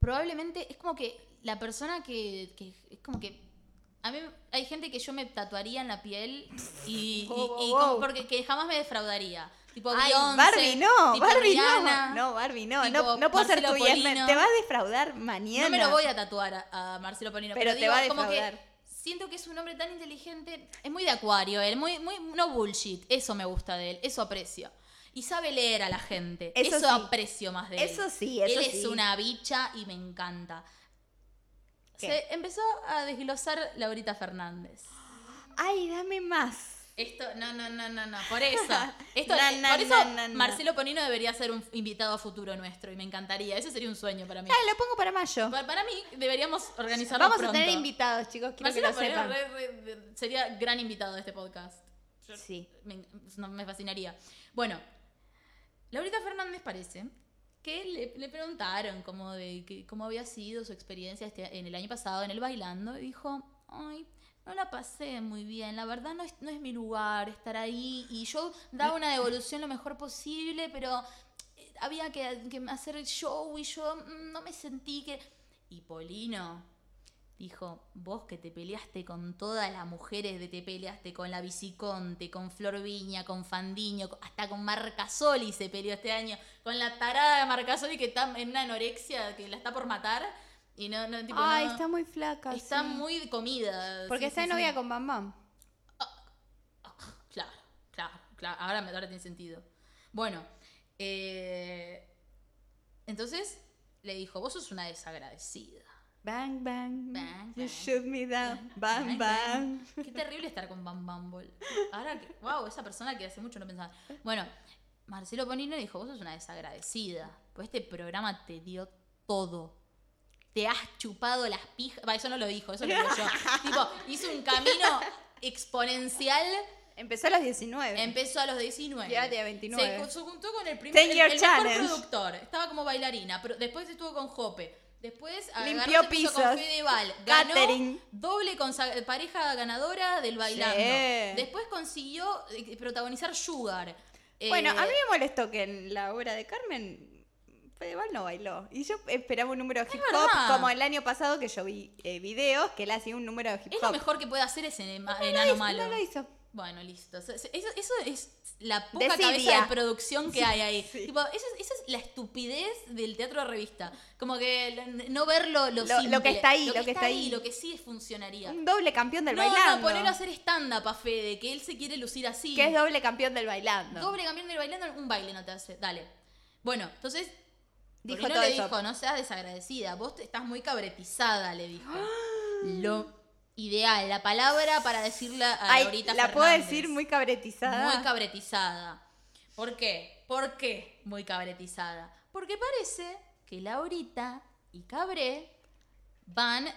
B: probablemente, es como que la persona que, que- es como que, a mí hay gente que yo me tatuaría en la piel y, y-
A: Wow, wow,
B: y como
A: wow.
B: porque que jamás me defraudaría. Tipo
A: Ay,
B: Beyoncé,
A: Barbie no,
B: tipo
A: Barbie
B: Rihanna.
A: no, no, Barbie no,
B: tipo
A: no, no puedo ser
B: Marcelo
A: tu yes man,
B: Polino.
A: te va a defraudar mañana.
B: No me lo voy a tatuar a, a Marcelo Porino,
A: Pero
B: pero,
A: te
B: digo,
A: va a
B: como que
A: defraudar.
B: siento que es un hombre tan inteligente, es muy de acuario, él muy muy no bullshit, eso me gusta de él, eso aprecio. Y sabe leer a la gente.
A: Eso
B: Eso,
A: sí.
B: aprecio más de él.
A: Eso sí, eso
B: Él
A: sí.
B: es una bicha y me encanta.
A: ¿Qué?
B: Se empezó a desglosar Laurita Fernández.
A: Ay, dame más.
B: Esto, no, no, no, no, no. Por eso. Esto,
A: Na,
B: eh,
A: na,
B: por eso
A: na, na, na.
B: Marcelo Ponino debería ser un invitado a futuro nuestro y me encantaría. Ese sería un sueño para mí.
A: Ah, lo pongo para mayo.
B: Pa- Para mí deberíamos organizarlo
A: Vamos a
B: pronto.
A: tener invitados, chicos, quiero
B: Marcelo
A: que lo
B: Ponino
A: sepan.
B: re- re- re- sería gran invitado de este podcast.
A: Sí.
B: Me, no, me fascinaría. Bueno, Laurita Fernández parece que le, le preguntaron cómo, de, que- cómo había sido su experiencia este- en el año pasado en el bailando y dijo, ay, no la pasé muy bien, la verdad no es, no es mi lugar estar ahí y yo daba una devolución lo mejor posible, pero eh, había que, que hacer el show y yo mm, no me sentí que... Y Polino, Dijo, vos que te peleaste con todas las mujeres, de te peleaste con la Viciconte, con Flor Viña, con Fandiño, co- hasta con Marcasoli se peleó este año, con la tarada de Marcasoli que está en una anorexia que la está por matar y no, no tipo,
A: Ay,
B: no-
A: está muy flaca.
B: está
A: sí.
B: muy comida.
A: Porque
B: sí,
A: está
B: sí,
A: de
B: sí.
A: novia con Bam Bam.
B: Claro, claro, claro. Ahora, me- ahora tiene sentido. Bueno, eh, entonces le dijo, vos sos una desagradecida.
A: Bang, bang.
B: Bang,
A: You
B: bang.
A: shoot me down. Ah, Bam,
B: Bang,
A: bam.
B: bang. Qué terrible estar con Bam Bumble. Ahora que, wow, esa persona que hace mucho no pensaba. Bueno, Marcelo Bonino dijo, vos sos una desagradecida. Pues este programa te dio todo. Te has chupado las pijas. Va, eso no lo dijo, eso lo digo yo. tipo, hizo un camino exponencial.
A: Empezó a los 19.
B: Empezó a los 19.
A: Ya de 29.
B: Se, se juntó con el primer
A: Ten
B: el,
A: Year
B: el mejor
A: Challenge.
B: productor. Estaba como bailarina, pero después estuvo con Jope. Después agarró,
A: Limpió
B: se puso con
A: pisos.
B: Fedeval. Ganó
A: Catering.
B: doble consa- pareja ganadora del bailando.
A: Sí.
B: Después consiguió eh, protagonizar Sugar. Eh,
A: Bueno, a mí me molestó que en la obra de Carmen Fedeval no bailó. Y yo esperaba un número de hip hop,
B: verdad.
A: como el año pasado que yo vi eh, videos que él hacía un número de hip hop.
B: es lo mejor que puede hacer ese enema-
A: No
B: enano
A: lo hizo,
B: malo.
A: no lo hizo.
B: Bueno, listo. Eso, eso- eso es la poca
A: Desidia.
B: cabeza de producción que hay ahí.
A: Sí.
B: Tipo, eso, es- eso es la estupidez del teatro de revista. Como que l- no ver lo,
A: Lo-
B: lo
A: lo
B: simple,
A: que está ahí, lo que está ahí.
B: lo que sí funcionaría.
A: Un doble campeón del
B: no,
A: bailando.
B: no, ponerlo a hacer stand-up a Fede, que él se quiere lucir así.
A: Que es doble campeón del bailando.
B: Doble campeón del bailando, un baile no te hace. Dale. Bueno, entonces.
A: Dijo
B: Dijo no
A: todo
B: le
A: eso.
B: dijo, no seas desagradecida, vos te- estás muy cabretizada, le dijo. Lo ideal, la palabra para decirle a
A: Ay,
B: Laurita
A: la puedo
B: Fernández.
A: decir muy cabretizada.
B: Muy cabretizada. ¿Por qué? ¿Por qué muy cabretizada? Porque parece que Laurita y Cabré van,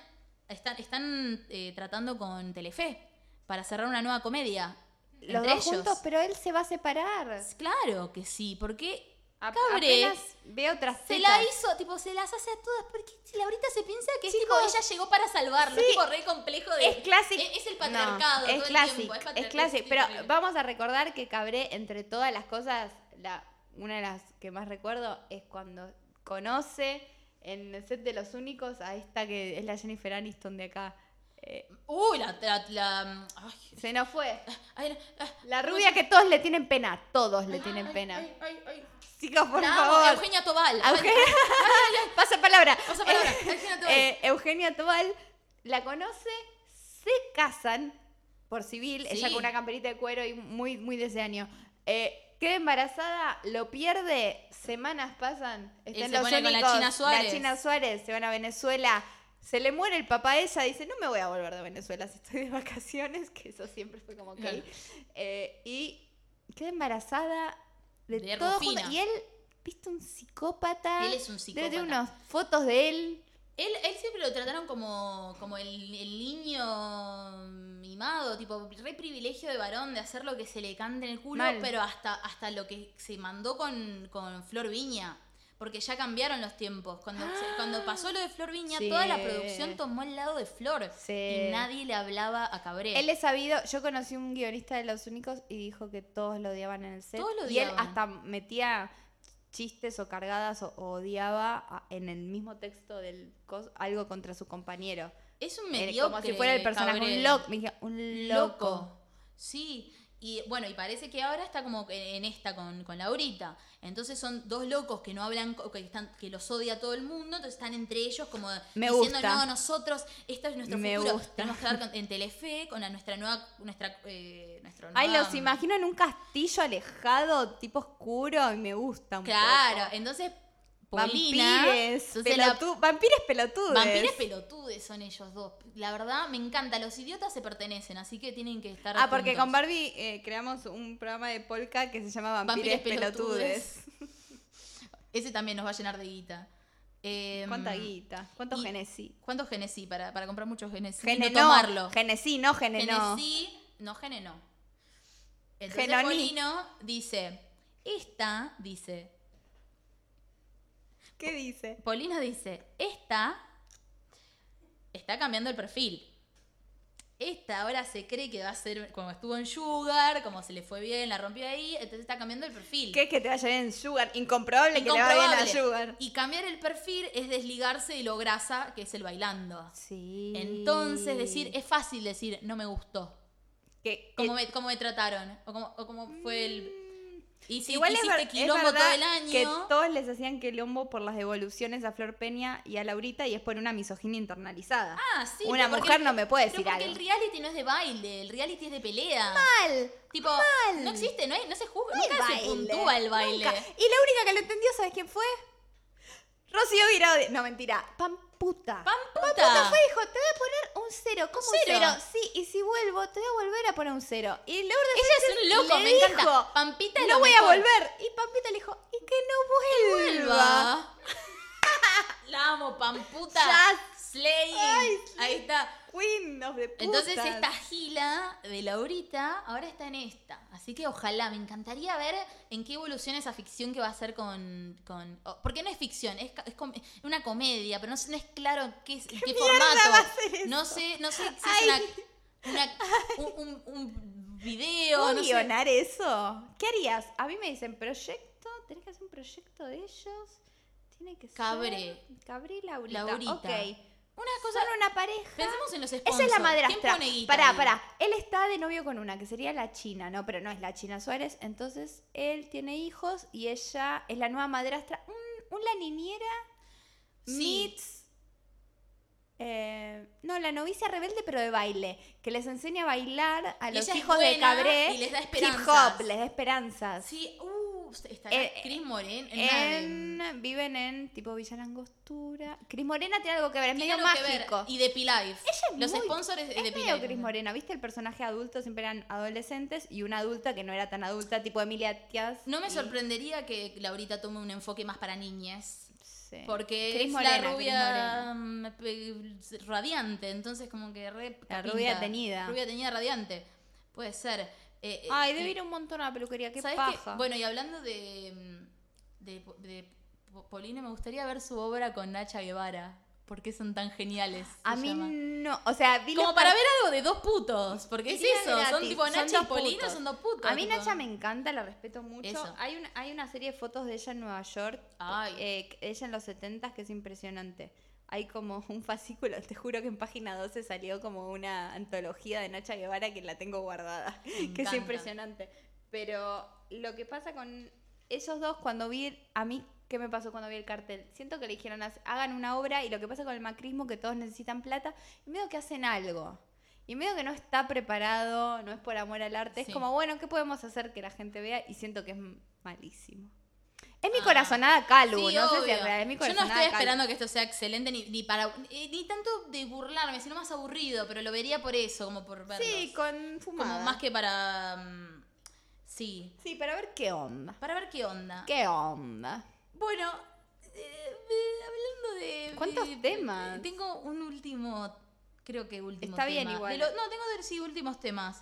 B: están, están eh, tratando con Telefe para cerrar una nueva comedia.
A: Los
B: entre
A: dos juntos, pero él se va a separar.
B: Claro que sí, porque
A: A-
B: Cabré
A: apenas ve otras
B: se
A: tetas.
B: la hizo, tipo, se las hace a todas. Porque si Laurita se piensa que es tipo,
A: Chicos,
B: ella llegó para salvarlo.
A: sí.
B: es tipo re complejo de. e-,
A: Es clásico.
B: Es, es el
A: No,
B: patriarcado.
A: es
B: todo el
A: clásico,
B: tiempo, es
A: es
B: patriarcado,
A: clásico.
B: es
A: Pero
B: terrible.
A: vamos a recordar que Cabré, entre todas las cosas, la, una de las que más recuerdo es cuando conoce en el set de los únicos a esta que es la Jennifer Aniston de acá. Eh,
B: Uy, la. la, la- ay,
A: se nos fue.
B: ay, no, ah,
A: La rubia que todos le tienen pena. Todos le tienen
B: ay,
A: pena.
B: ay, ay, ay.
A: Chicos, por
B: La amo,
A: favor.
B: Eugenia Tobal.
A: Eugenia-
B: Ay,
A: Pasa palabra.
B: Pasa palabra.
A: Eh,
B: Eugenia Tobal.
A: eh, Eugenia Tobal la conoce, se casan por civil,
B: Sí.
A: ella con una camperita de cuero y muy, muy de ese año. Eh, queda embarazada, lo pierde, semanas pasan, está
B: Y
A: en
B: se
A: los
B: pone con la
A: Únicos,
B: China Suárez.
A: la China Suárez, se van a Venezuela. Se le muere el papá ella, dice, no me voy a volver de Venezuela si estoy de vacaciones, que eso siempre fue como que... Eh,
B: Claro.
A: y queda embarazada de,
B: De
A: todo
B: Rufina.
A: junto. Y él, viste, un psicópata.
B: Él es un
A: Debe tener
B: psicópata.
A: unas fotos de él.
B: Él, él siempre lo trataron como, como el, el niño mimado, tipo, re privilegio de varón de hacer lo que se le cante en el culo,
A: Mal.
B: pero hasta, hasta lo que se mandó con, con Flor Viña. Porque ya cambiaron los tiempos. Cuando, se- cuando pasó lo de Flor Viña,
A: Ah. Sí.
B: toda la producción tomó el lado de Flor.
A: Sí.
B: Y nadie le hablaba a Cabré.
A: Él es sabido, yo conocí un guionista de Los Únicos y dijo que todos lo odiaban en el set.
B: Todos lo
A: y él
B: odiaban.
A: hasta metía chistes o cargadas o, o odiaba a- en el mismo texto del cos- algo contra su compañero.
B: Es un
A: Era
B: mediocre.
A: como si fuera el personaje
B: Cabré.
A: un loco. Me dijo, un loco.
B: Sí. Y bueno, y parece que ahora está como que en esta con, con Laurita. Entonces son dos locos que no hablan, co- que, están, que los odia todo el mundo, entonces están entre ellos como
A: Me
B: diciendo,
A: gusta.
B: no, nosotros, esto es nuestro
A: Me
B: futuro.
A: gusta.
B: Tenemos que hablar con- en Telefe, con la- nuestra nueva, nuestra, eh, nuestro
A: Ay,
B: nueva-
A: los imagino en un castillo alejado, tipo oscuro, y me gusta un
B: Claro,
A: poco.
B: entonces Paulina.
A: Vampires,
B: entonces la-
A: pelotu- vampires pelotudes.
B: Vampires pelotudes son ellos dos. La verdad, me encanta. Los idiotas se pertenecen, así que tienen que estar.
A: Ah, porque
B: juntos.
A: con Barbie eh, creamos un programa de polka que se llama Vampires,
B: Vampires
A: Pelotudes.
B: Ese también nos va a llenar de guita. Em,
A: ¿Cuánta guita? ¿Cuánto
B: y-
A: Genesí?
B: ¿Cuánto Genesí? Para, para comprar mucho Genesí. y
A: Genenó.
B: no tomarlo.
A: Genesí, no Genenó.
B: Genesí, no Genenó. Entonces
A: Genoní.
B: Polino dice, esta, dice,
A: ¿Qué dice?
B: Polino dice, esta está cambiando el perfil. Esta ahora se cree que va a ser como estuvo en Sugar, como se le fue bien, la rompió ahí, entonces está cambiando el perfil.
A: ¿Qué es que te vaya bien en Sugar? Incomprobable, que
B: Incomprobable.
A: le va bien a Sugar.
B: Y cambiar el perfil es desligarse de lo grasa que es el bailando.
A: Sí.
B: Entonces, decir, es fácil decir, no me gustó.
A: que,
B: Cómo,
A: eh, mm,
B: me, cómo me trataron. O cómo, o cómo fue el. Y si
A: Igual es,
B: hiciste
A: ver- es
B: quilombo
A: verdad
B: todo el año.
A: que todos les hacían quilombo por las devoluciones a Flor Peña y a Laurita y es por una misoginia internalizada.
B: Ah, sí,
A: Una
B: pero porque
A: mujer
B: el-
A: no me puede
B: pero
A: decir
B: porque
A: algo.
B: el reality no es de baile, el reality es de pelea.
A: Mal.
B: tipo, no existe, no, hay- no se juzga,
A: No hay
B: nunca se
A: baile,
B: puntúa el baile.
A: nunca. Y la única que lo entendió, ¿sabes quién fue? Rocío Virode. No, mentira. Pamputa.
B: Pamputa.
A: Pamputa fue y dijo, te voy a poner un cero. ¿Cómo un
B: Cero.
A: cero? Sí, y si vuelvo, te voy a volver a poner un cero. Y Lourdes
B: Ella es un
A: Sánchez
B: loco,
A: le
B: me
A: dijo,
B: encanta. Pampita es
A: No
B: lo
A: voy a
B: mejor.
A: volver. Y Pampita le dijo, y que no vuelva.
B: Vuelva. La amo, Pamputa.
A: Ya.
B: Slay.
A: Ay,
B: Ahí está.
A: Queen of the Putas.
B: Entonces esta gila de Laurita ahora está en esta. Así que ojalá, me encantaría ver en qué evoluciona esa ficción que va a hacer con... con oh, porque no es ficción, es, ca- es com- es una comedia, pero no, sé- no es claro qué, es- qué formato.
A: va a ser eso?
B: No sé, no sé si
A: Ay.
B: es una, una- un, un- un video,
A: ¿Puedo
B: no sé.
A: guionar eso? ¿Qué harías? A mí me dicen proyecto, tenés que hacer un proyecto de ellos. Tiene que ser.
B: Cabré.
A: Cabré y Laurita.
B: Laurita.
A: Ok.
B: Una cosa...
A: Son una pareja.
B: Pensemos en los sponsors.
A: Esa es la
B: ¿Quién
A: madrastra.
B: pone guita
A: Pará,
B: ahí?
A: pará. Él está de novio con una, que sería la China, ¿no? Pero no es la China Suárez. Entonces, él tiene hijos y ella es la nueva madrastra. Un, un la niñera
B: Sí.
A: meets... eh, no, la novicia rebelde, pero de baile. Que les enseña a bailar a
B: Y
A: los
B: ella es
A: hijos de
B: buena
A: Cabré.
B: y les da
A: hip
B: esperanzas.
A: hop, les da esperanzas.
B: Sí, uh, estará
A: Eh,
B: Cris Morena en una de-
A: En- viven en tipo Villa Langostura. Cris Morena tiene algo que ver, es
B: Tiene
A: medio
B: algo que ver.
A: mágico.
B: Y de Life.
A: es
B: Los
A: muy-
B: sponsors de
A: Es
B: Depi
A: medio
B: Life.
A: Cris Morena, ¿viste? El personaje adulto siempre eran adolescentes y una adulta que no era tan adulta, tipo Emilia Tías.
B: No me
A: y-
B: sorprendería que Laurita tome un enfoque más para niñes.
A: sí.
B: Porque
A: Cris
B: es
A: Morena,
B: la
A: Cris
B: rubia
A: Morena.
B: mm, pe- radiante, entonces como que re
A: La
B: pinta.
A: rubia teñida.
B: Rubia teñida radiante. Puede ser. Eh, eh,
A: Ay,
B: y-
A: debe ir un montón a la peluquería, qué
B: ¿sabes qué?
A: paja.
B: Bueno, y hablando de, mm, de, de Po- Pauline, me gustaría ver su obra con Nacha Guevara. ¿Por qué son tan geniales? se
A: a mí
B: llama.
A: no, o sea, vi
B: Como
A: las
B: para
A: par-
B: ver algo de dos putos, porque es
A: Iría
B: eso, son
A: gratis,
B: tipo
A: son
B: Nacha y
A: dos
B: Polino,
A: putos.
B: son dos putos.
A: A mí
B: tipo.
A: Nacha me encanta, la respeto mucho.
B: Eso.
A: Hay una, hay una serie de fotos de ella en Nueva York,
B: Ay.
A: eh, que- ella en los 70 que es impresionante. Hay como un fascículo, te juro que en página 12 salió como una antología de Nacha Guevara que la tengo guardada, que es
B: encanta.
A: impresionante. Pero lo que pasa con ellos dos, cuando vi, a mí, ¿qué me pasó cuando vi el cartel? Siento que le dijeron, "Haz- hagan una obra y lo que pasa con el macrismo, que todos necesitan plata, y medio que hacen algo. Y medio que no está preparado, no es por amor al arte,
B: Sí.
A: es como, bueno, ¿qué podemos hacer que la gente vea? Y siento que es m- malísimo. Es mi
B: Ah.
A: corazonada Calu,
B: Sí,
A: no sé si
B: obvio.
A: es real, es mi
B: Yo no
A: corazonada
B: estoy
A: Calu.
B: esperando que esto sea excelente ni, ni para eh, ni tanto de burlarme, sino más aburrido, pero lo vería por eso, como por verlos.
A: Sí, con
B: como
A: fumada.
B: más que para mm, sí,
A: Sí, para ver qué onda.
B: para ver qué onda.
A: ¿Qué onda?
B: Bueno, eh, eh, hablando de
A: ¿Cuántos
B: de- eh,
A: temas?
B: Tengo un último, creo que último
A: Está bien
B: tema.
A: igual.
B: De lo- no, tengo de, sí últimos temas.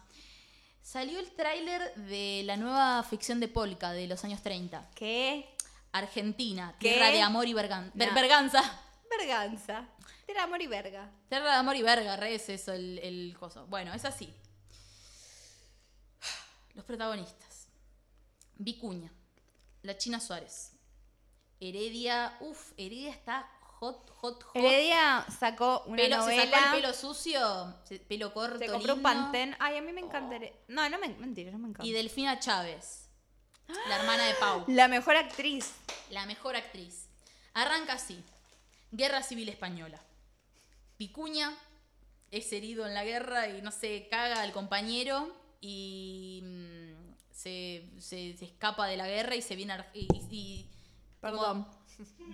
B: Salió el tráiler de la nueva ficción de Polka de los años 30.
A: ¿Qué?
B: Argentina,
A: ¿Qué?
B: Tierra de Amor y Vergan- Ver-
A: Nah.
B: Verganza.
A: Verganza. Tierra, amor y verga.
B: Tierra de amor y verga, re es eso el, el coso. Bueno, es así. Los protagonistas. Vicuña, la China Suárez. Heredia, uff, Heredia está hot, hot, hot.
A: Heredia sacó una
B: Pelo-
A: novela.
B: se sacó el pelo sucio, se- pelo corto,
A: se compró un
B: lindo.
A: pantén. Ay, a mí me encanta. Here- No, no me mentira, no me encanta.
B: Y Delfina Chávez, la hermana de Pau.
A: La mejor actriz.
B: la mejor actriz. Arranca así. Guerra Civil Española. Picuña es herido en la guerra y no sé, caga al compañero y mm, se, se- se escapa de la guerra y se viene a... Ar- y- y- como
A: Perdón.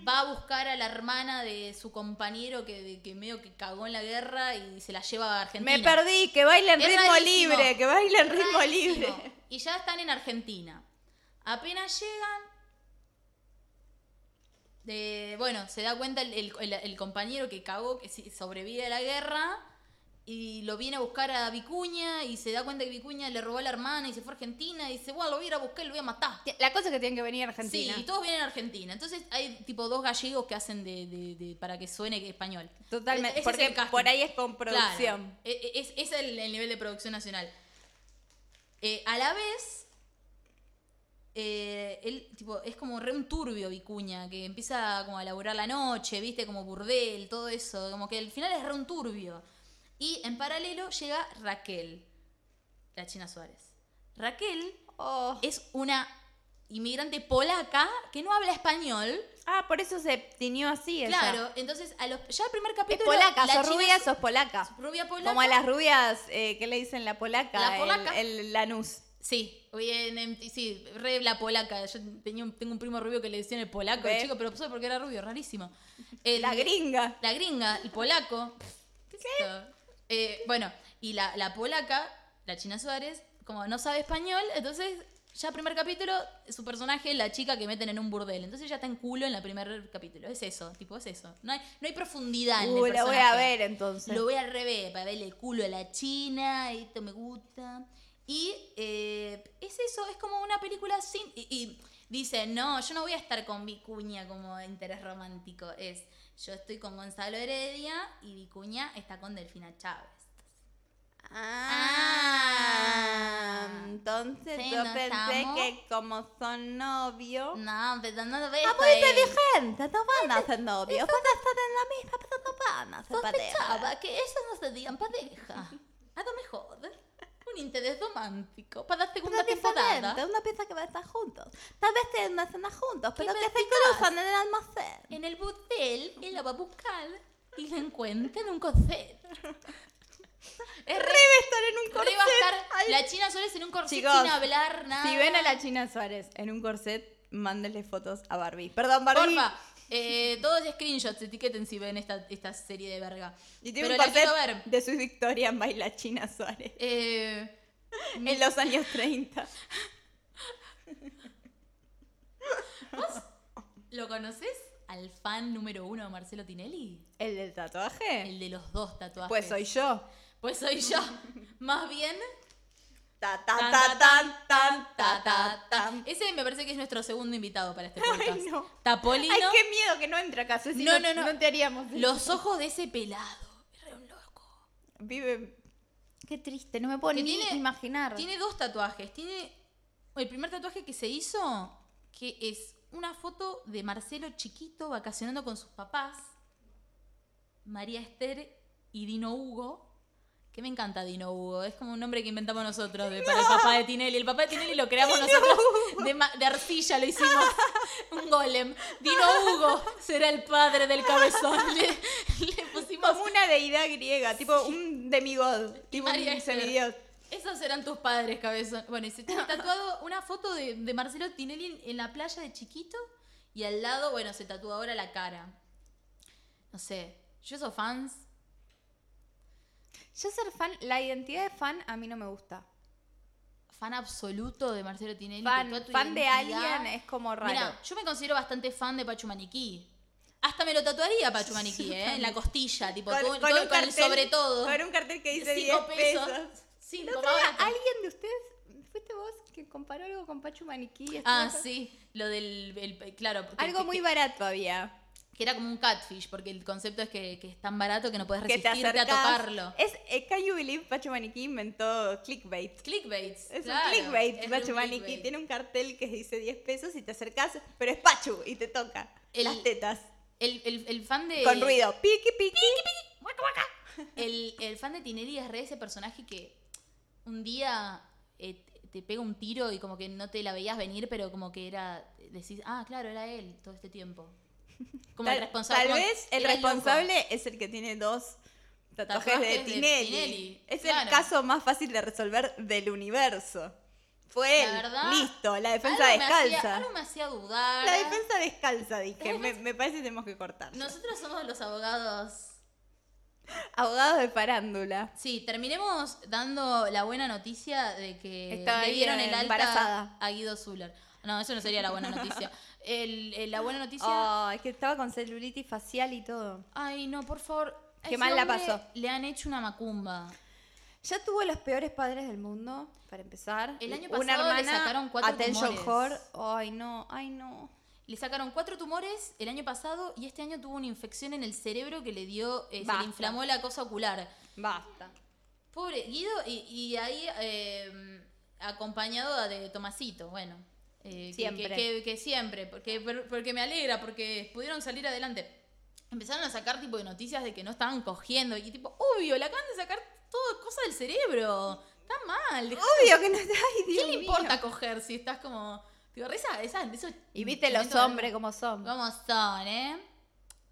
B: Va a buscar a la hermana de su compañero que, que medio que cagó en la guerra y se la lleva a Argentina.
A: Me perdí, que bailen
B: Es
A: ritmo
B: rarísimo.
A: libre, que bailen ritmo
B: Rarísimo.
A: libre.
B: Y ya están en Argentina. Apenas llegan. de- bueno, se da cuenta el, el- el- el compañero que cagó, que sí- sobrevive a la guerra. Y lo viene a buscar a Vicuña. Y se da cuenta que Vicuña le robó a la hermana y se fue a Argentina. Y dice: Bueno, lo voy a ir a buscar y lo voy a matar.
A: La cosa es que tienen que venir a Argentina.
B: Sí, y todos vienen a Argentina. Entonces hay tipo dos gallegos que hacen de, de- de- para que suene español. Ese
A: Totalmente.
B: es
A: Porque
B: el casting.
A: por ahí es con
B: Claro.
A: producción.
B: E- e- Es, es el, el nivel de producción nacional. Eh, a la vez, eh, él tipo, es como re un turbio Vicuña, que empieza como a laburar la noche, viste, como burdel, todo eso. Como que al final es re un turbio. Y en paralelo llega Raquel, la China Suárez. Raquel
A: Oh.
B: es una inmigrante polaca que no habla español.
A: Ah, por eso se tiñó así. ella.
B: Claro, entonces a los, ya el primer
A: Es
B: capítulo...
A: polaca,
B: la
A: sos
B: China
A: rubia,
B: Su-
A: sos polaca.
B: Rubia polaca.
A: Como a las rubias eh, que le dicen la polaca,
B: La
A: el-
B: polaca.
A: El, Lanús.
B: Sí, bien, em, sí, re la polaca. Yo tenía un- tengo un primo rubio que le decían el polaco, el
A: ¿Ves?
B: chico, pero solo porque era rubio, rarísimo. El-
A: La gringa.
B: La gringa, el polaco. ¿Qué? es esto? Eh, bueno, y la, la polaca, la China Suárez, como no sabe español, entonces Ya primer capítulo, su personaje es la chica que meten en un burdel. Entonces ya está en culo en el primer capítulo. Es eso, tipo, es eso. No hay, no hay profundidad en el
A: Uh, la voy a
B: personaje.
A: ver entonces.
B: Lo voy al revés, para verle el culo a la china, esto me gusta. Y eh, es eso, es como una película sin... Y, y dice, no, yo no voy a estar con Vicuña como interés romántico. Es, yo estoy con Gonzalo Heredia y Vicuña está con Delfina Chávez.
A: Ah,
B: Ah.
A: entonces
B: Sí,
A: yo
B: no
A: pensé
B: estamos.
A: que como son novios.
B: No, Este- pero no lo ves.
A: Oh. Ah, porque te gente, no van a ser
B: Este-
A: novios. Van a estar en la misma, pero no van a ser pareja.
B: Sospechaba que eso no serían pareja. A lo mejor, un interés romántico para la
A: Pero
B: segunda
A: es diferente,
B: temporada.
A: uno piensa que van a estar juntos. Tal vez tienen una cena juntos, pero que se
B: vertical.
A: cruzan en el almacén.
B: En el hotel, él la va a buscar y la encuentra en un corset. Es re,
A: estar en un
B: re va a estar la China Suárez en un corset
A: Chicos,
B: sin hablar nada.
A: Si ven a la China Suárez en un corset, mándenle fotos a Barbie. Perdón, Barbie.
B: Porfa, eh, todos screenshots, etiqueten si ven esta, esta serie de verga.
A: Y tiene
B: Pero
A: un
B: la quiero
A: corset
B: ver.
A: de su victoria en Baila China Suárez.
B: Eh,
A: En los años 30.
B: ¿Lo conoces? Al fan número uno de Marcelo Tinelli.
A: ¿El del tatuaje?
B: El de los dos tatuajes.
A: Pues soy yo.
B: Pues soy yo. Más bien.
A: Ta, ta, ta, tan, tan, ta,
B: ta,
A: ta,
B: ta,
A: tan.
B: ta. Ese me parece que es nuestro segundo invitado para este podcast.
A: Ay, no.
B: Tapolino.
A: Ay, qué miedo que no entre acá, Ceci. No, no, no. No te haríamos eso.
B: Los ojos de ese pelado. Era un loco.
A: Vive... Qué triste, no me puedo
B: Que
A: ni
B: tiene-
A: imaginar.
B: Tiene dos tatuajes. Tiene. El primer tatuaje que se hizo, que es una foto de Marcelo chiquito vacacionando con sus papás, María Esther y Dino Hugo. Que me encanta Dino Hugo, es como un nombre que inventamos nosotros de- para el papá de Tinelli. El papá de Tinelli lo creamos nosotros de, ma- de arcilla, lo hicimos. Un golem. Dino Hugo será el padre del cabezón. Le, le pusimos
A: Como una deidad griega, tipo un demigod, tipo
B: María
A: un
B: Esther.
A: semidios.
B: Esos eran tus padres, cabezón. Bueno, y se tiene tatuado una foto de, de Marcelo Tinelli en, en la playa de chiquito y al lado, bueno, se tatúa ahora la cara. No sé, yo soy fans.
A: Yo ser fan, la identidad de fan a mí no me gusta.
B: Fan absoluto de Marcelo Tinelli.
A: Fan,
B: que toda tu
A: fan de
B: identidad-
A: alguien es como raro.
B: Mira, yo me considero bastante fan de Pachu Maniquí. Hasta me lo tatuaría Pachu Maniquí, ¿eh? En la costilla, tipo, con, con- con el sobre todo.
A: Con un cartel que dice 10
B: Cinco
A: pesos.
B: Cinco,
A: La otra
B: más
A: vez,
B: barato.
A: ¿Alguien de ustedes, fuiste vos que comparó algo con Pachu Maniquí?
B: Ah,
A: Estuvo-
B: sí, lo del. el- claro, porque-
A: Algo muy
B: que-
A: barato había.
B: Que era como un catfish, porque el concepto es que, que es tan barato que no puedes
A: Que te
B: resistirte a
A: acercás.
B: tocarlo.
A: Es, eh, Can You Believe Pachu Maniquí inventó clickbait.
B: Clickbaits.
A: Es
B: claro,
A: un clickbait,
B: es
A: Pachu
B: un
A: Maniquí.
B: clickbait.
A: Tiene un cartel que dice 10 pesos y te acercás, pero es Pachu y te toca
B: El- eh,
A: las tetas.
B: El, el- el fan de.
A: Con ruido. Piqui, piqui.
B: El, el fan de Tinelli es re ese personaje que un día eh, te pega un tiro y como que no te la veías venir, pero como que era. Decís, ah, claro, era él todo este tiempo. Como el
A: Tal-
B: responsable.
A: Tal
B: como-
A: vez el
B: era loco.
A: responsable es el que tiene dos tatuajes,
B: Tatuajes
A: de
B: de
A: Tinelli.
B: Tinelli,
A: Es el
B: claro.
A: caso más fácil de resolver del universo. Fue
B: La
A: él.
B: verdad,
A: Listo, la defensa
B: Algo me hacía-
A: descalza.
B: algo me hacía dudar.
A: La defensa descalza, dije.
B: La
A: Me, me parece que tenemos que cortar.
B: Nosotros somos los abogados
A: Abogados de farándula.
B: Sí, terminemos dando la buena noticia de que
A: Estaba
B: le dieron el alta
A: embarazada.
B: a Guido Zuller. No, eso no sería la buena noticia. El- el- la buena noticia.
A: Oh, es que estaba con celulitis facial y todo.
B: Ay, no, por favor. a
A: Qué
B: ese
A: mal la
B: hombre
A: pasó.
B: Le han hecho una macumba.
A: Ya tuvo los peores padres del mundo, para empezar.
B: El año
A: Una
B: pasado le
A: hermana,
B: sacaron cuatro
A: Attention
B: tumores.
A: whore. Ay, no, ay, no.
B: Le sacaron cuatro tumores el año pasado y este año tuvo una infección en el cerebro que le dio, eh, se
A: Basta.
B: le inflamó la cosa ocular.
A: Basta.
B: Pobre Guido, y, y ahí eh, acompañado de Tomasito, bueno. eh, que-
A: Siempre.
B: Que, que- que siempre, porque, por- porque me alegra, porque pudieron salir adelante. Empezaron a sacar tipo de noticias de que no estaban cogiendo, y tipo, obvio, le acaban de sacar toda cosa del cerebro. Está mal. dejá-
A: Obvio que no. Ay, Dios
B: ¿Qué le
A: mío.
B: importa coger si estás como. Digo, esa, esa, esos
A: Y viste los
B: instrumentos-
A: hombres como son.
B: Vamos son, ¿eh?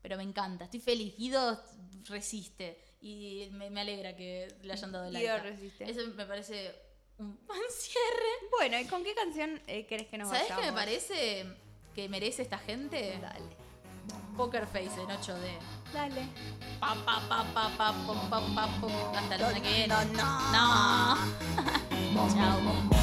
B: Pero me encanta, estoy feliz. Guido resiste. Y me, me alegra que le hayan dado el
A: Guido
B: alta.
A: resiste.
B: Eso me parece un buen cierre.
A: Bueno, ¿y con qué canción eh, querés que nos
B: ¿Sabes
A: vayamos?
B: qué me parece que merece esta gente?
A: Dale.
B: Poker Face en 8D.
A: Dale.
B: Pa, pa, pa, pa, pa, pum, pa, pa, pum. Hasta la semana que viene.
A: No, no.
B: No. Chao.